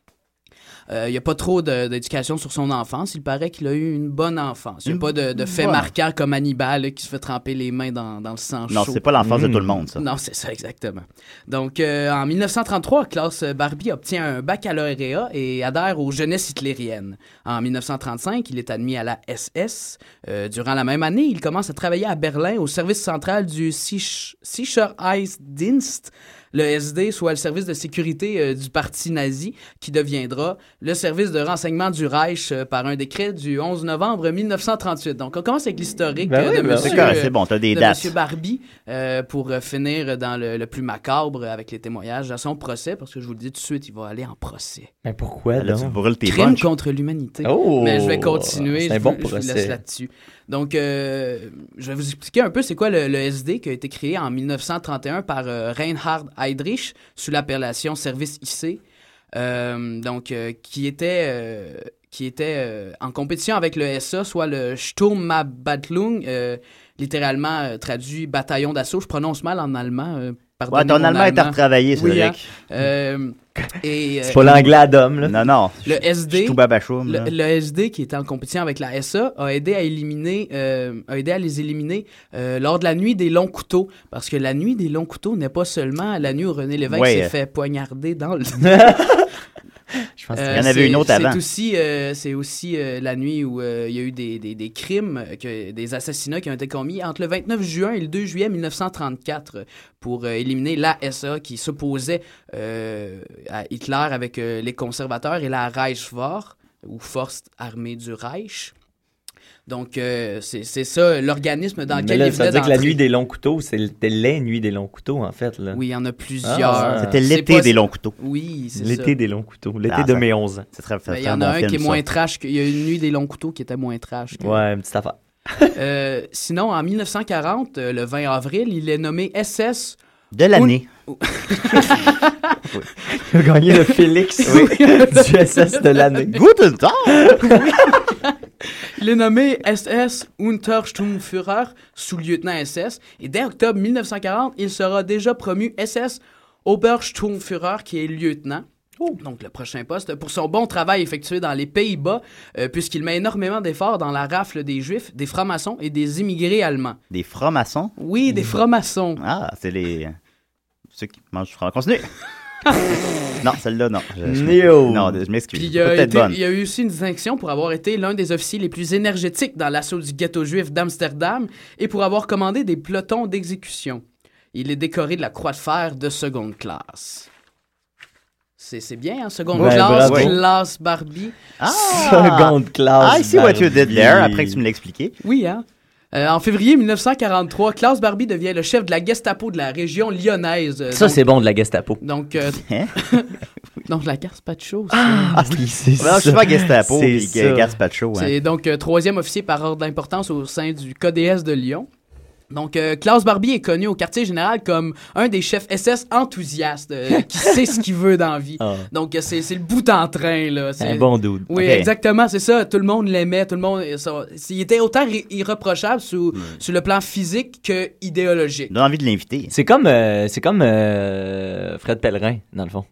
Speaker 6: Euh, Il n'y a pas trop de- d'éducation sur son enfance. Il paraît qu'il a eu une bonne enfance. Il n'y a
Speaker 5: Une
Speaker 6: pas de, de fait
Speaker 5: bonne.
Speaker 6: marquant comme Hannibal là, qui se fait tremper les mains dans, dans le sang
Speaker 5: Non,
Speaker 6: chaud. Hmm.
Speaker 5: c'est pas l'enfance de tout le monde, ça.
Speaker 6: Non, c'est ça, exactement. Donc, euh, en 1933, Klaus Barbie obtient un baccalauréat et adhère aux jeunesses hitlériennes. En 1935, il est admis à la SS. Euh, durant la même année, il commence à travailler à Berlin au service central du Sich- Sicherheitsdienst, le SD, soit le service de sécurité euh, du parti nazi, qui deviendra le service de renseignement du Reich euh, par un décret du 11 novembre 1938. Donc, on commence avec l'historique
Speaker 5: Ben
Speaker 6: euh,
Speaker 5: oui,
Speaker 6: de
Speaker 5: ben
Speaker 6: monsieur,
Speaker 5: c'est correct,
Speaker 6: euh,
Speaker 5: c'est bon, t'as des
Speaker 6: de
Speaker 5: dates.
Speaker 6: monsieur Barbie euh, pour euh, finir dans le, le plus macabre euh, avec les témoignages à son procès, parce que je vous le dis tout de suite, il va aller en procès.
Speaker 4: Mais Ben, pourquoi,
Speaker 5: Là, tu brûles tes
Speaker 6: Crime
Speaker 5: punchs.
Speaker 6: contre l'humanité.
Speaker 4: Oh!
Speaker 6: Mais je vais continuer.
Speaker 4: C'est un
Speaker 6: Je,
Speaker 4: bon
Speaker 6: vous- je vous
Speaker 4: procès.
Speaker 6: laisse là-dessus. Donc, euh, je vais vous expliquer un peu c'est quoi le, le SD qui a été créé en 1931 par euh, Reinhard Heydrich sous l'appellation Service IC. euh, donc, euh, qui était, euh, qui était euh, en compétition avec le SA, soit le Sturmabbattlung, euh, littéralement euh, traduit bataillon d'assaut. Je prononce mal en allemand. euh, pardonnez
Speaker 5: Ouais, ton
Speaker 6: mon
Speaker 5: allemand est à retravailler,
Speaker 6: Oui, hein.
Speaker 5: Cédric.
Speaker 6: Euh, et,
Speaker 5: C'est
Speaker 6: euh,
Speaker 5: pas l'anglais
Speaker 4: à Dom, là.
Speaker 5: Non, non.
Speaker 6: le SD,
Speaker 5: Tout babachoum, là.
Speaker 6: le, le SD qui était en compétition avec la SA a aidé à éliminer, euh, a aidé à les éliminer euh, lors de la nuit des longs couteaux, parce que la nuit des longs couteaux n'est pas seulement la nuit où René Lévesque
Speaker 5: Ouais.
Speaker 6: s'est fait poignarder dans le. Je
Speaker 5: pense qu'il y en avait une autre avant.
Speaker 6: C'est aussi, euh, c'est aussi euh, la nuit où euh, il y a eu des, des- des crimes, euh, que, des assassinats qui ont été commis entre le 29 juin et le 2 juillet 1934 euh, pour euh, éliminer la SA qui s'opposait euh, à Hitler avec euh, les conservateurs et la Reichswehr, ou Force armée du Reich. Donc, euh, c'est c'est ça l'organisme dans
Speaker 4: Mais
Speaker 6: lequel
Speaker 4: là,
Speaker 6: il
Speaker 4: ça
Speaker 6: venait
Speaker 4: veut dire que la
Speaker 6: d'entrer.
Speaker 4: nuit des longs couteaux, c'était les nuits des longs couteaux, en fait. Là.
Speaker 6: Oui, il y en a plusieurs.
Speaker 4: Ah.
Speaker 5: C'était l'été des longs couteaux.
Speaker 6: Oui, c'est ça.
Speaker 4: L'été des longs couteaux. L'été
Speaker 5: Ah,
Speaker 4: de
Speaker 5: ça-
Speaker 4: mes 11 ans.
Speaker 5: Ça serait,
Speaker 6: Mais Il y en a un qui est moins trash. que- Il y a une nuit des longs couteaux qui était moins trash. que-
Speaker 4: Ouais, une petite affaire.
Speaker 6: Euh, sinon, en 1940, euh, le 20 avril, il est nommé SS.
Speaker 5: De l'année.
Speaker 4: Il a gagné le Félix
Speaker 6: Oui.
Speaker 4: du SS de l'année.
Speaker 5: Guten Tag!
Speaker 6: Il est nommé SS Untersturmführer, sous-lieutenant SS. Et dès octobre 1940, il sera déjà promu SS Obersturmführer, qui est lieutenant. Donc, le prochain poste, pour son bon travail effectué dans les Pays-Bas, euh, puisqu'il met énormément d'efforts dans la rafle des Juifs, des francs-maçons et des immigrés allemands.
Speaker 5: Des francs-maçons?
Speaker 6: Oui, des francs-maçons.
Speaker 5: Mm. Ah, c'est les. Ceux qui mangent du franc. Continue! non, celle-là, non. Je- je-
Speaker 4: Néo.
Speaker 5: Non, je m'excuse.
Speaker 6: Puis euh, il y,
Speaker 5: C'est
Speaker 6: a
Speaker 5: pas Peut-être
Speaker 6: été-
Speaker 5: bonne.
Speaker 6: il y a eu aussi une distinction pour avoir été l'un des officiers les plus énergétiques dans l'assaut du ghetto juif d'Amsterdam et pour avoir commandé des pelotons d'exécution. Il est décoré de la Croix de fer de seconde classe. C'est c'est bien, hein? Seconde
Speaker 4: Ouais,
Speaker 6: classe,
Speaker 4: bravo.
Speaker 6: classe Barbie.
Speaker 4: Ah! Seconde classe
Speaker 5: I see what you did
Speaker 4: Barbie.
Speaker 5: there, après que tu me l'as expliqué.
Speaker 6: Oui, hein? Euh, en février 1943, Klaus Barbie devient le chef de la Gestapo de la région lyonnaise. euh,
Speaker 4: Ça,
Speaker 6: donc-
Speaker 4: c'est bon de la Gestapo.
Speaker 6: Donc, euh, donc la Gaspacho. c'est-
Speaker 4: Hein? Ah, oui, c'est
Speaker 5: Non, je suis
Speaker 4: ça.
Speaker 5: pas Gestapo
Speaker 4: C'est
Speaker 5: puis
Speaker 4: ça.
Speaker 5: Gaspacho. Hein.
Speaker 6: C'est donc euh, troisième officier par ordre d'importance au sein du KDS de Lyon. Donc, euh, Klaus Barbie est connu au quartier général comme un des chefs SS enthousiastes euh, qui sait ce qu'il veut dans la vie.
Speaker 4: Ah.
Speaker 6: Donc, euh, c'est c'est le bout en train. là. C'est-
Speaker 4: Un bon dude.
Speaker 6: Oui,
Speaker 4: Ok.
Speaker 6: exactement, c'est ça. Tout le monde l'aimait. Tout le monde. ça- il était autant irré- irréprochable sous, sur le plan physique que idéologique.
Speaker 4: envie de l'inviter. C'est comme, euh, c'est comme euh, Fred Pellerin, dans le fond.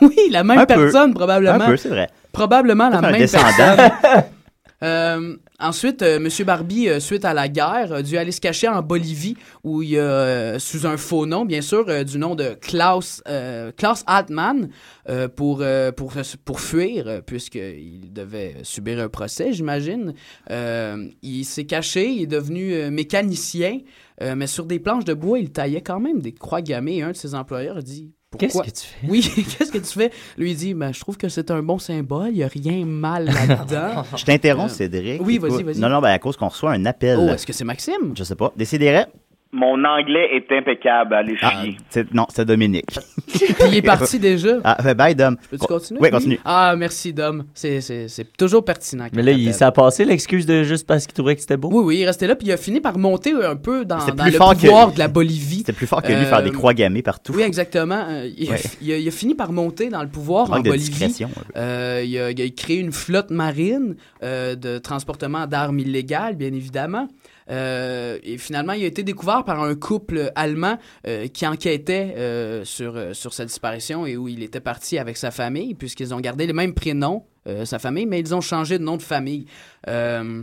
Speaker 6: Oui, la même
Speaker 4: Un peu.
Speaker 6: personne, probablement.
Speaker 4: Un peu, c'est vrai.
Speaker 6: Probablement la
Speaker 4: Peut-être un
Speaker 6: même
Speaker 4: descendant.
Speaker 6: personne. Euh, ensuite, euh, M. Barbie, euh, suite à la guerre, euh, dû aller se cacher en Bolivie, où il a, euh, sous un faux nom, bien sûr, euh, du nom de Klaus, euh, Klaus Altman, euh, pour, euh, pour, pour fuir, euh, puisqu'il devait subir un procès, j'imagine. Euh, il s'est caché, il est devenu euh, mécanicien, euh, mais sur des planches de bois, il taillait quand même des croix gammées. Et un de ses employeurs a dit...
Speaker 4: Qu'est-ce
Speaker 6: Pourquoi?
Speaker 4: que tu fais?
Speaker 6: Oui, qu'est-ce que tu fais? Lui il dit, ben, je trouve que c'est un bon symbole, il n'y a rien de mal là-dedans.
Speaker 5: Je t'interromps,
Speaker 6: Euh,
Speaker 5: Cédric.
Speaker 6: Oui, vas-y,
Speaker 5: Écoute-
Speaker 6: vas-y.
Speaker 5: Non, non, ben à cause qu'on reçoit un appel.
Speaker 6: Oh, est-ce que c'est Maxime?
Speaker 5: Je sais pas. Décidérez.
Speaker 16: Mon anglais est impeccable, allez
Speaker 5: Ah,
Speaker 16: chier.
Speaker 5: c'est- non, c'est Dominique.
Speaker 6: Puis il est parti déjà.
Speaker 5: Ah, ben, bye, Dom.
Speaker 6: Peux-tu continuer?
Speaker 5: Oui, continue.
Speaker 6: Ah, merci, Dom. C'est- C'est c'est toujours pertinent.
Speaker 4: Mais là, il, ça a passé l'excuse de juste parce qu'il trouvait que c'était beau.
Speaker 6: Oui, oui, il restait là, puis il a fini par monter un peu dans,
Speaker 5: C'était
Speaker 6: dans
Speaker 5: plus
Speaker 6: le
Speaker 5: fort
Speaker 6: pouvoir
Speaker 5: que-
Speaker 6: de la Bolivie.
Speaker 5: C'était plus fort que Ah, lui faire des
Speaker 6: Euh,
Speaker 5: croix gammées partout.
Speaker 6: Oui, exactement. Euh, il, a,
Speaker 5: Ouais.
Speaker 6: il a- il a fini par monter dans le pouvoir
Speaker 5: Manque
Speaker 6: en
Speaker 5: de
Speaker 6: Bolivie.
Speaker 5: discrétion, un
Speaker 6: Euh, il, a, il a créé une flotte marine euh, de transportement d'armes illégales, bien évidemment. Euh, et finalement, il a été découvert par un couple allemand euh, qui enquêtait euh, sur, euh, sur sa disparition et où il était parti avec sa famille, puisqu'ils ont gardé les mêmes prénoms, euh, sa famille, mais ils ont changé de nom de famille. Euh,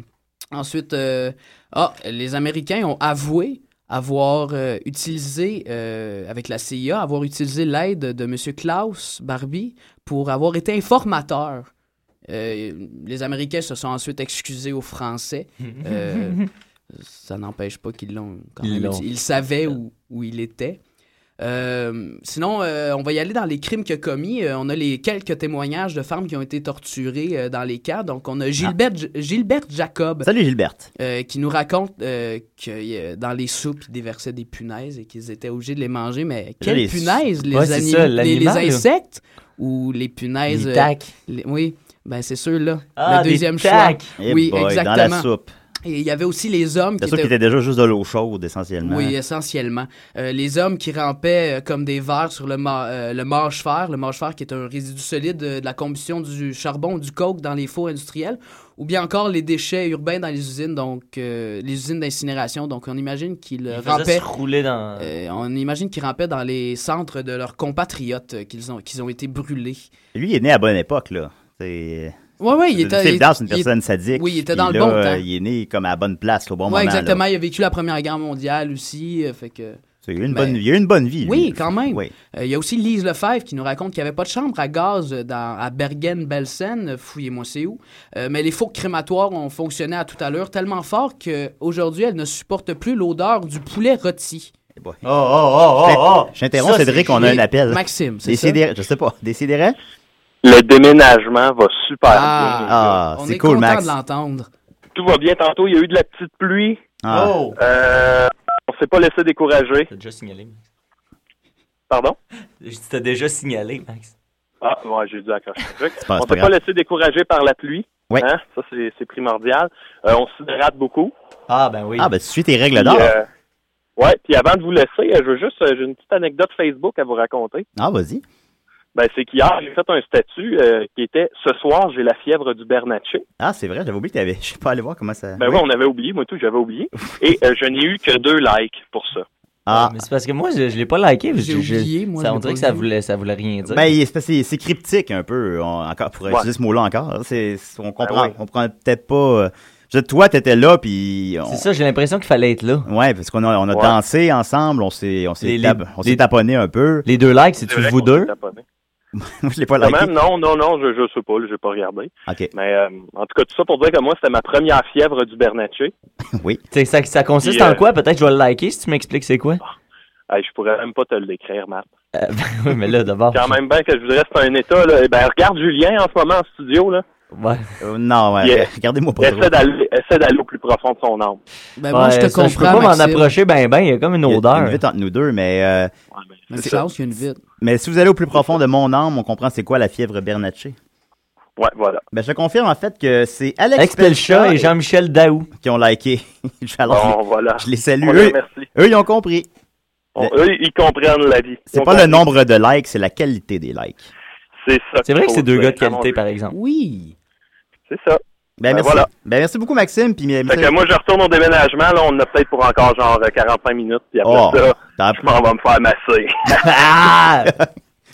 Speaker 6: ensuite, euh, ah, les Américains ont avoué avoir euh, utilisé, euh, avec la CIA, avoir utilisé l'aide de M. Klaus Barbie pour avoir été informateur. Euh, les Américains se sont ensuite excusés aux Français. Euh, ça n'empêche pas qu'ils l'ont quand
Speaker 4: Ils
Speaker 6: même
Speaker 4: l'ont.
Speaker 6: uti- Ils savaient où, où il était. Euh, sinon, euh, on va y aller dans les crimes qu'il a commis. Euh, on a les quelques témoignages de femmes qui ont été torturées euh, dans les cas. Donc, on a Gilbert, Gilbert Jacob.
Speaker 5: Salut, Gilbert.
Speaker 6: Euh, qui nous raconte euh, que euh, dans les soupes, ils déversaient des punaises et qu'ils étaient obligés de les manger. Mais quelles
Speaker 4: les
Speaker 6: punaises
Speaker 4: sou-
Speaker 6: les,
Speaker 4: Ouais, c'est
Speaker 6: ani-
Speaker 4: ça,
Speaker 6: les- les
Speaker 4: l'animal, là.
Speaker 6: insectes ou les punaises
Speaker 4: Les
Speaker 6: euh,
Speaker 4: tacs.
Speaker 6: les- oui, ben c'est ceux-là.
Speaker 4: Ah,
Speaker 6: le
Speaker 4: des
Speaker 6: deuxième choix.
Speaker 4: tacs.
Speaker 5: Eh
Speaker 6: oui,
Speaker 5: boy, dans
Speaker 6: exactement.
Speaker 5: la soupe.
Speaker 6: Et il y avait aussi les hommes qui
Speaker 5: C'est sûr qu'il
Speaker 6: étaient
Speaker 5: était déjà juste de l'eau chaude, essentiellement.
Speaker 6: oui, essentiellement. Euh, les hommes qui rampaient euh, comme des vers sur le, ma- euh, le mâche-fer, le mâche-fer qui est un résidu solide euh, de la combustion du charbon ou du coke dans les fours industriels, ou bien encore les déchets urbains dans les usines, donc euh, les usines d'incinération. Donc on imagine qu'ils
Speaker 4: Il faisait
Speaker 6: rampaient.
Speaker 4: se rouler dans...
Speaker 6: euh, on imagine qu'ils rampaient dans les centres de leurs compatriotes euh, qu'ils ont, qu'ils ont été brûlés.
Speaker 5: Lui, il est né à la bonne époque, là. C'est...
Speaker 6: Ouais, ouais, il
Speaker 5: c'est-
Speaker 6: était-
Speaker 5: C'est évident, c'est une
Speaker 6: il- il-
Speaker 5: personne sadique.
Speaker 6: oui, il était
Speaker 5: Puis
Speaker 6: dans le
Speaker 5: là,
Speaker 6: bon
Speaker 5: euh,
Speaker 6: temps.
Speaker 5: Il est né comme à la bonne place, au bon
Speaker 6: Ouais,
Speaker 4: ben,
Speaker 5: moment. là.
Speaker 6: exactement. Il a vécu la Première Guerre mondiale aussi. euh, fait que...
Speaker 5: C'est une
Speaker 6: Mais-
Speaker 5: bonne... Il a eu une bonne vie. lui.
Speaker 6: Ben, Oui, quand même. Euh, Il
Speaker 5: Oui.
Speaker 6: y a aussi Lise Lefebvre qui nous raconte qu'il n'y avait pas de chambre à gaz euh, dans, à Bergen-Belsen, euh, fouillez-moi c'est où, Euh, mais les fours crématoires ont fonctionné à toute allure tellement fort qu'aujourd'hui, elle ne supporte plus l'odeur du poulet rôti.
Speaker 5: Oh, oh, oh, oh, J'interromps,
Speaker 6: Ça, c'est
Speaker 5: Cédric, on a un
Speaker 6: chier.
Speaker 5: appel.
Speaker 6: Maxime, c'est
Speaker 5: Décidérez- Je sais pas. Décidérez?
Speaker 9: Le déménagement va super bien.
Speaker 5: Ah,
Speaker 6: On
Speaker 5: c'est
Speaker 6: est
Speaker 5: cool,
Speaker 6: content
Speaker 5: Max.
Speaker 6: de l'entendre.
Speaker 9: Tout va bien. Tantôt, il y a eu de la petite pluie.
Speaker 5: Ah.
Speaker 4: Oh!
Speaker 9: Euh, on s'est pas laissé décourager.
Speaker 4: T'as déjà signalé.
Speaker 9: Pardon?
Speaker 4: Je dis, T'as déjà signalé, Max.
Speaker 9: Ah, ouais, j'ai dû accrocher le truc.
Speaker 4: pas-
Speaker 9: on
Speaker 4: c'est
Speaker 9: ne s'est
Speaker 4: pas
Speaker 9: pas
Speaker 4: grave.
Speaker 9: laissé décourager par la pluie.
Speaker 5: Ouais.
Speaker 9: Hein? Ça, c'est c'est primordial. Euh, on s'hydrate beaucoup.
Speaker 4: Ah, ben oui.
Speaker 5: Ah, ben, tu suis tes règles d'or.
Speaker 9: Puis, euh, ouais, puis avant de vous laisser, euh, je veux juste, euh, j'ai une petite anecdote Facebook à vous raconter.
Speaker 5: Ah, vas-y.
Speaker 9: Ben, c'est qu'hier, j'ai fait un statut euh, qui était « Ce soir, j'ai la fièvre du Bernatchez
Speaker 5: Ah, c'est vrai, j'avais oublié que t'avais. Je sais pas allé voir comment ça. ».
Speaker 9: Ben oui, on avait oublié, moi tout, j'avais oublié. Et euh, je n'ai eu que deux likes pour ça.
Speaker 5: Ah.
Speaker 4: Mais c'est parce que moi, je, je l'ai pas liké. parce que
Speaker 9: J'ai
Speaker 4: je-
Speaker 9: oublié, moi,
Speaker 4: Ça,
Speaker 9: je
Speaker 4: on
Speaker 9: l'ai pas
Speaker 4: dirait que ça
Speaker 9: vu.
Speaker 4: voulait, ça voulait rien dire.
Speaker 5: Ben, il- c'est parce que c'est- c'est cryptique un peu, on, encore, pour
Speaker 4: Ouais.
Speaker 5: utiliser ce mot-là encore. C'est, c'est- on comprend,
Speaker 4: Ben ouais.
Speaker 5: on comprend peut-être pas. euh, Je veux dire, toi, t'étais là, puis.
Speaker 4: C'est ça, j'ai l'impression qu'il fallait être là.
Speaker 5: Ouais, ben, parce qu'on a, on a
Speaker 4: Ouais.
Speaker 5: dansé ensemble, on s'est, on s'est,
Speaker 4: Les-
Speaker 5: tab-
Speaker 4: les-
Speaker 5: on s'est
Speaker 4: les-
Speaker 5: taponné un peu.
Speaker 4: Les deux likes, c'est-tu
Speaker 9: C'est vrai
Speaker 4: vous
Speaker 9: qu'on
Speaker 4: deux?
Speaker 9: s'est taponné.
Speaker 5: je l'ai pas liké.
Speaker 9: Comment? Non, non, non, je, je sais pas, je n'ai pas regardé.
Speaker 5: OK.
Speaker 9: Mais euh, en tout cas, tout ça pour dire que moi, c'était ma première fièvre du Bernatchez.
Speaker 5: Oui.
Speaker 4: Ça, ça consiste
Speaker 9: Puis, euh,
Speaker 4: en quoi? Peut-être que je vais le liker si tu m'expliques c'est quoi.
Speaker 9: Hey, je pourrais même pas te le décrire, Matt.
Speaker 4: Euh, ben, oui, mais là, d'abord.
Speaker 5: Ah.
Speaker 9: Quand même bien que je vous dirais, c'est un état. Là. Eh Ben, regarde Julien en ce moment en studio. Là.
Speaker 4: Ouais.
Speaker 5: non, ouais.
Speaker 9: Il est-
Speaker 5: Regardez-moi pas.
Speaker 9: Essaie d'aller essaie d'aller au plus profond de son âme.
Speaker 4: Ouais, ça, Je peux pas m'en approcher ben ben, il y a comme une odeur.
Speaker 5: Une vite entre nous deux, mais. euh,
Speaker 9: ben,
Speaker 6: Mais
Speaker 5: c'est
Speaker 6: Klaus,
Speaker 5: ça.
Speaker 6: il y a une vite.
Speaker 5: Mais si vous allez au plus profond de mon âme, on comprend c'est quoi la fièvre Bernatchez.
Speaker 9: Ouais, voilà.
Speaker 5: Ben, je confirme en fait que c'est Alex,
Speaker 4: Alex Pelcha et Jean-Michel Daou
Speaker 5: qui ont liké. Je- Alors,
Speaker 9: Bon, voilà.
Speaker 5: Je les salue.
Speaker 9: On les
Speaker 5: Eux,
Speaker 9: remercie.
Speaker 5: eux, ils ont compris.
Speaker 9: On- eux, ils comprennent la vie. Ils
Speaker 5: C'est pas
Speaker 9: comprennent.
Speaker 5: le nombre de likes, c'est la qualité des likes.
Speaker 9: C'est ça.
Speaker 4: C'est vrai que
Speaker 5: Faut
Speaker 4: c'est deux
Speaker 5: dire,
Speaker 4: gars de
Speaker 5: vraiment,
Speaker 4: qualité,
Speaker 5: je-
Speaker 4: par exemple.
Speaker 6: Oui.
Speaker 9: C'est ça.
Speaker 5: Ben,
Speaker 9: Ben,
Speaker 5: merci.
Speaker 9: voilà.
Speaker 5: Ben, merci beaucoup, Maxime. Puis,
Speaker 9: Fait que moi, je retourne au déménagement. Là, on en a peut-être pour encore genre 45 minutes. Puis après
Speaker 5: Oh,
Speaker 9: ça, je m'en vais me faire masser.
Speaker 4: ah!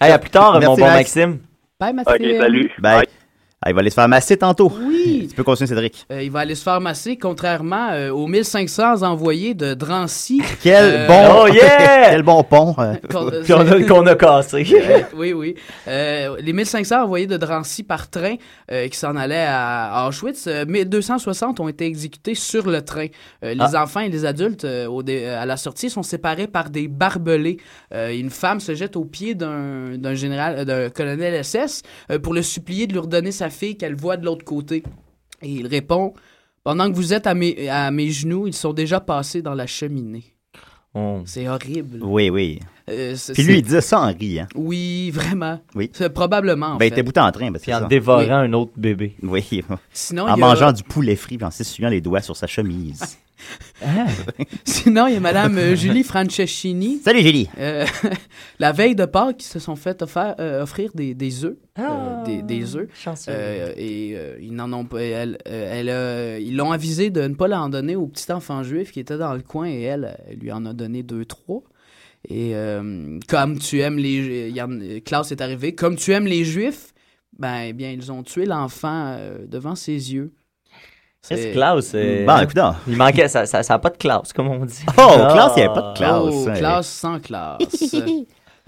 Speaker 4: Hey, à plus tard, mon bon Maxime.
Speaker 6: Bye, Maxime.
Speaker 5: Bye. Ah, il va aller se faire masser tantôt.
Speaker 6: Oui.
Speaker 5: Tu peux continuer, Cédric.
Speaker 6: Euh, il va aller se faire masser, contrairement euh, aux 1500 envoyés de Drancy.
Speaker 5: Quel
Speaker 6: Euh,
Speaker 5: bon. Quel bon pont. euh.
Speaker 6: Qu'on- euh,
Speaker 4: Qu'on a, qu'on a cassé.
Speaker 6: oui, oui. Euh, les 1500 envoyés de Drancy par train euh, qui s'en allaient à Auschwitz, euh, 1260 ont été exécutés sur le train. Euh, les
Speaker 4: Ah.
Speaker 6: enfants et les adultes euh, au dé- euh, à la sortie sont séparés par des barbelés. Euh, une femme se jette aux pieds d'un d'un général, euh, d'un colonel SS euh, pour le supplier de lui redonner sa fille qu'elle voit de l'autre côté. Et il répond Pendant que vous êtes à mes, à mes genoux, ils sont déjà passés dans la cheminée. C'est horrible.
Speaker 5: Oui, oui.
Speaker 6: Euh, c'est-
Speaker 5: Puis
Speaker 6: c'est-
Speaker 5: lui, il disait ça en riant.
Speaker 6: Oui, vraiment.
Speaker 5: hein. Oui.
Speaker 6: C'est probablement. en
Speaker 5: Ben, il
Speaker 6: fait.
Speaker 5: était bout en train. Ben,
Speaker 6: Puis en
Speaker 4: dévorant un autre bébé.
Speaker 5: Oui.
Speaker 6: Sinon,
Speaker 5: en
Speaker 6: il y a-
Speaker 5: mangeant du poulet frit, puis en s'essuyant les doigts sur sa chemise.
Speaker 4: Ah.
Speaker 6: Sinon, il y a Madame euh, Julie Franceschini.
Speaker 5: Salut, Julie.
Speaker 6: Euh, la veille de Pâques, ils se sont fait offert- euh, offrir des, des œufs. euh, des, des œufs. Euh, et euh, ils n'en ont pas. Elle, euh, elle, euh, ils l'ont avisé de ne pas l'en donner au petit enfant juif qui était dans le coin et elle, elle lui en a donné deux, trois. Et euh, comme tu aimes les. il y en- euh, Klaus est arrivé. Comme tu aimes les juifs, ben, eh bien, ils ont tué l'enfant euh, devant ses yeux.
Speaker 4: Qu'est-ce que Klaus? euh,
Speaker 5: Bon, écoute donc.
Speaker 4: Il manquait, ça n'a ça, ça a pas de classe, comme on dit. Ah.
Speaker 5: Oh, Klaus, il y avait pas de classe.
Speaker 6: Oh,
Speaker 5: hein.
Speaker 6: classe sans classe.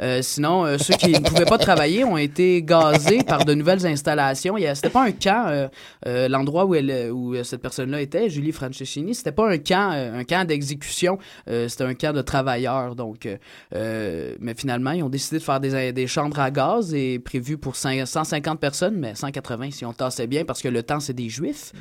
Speaker 6: Euh, sinon, euh, ceux qui ne pouvaient pas travailler ont été gazés par de nouvelles installations. Il y a- C'était pas un camp, euh, euh, l'endroit où, elle- où euh, cette personne-là était, Julie Franceschini, c'était pas un camp, euh, un camp d'exécution, euh, c'était un camp de travailleurs. Donc, euh, euh, mais finalement, ils ont décidé de faire des, des chambres à gaz et prévues pour cin- 150 personnes, mais 180 si on tassait bien, parce que le temps, c'est des juifs.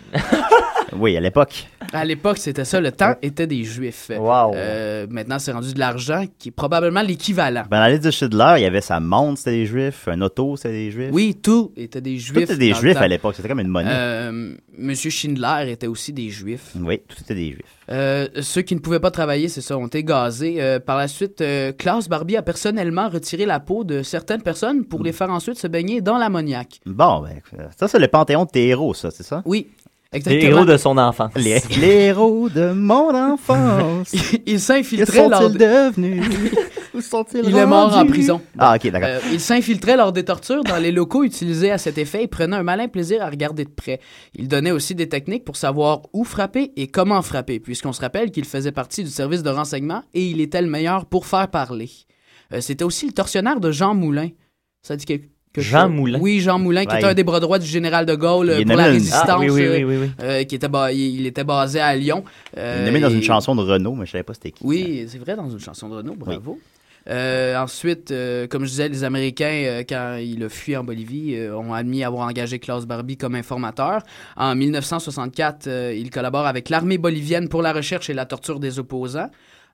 Speaker 5: Oui, à l'époque.
Speaker 6: À l'époque, c'était ça. Le temps était des Juifs. Euh, maintenant, c'est rendu de l'argent qui est probablement l'équivalent.
Speaker 5: Ben, dans la liste de Schindler, il y avait sa montre, c'était des juifs, un auto, c'était des juifs.
Speaker 6: Oui, tout était des Juifs.
Speaker 5: Tout était des
Speaker 6: dans le
Speaker 5: juifs
Speaker 6: temps.
Speaker 5: à l'époque, c'était comme une monnaie.
Speaker 6: Euh, Monsieur Schindler était aussi des Juifs.
Speaker 5: Oui, tout était des juifs.
Speaker 6: Euh, ceux qui ne pouvaient pas travailler, c'est ça, ont été gazés. Euh, par la suite, euh, Klaus Barbie a personnellement retiré la peau de certaines personnes pour les faire ensuite se baigner dans l'ammoniaque.
Speaker 5: Mm. Bon, ben, ça, c'est le panthéon de tes héros, ça, c'est ça?
Speaker 6: Oui, exactement. Les héros de
Speaker 4: son enfant.
Speaker 5: Les, les héros de mon enfance.
Speaker 6: Il
Speaker 5: que
Speaker 6: s'infiltrait
Speaker 5: sont-ils
Speaker 6: lors de...
Speaker 5: devenus? Où sont-ils
Speaker 6: Il est mort en
Speaker 5: rendus?
Speaker 6: prison.
Speaker 5: Ah, ok, d'accord.
Speaker 6: Euh, il s'infiltrait lors des tortures dans les locaux utilisés à cet effet et prenait un malin plaisir à regarder de près. Il donnait aussi des techniques pour savoir où frapper et comment frapper, puisqu'on se rappelle qu'il faisait partie du service de renseignement et il était le meilleur pour faire parler. Euh, C'était aussi le tortionnaire de Jean Moulin. Ça dit quelque quelque
Speaker 4: Jean
Speaker 6: chose?
Speaker 4: Moulin?
Speaker 6: Oui, Jean Moulin, qui
Speaker 4: Ouais.
Speaker 6: était un des bras droits du général de Gaulle
Speaker 5: Il
Speaker 6: euh,
Speaker 5: est
Speaker 6: pour la
Speaker 5: nommé une-
Speaker 6: résistance.
Speaker 5: Ah, oui, oui,
Speaker 6: euh,
Speaker 5: oui, oui, oui.
Speaker 6: euh, qui était ba- il il était basé à Lyon.
Speaker 5: Il
Speaker 6: Euh,
Speaker 5: l'a mis dans
Speaker 6: et-
Speaker 5: une chanson de Renault, mais je savais pas c'était qui.
Speaker 6: oui, c'est vrai, dans une chanson de Renaud, bravo. Euh, ensuite, euh, comme je disais, les Américains, euh, quand il a fui en Bolivie, euh, ont admis avoir engagé Klaus Barbie comme informateur. En 1964, euh, il collabore avec l'armée bolivienne pour la recherche et la torture des opposants.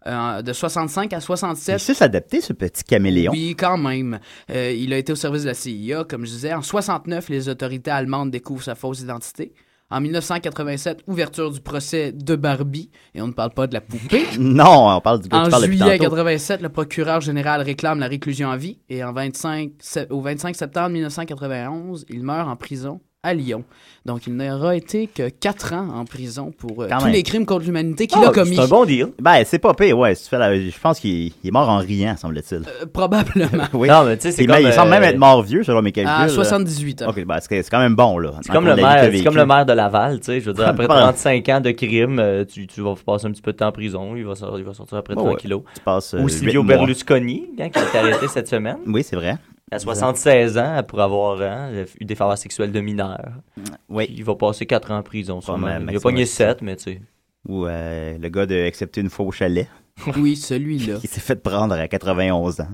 Speaker 6: Euh, de 65 à 67,
Speaker 5: Il sait s'adapter, ce petit caméléon.
Speaker 6: oui, quand même. Euh, il a été au service de la CIA, comme je disais. En 69, les autorités allemandes découvrent sa fausse identité. En 1987, ouverture du procès de Barbie. Et on ne parle pas de la poupée.
Speaker 5: Non, on parle du gars qui
Speaker 6: En
Speaker 5: parle depuis
Speaker 6: juillet
Speaker 5: tantôt.
Speaker 6: 87, le procureur général réclame la réclusion à vie et en 25, se- au 25 septembre 1991, il meurt en prison à Lyon. Donc, il n'aura été que 4 ans en prison pour euh,
Speaker 5: Quand
Speaker 6: tous
Speaker 5: même. Oh,
Speaker 6: les crimes contre l'humanité
Speaker 4: Oh,
Speaker 6: qu'il a commis.
Speaker 4: deal.
Speaker 5: Ben, c'est pas pire, ouais. si tu fais la- Je pense qu'il il est mort en riant, semble-t-il.
Speaker 6: Euh, probablement.
Speaker 5: Oui.
Speaker 4: Non, mais tu sais, c'est
Speaker 5: Puis, mais
Speaker 4: comme,
Speaker 5: Il semble
Speaker 4: euh,
Speaker 5: même être mort vieux, selon mes calculs.
Speaker 6: à hein.
Speaker 5: là.
Speaker 6: 78 ans.
Speaker 5: Ok, ben, c'est c'est quand même bon, là.
Speaker 4: C'est comme, le maire, c'est comme le maire de Laval, tu sais. Je veux dire, après 35 ans de crime, euh, tu, tu vas passer un petit peu de temps en prison. Il va, sor- il va sortir après
Speaker 5: Bon,
Speaker 4: 3
Speaker 5: ouais.
Speaker 4: kilos.
Speaker 5: Tu passes, euh,
Speaker 4: Ou
Speaker 5: huit
Speaker 4: Silvio
Speaker 5: mois.
Speaker 4: Berlusconi, hein, qui est arrêté cette semaine.
Speaker 5: Oui, c'est vrai.
Speaker 4: À 76 ans, pour avoir hein, eu des faveurs sexuelles de mineurs.
Speaker 5: Oui.
Speaker 4: Il va passer 4 ans en prison, sûrement.
Speaker 5: mal,
Speaker 4: Il a
Speaker 5: maximum
Speaker 4: pogné
Speaker 5: six.
Speaker 4: 7, mais tu sais.
Speaker 5: Ou euh, le gars de accepter une fausse chalet.
Speaker 6: Oui, celui-là.
Speaker 5: Qui s'est fait prendre à 91 ans.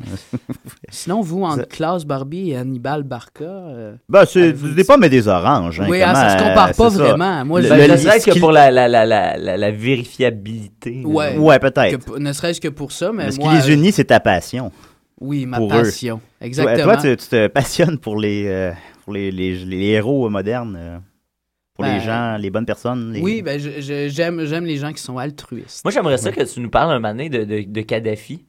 Speaker 6: Sinon, vous, entre Klaus Barbie et Hannibal Barca, euh,
Speaker 5: ben, c'est des pommes et des oranges. hein,
Speaker 6: Oui, ah, ça
Speaker 5: comment,
Speaker 6: se compare
Speaker 5: euh,
Speaker 6: pas
Speaker 5: c'est
Speaker 6: vraiment. Moi,
Speaker 5: Le-
Speaker 6: je-
Speaker 5: le-
Speaker 4: ne serait-ce que
Speaker 5: qu'il-
Speaker 4: pour la, la, la, la, la, la vérifiabilité.
Speaker 6: ouais,
Speaker 5: Ouais, peut-être.
Speaker 6: que p- ne serait-ce que pour ça, mais
Speaker 5: Mais ce
Speaker 6: moi, euh,
Speaker 5: qui les unit, c'est ta passion.
Speaker 6: Oui, ma
Speaker 5: eux.
Speaker 6: passion.
Speaker 5: Toi-
Speaker 6: Exactement.
Speaker 5: Toi, tu, tu te passionnes pour les, euh, pour les, les, les héros modernes, euh, pour
Speaker 6: Ben,
Speaker 5: les gens, les bonnes personnes. les-
Speaker 6: Oui, ben, je- je- j'aime j'aime les gens qui sont altruistes.
Speaker 4: Moi, j'aimerais ça
Speaker 6: Ouais.
Speaker 4: que tu nous parles un moment donné de, de, de Kadhafi.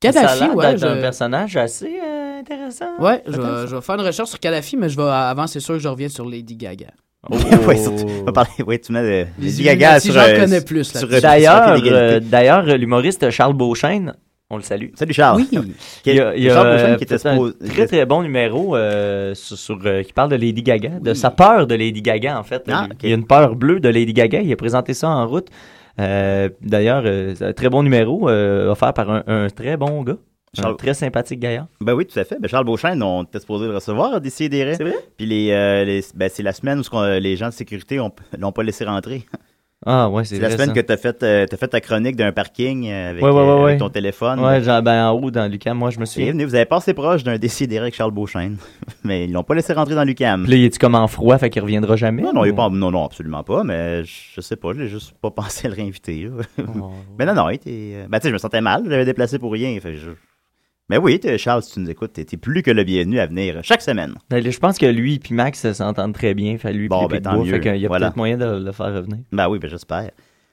Speaker 6: Kadhafi,
Speaker 4: ça a l'air
Speaker 6: ouais,
Speaker 4: d'être un
Speaker 6: je-
Speaker 4: personnage assez euh, intéressant.
Speaker 6: Ouais, je
Speaker 4: Attends,
Speaker 6: vais, je vais faire une recherche sur Kadhafi, mais je vais, avant, c'est sûr que je reviens sur Lady Gaga.
Speaker 5: Ouais,
Speaker 6: Oh.
Speaker 5: surtout- on va parler- ouais, tu euh, mets le-
Speaker 6: Les
Speaker 5: Lady Gaga
Speaker 6: Illuminati,
Speaker 5: sur,
Speaker 6: j'en
Speaker 5: euh,
Speaker 6: connais plus, là.
Speaker 5: sur- sur
Speaker 4: D'ailleurs,
Speaker 5: pied d'égalité.
Speaker 4: euh, d'ailleurs, euh, l'humoriste Charles Beauchesne, on le salue.
Speaker 5: Salut Charles.
Speaker 4: Oui.
Speaker 5: Qui-
Speaker 4: Il y a, il y a,
Speaker 5: Charles Beauchesne
Speaker 4: euh,
Speaker 5: qui était
Speaker 4: fait un
Speaker 5: supposé-
Speaker 4: très très bon numéro euh, sur, sur, euh, qui parle de Lady Gaga, de sa peur de Lady Gaga en fait.
Speaker 5: Ah,
Speaker 4: Il-
Speaker 5: ok.
Speaker 4: Il y a une peur bleue de Lady Gaga. Il a présenté ça en route. Euh, D'ailleurs, euh, c'est un très bon numéro euh, offert par un, un très bon gars, un
Speaker 5: Charles-
Speaker 4: très sympathique gaillard.
Speaker 5: Ben oui, tout à fait. Ben, Charles Beauchesne, on était supposé le recevoir d'ici des C'est vrai? Puis les, euh, les- ben, c'est la semaine où ce qu'on- les gens de sécurité ont- l'ont pas laissé rentrer.
Speaker 4: Ah ouais, c'est
Speaker 5: C'est la
Speaker 4: vrai,
Speaker 5: semaine
Speaker 4: ça.
Speaker 5: que tu as, fait ta chronique d'un parking euh, avec,
Speaker 4: Ouais, ouais,
Speaker 5: euh,
Speaker 4: ouais,
Speaker 5: avec
Speaker 4: ouais.
Speaker 5: ton téléphone.
Speaker 4: Ouais, genre, ben, en haut dans Lucas, moi je me
Speaker 5: Et
Speaker 4: suis.
Speaker 5: venez, vous avez passé proche d'un décidé avec Charles Beauchesne, mais ils l'ont pas laissé rentrer dans l'UCAM.
Speaker 4: Puis là, il est comme en froid, fait qu'il reviendra jamais.
Speaker 5: Non, non, il est
Speaker 4: ou-
Speaker 5: pas- non, non, absolument pas, mais je je sais pas, je l'ai juste pas pensé à le réinviter. là.
Speaker 4: Oh,
Speaker 5: mais non, non, il était. Ben, tu sais, je me sentais mal, je l'avais déplacé pour rien. fait que je- Mais oui, t'es- Charles, si tu nous écoutes, t'es t'es plus que le bienvenu à venir chaque semaine.
Speaker 4: Ben, je pense que lui puis Max euh, s'entendent très bien. Fait lui
Speaker 5: Bon,
Speaker 4: puis
Speaker 5: ben,
Speaker 4: Pic-Bois,
Speaker 5: tant mieux.
Speaker 4: fait qu'il y a
Speaker 5: Voilà.
Speaker 4: peut-être moyen de le faire revenir.
Speaker 5: Ben oui, ben j'espère.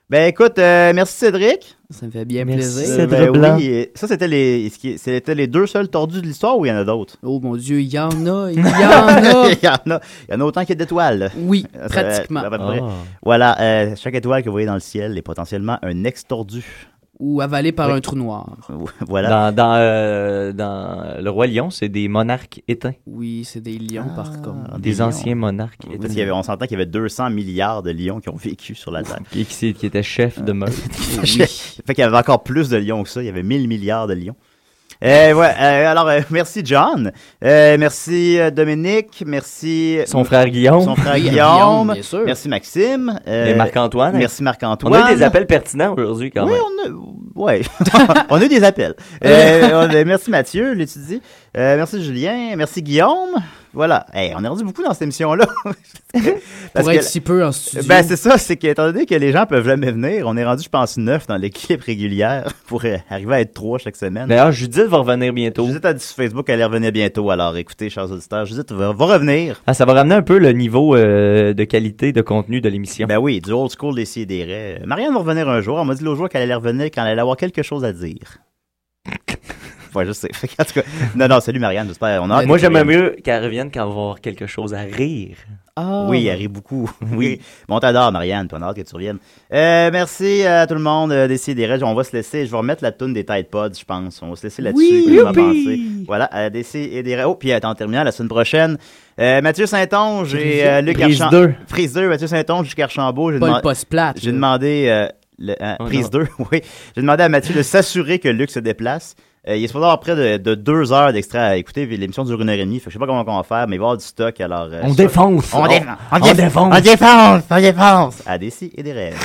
Speaker 5: Ben écoute, euh, merci Cédric.
Speaker 6: Ça me fait bien
Speaker 4: Merci,
Speaker 6: plaisir.
Speaker 4: Cédric
Speaker 5: Ben
Speaker 4: Blanc.
Speaker 5: oui, et ça c'était les, ce qui- c'était les deux seuls tordus de l'histoire ou il y en a d'autres?
Speaker 6: Oh mon Dieu, il y en a, il y en a.
Speaker 5: il, y en a, il y en a autant qu'il y a d'étoiles.
Speaker 6: Oui,
Speaker 5: Euh,
Speaker 6: pratiquement.
Speaker 5: à peu près.
Speaker 6: Ah.
Speaker 5: Voilà, euh, chaque étoile que vous voyez dans le ciel est potentiellement un ex tordu.
Speaker 6: Ou avalé par
Speaker 5: Oui.
Speaker 6: un trou noir.
Speaker 5: Voilà.
Speaker 4: Dans, dans, euh, dans Le Roi Lion, c'est des monarques éteints.
Speaker 6: Oui, c'est des lions par contre.
Speaker 4: Des, anciens monarques
Speaker 5: Parce
Speaker 4: éteints.
Speaker 5: qu'il y avait- on s'entend qu'il y avait 200 milliards de lions qui ont vécu sur la Terre.
Speaker 4: Qui, qui, c'est- qui était chef
Speaker 5: Euh,
Speaker 4: de meute.
Speaker 5: fait qu'il y avait encore plus de lions que ça. Il y avait 1000 milliards de lions. Euh, ouais, euh, alors, euh, merci John. Euh, merci euh, Dominique. Merci.
Speaker 4: Son frère Guillaume.
Speaker 5: Son frère
Speaker 4: Oui,
Speaker 5: Guillaume.
Speaker 4: Guillaume, bien sûr.
Speaker 5: Merci Maxime. Euh,
Speaker 4: Et Marc-Antoine. hein.
Speaker 5: Merci Marc-Antoine.
Speaker 4: On a eu des appels pertinents aujourd'hui quand
Speaker 5: Oui,
Speaker 4: même.
Speaker 5: on a, ouais. on a eu des appels. Euh, on a- merci Mathieu, l'étudie. Euh, merci Julien. Merci Guillaume. Voilà. Hey, on est rendu beaucoup dans cette émission-là. Parce
Speaker 6: Pour
Speaker 5: que-
Speaker 6: être si peu en studio.
Speaker 5: Ben, c'est ça, c'est qu'étant donné que les gens peuvent jamais venir, on est rendu, je pense, neuf dans l'équipe régulière pour euh, arriver à être trois chaque semaine.
Speaker 4: D'ailleurs, Judith va revenir bientôt.
Speaker 5: Judith a dit sur Facebook qu'elle revenait bientôt, alors écoutez, chers auditeurs, Judith va, va revenir.
Speaker 4: Ah, ça va ramener un peu le niveau euh, de qualité de contenu de l'émission.
Speaker 5: Ben oui, du old school des sidérés. Marianne va revenir un jour, on m'a dit l'autre jour qu'elle allait revenir quand elle allait avoir quelque chose à dire. ouais, je sais. En tout cas, non, non, salut Marianne, j'espère. On a hâte
Speaker 4: Moi,
Speaker 5: que
Speaker 4: j'aimerais
Speaker 5: tu reviennes.
Speaker 4: mieux qu'elle revienne quand on va avoir quelque chose à rire.
Speaker 6: Ah.
Speaker 5: Oui, elle rit beaucoup. Oui. Bon, on t'adore, Marianne, puis on a hâte que tu reviennes. Euh, merci à tout le monde euh, Décidérez. On va se laisser. Je vais remettre la toune des Tide Pods, je pense. On va se laisser là-dessus.
Speaker 4: Oui,
Speaker 5: puis on va
Speaker 4: youpi!
Speaker 5: avancer. Voilà, euh, Décidérez. Oh, puis euh, en terminant, la semaine prochaine, euh, Mathieu Saint-Onge et euh, Luc
Speaker 4: Prise
Speaker 5: Archambault.
Speaker 4: deux.
Speaker 5: Prise 2, Mathieu Saint-Onge, Luc Archambault. J'ai
Speaker 6: Pas
Speaker 5: deman-
Speaker 6: le poste plate,
Speaker 5: J'ai
Speaker 6: là.
Speaker 5: demandé. euh, le- hein,
Speaker 4: Oh,
Speaker 5: prise
Speaker 4: non.
Speaker 5: 2, oui. J'ai demandé à Mathieu de s'assurer que Luc se déplace. Euh, il est supposé avoir près de, de deux heures d'extrait à écouter. puis L'émission dure une heure et demie. Fait que je sais pas comment on va faire, mais il va y avoir du stock. Alors, euh,
Speaker 4: On
Speaker 5: ça-
Speaker 4: défonce.
Speaker 5: On,
Speaker 4: On-
Speaker 5: défonce.
Speaker 4: on défonce.
Speaker 5: On défonce. On défonce. À des si et des rêves.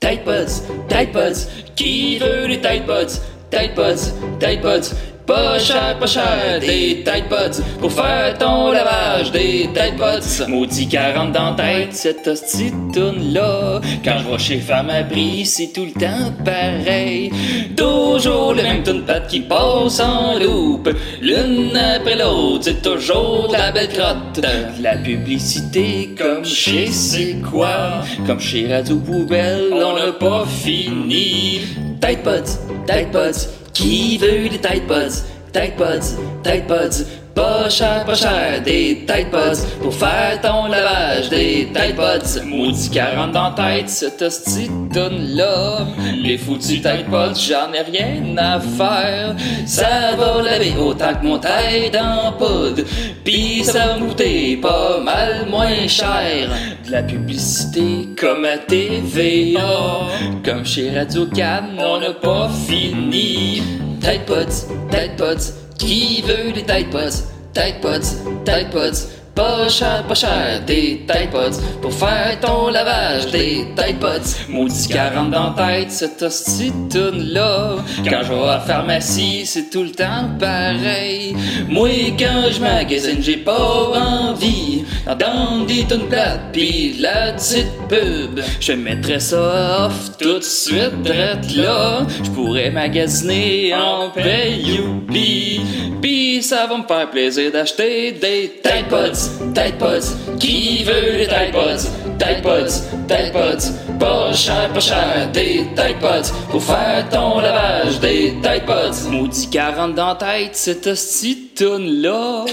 Speaker 3: Tide Pods, Tide Pods, qui veut des Tide Pods? Tide Pods, Tide Pods, pas cher, pas cher, des Tide Pods, pour faire ton lavage, des Tide Pods. Maudit 40 dans la tête, cette hostie tourne là. Quand je vais chez Famabri, c'est tout le temps pareil. Toujours le même tune pâte qui passe en loupe, l'une après l'autre, c'est toujours de la belle crotte. De La publicité comme chez c'est quoi? Comme chez Radio Poubelle, on n'a pas fini. Tide Pods, Tide Pods, qui veut des Tide Pods? Tide Pods, Tide Pods, pas cher, pas cher, des Tide Pods, pour faire ton lavage, des Tide Pods. Maudit 40 dans la tête, cette hostie donne là. Les foutus Tide Pods, j'en ai rien à faire. Ça va laver autant que mon tête en poudre, pis ça va me coûter pas mal moins cher. De la publicité comme à TVA, comme chez Radio Can, on n'a pas fini. Tide Pods, Tide Pods, qui veut des Tide Pods? Tide Pods, Tide Pods, Pas cher, pas cher, des Tide Pods. Pour faire ton lavage, des Tide Pods. Maudit 40 dans la tête, cette hostie tourne là. Quand je vais à la pharmacie, c'est tout le temps pareil. Moi, quand je magasine, j'ai pas envie d'entendre des tonnes plates, pis de la petite pub. Je mettrais ça off tout de suite, drette là. Je pourrais magasiner en paye youpi. Pis ça va me faire plaisir d'acheter des Tide Pods, Tide Pods. Qui veut les Tide Pods? Tide Pods, Tide Pods. Pas cher, pas cher, des Tide Pods. Pour faire ton lavage, des Tide Pods. Maudit 40 dans la tête, cette hostie tourne là.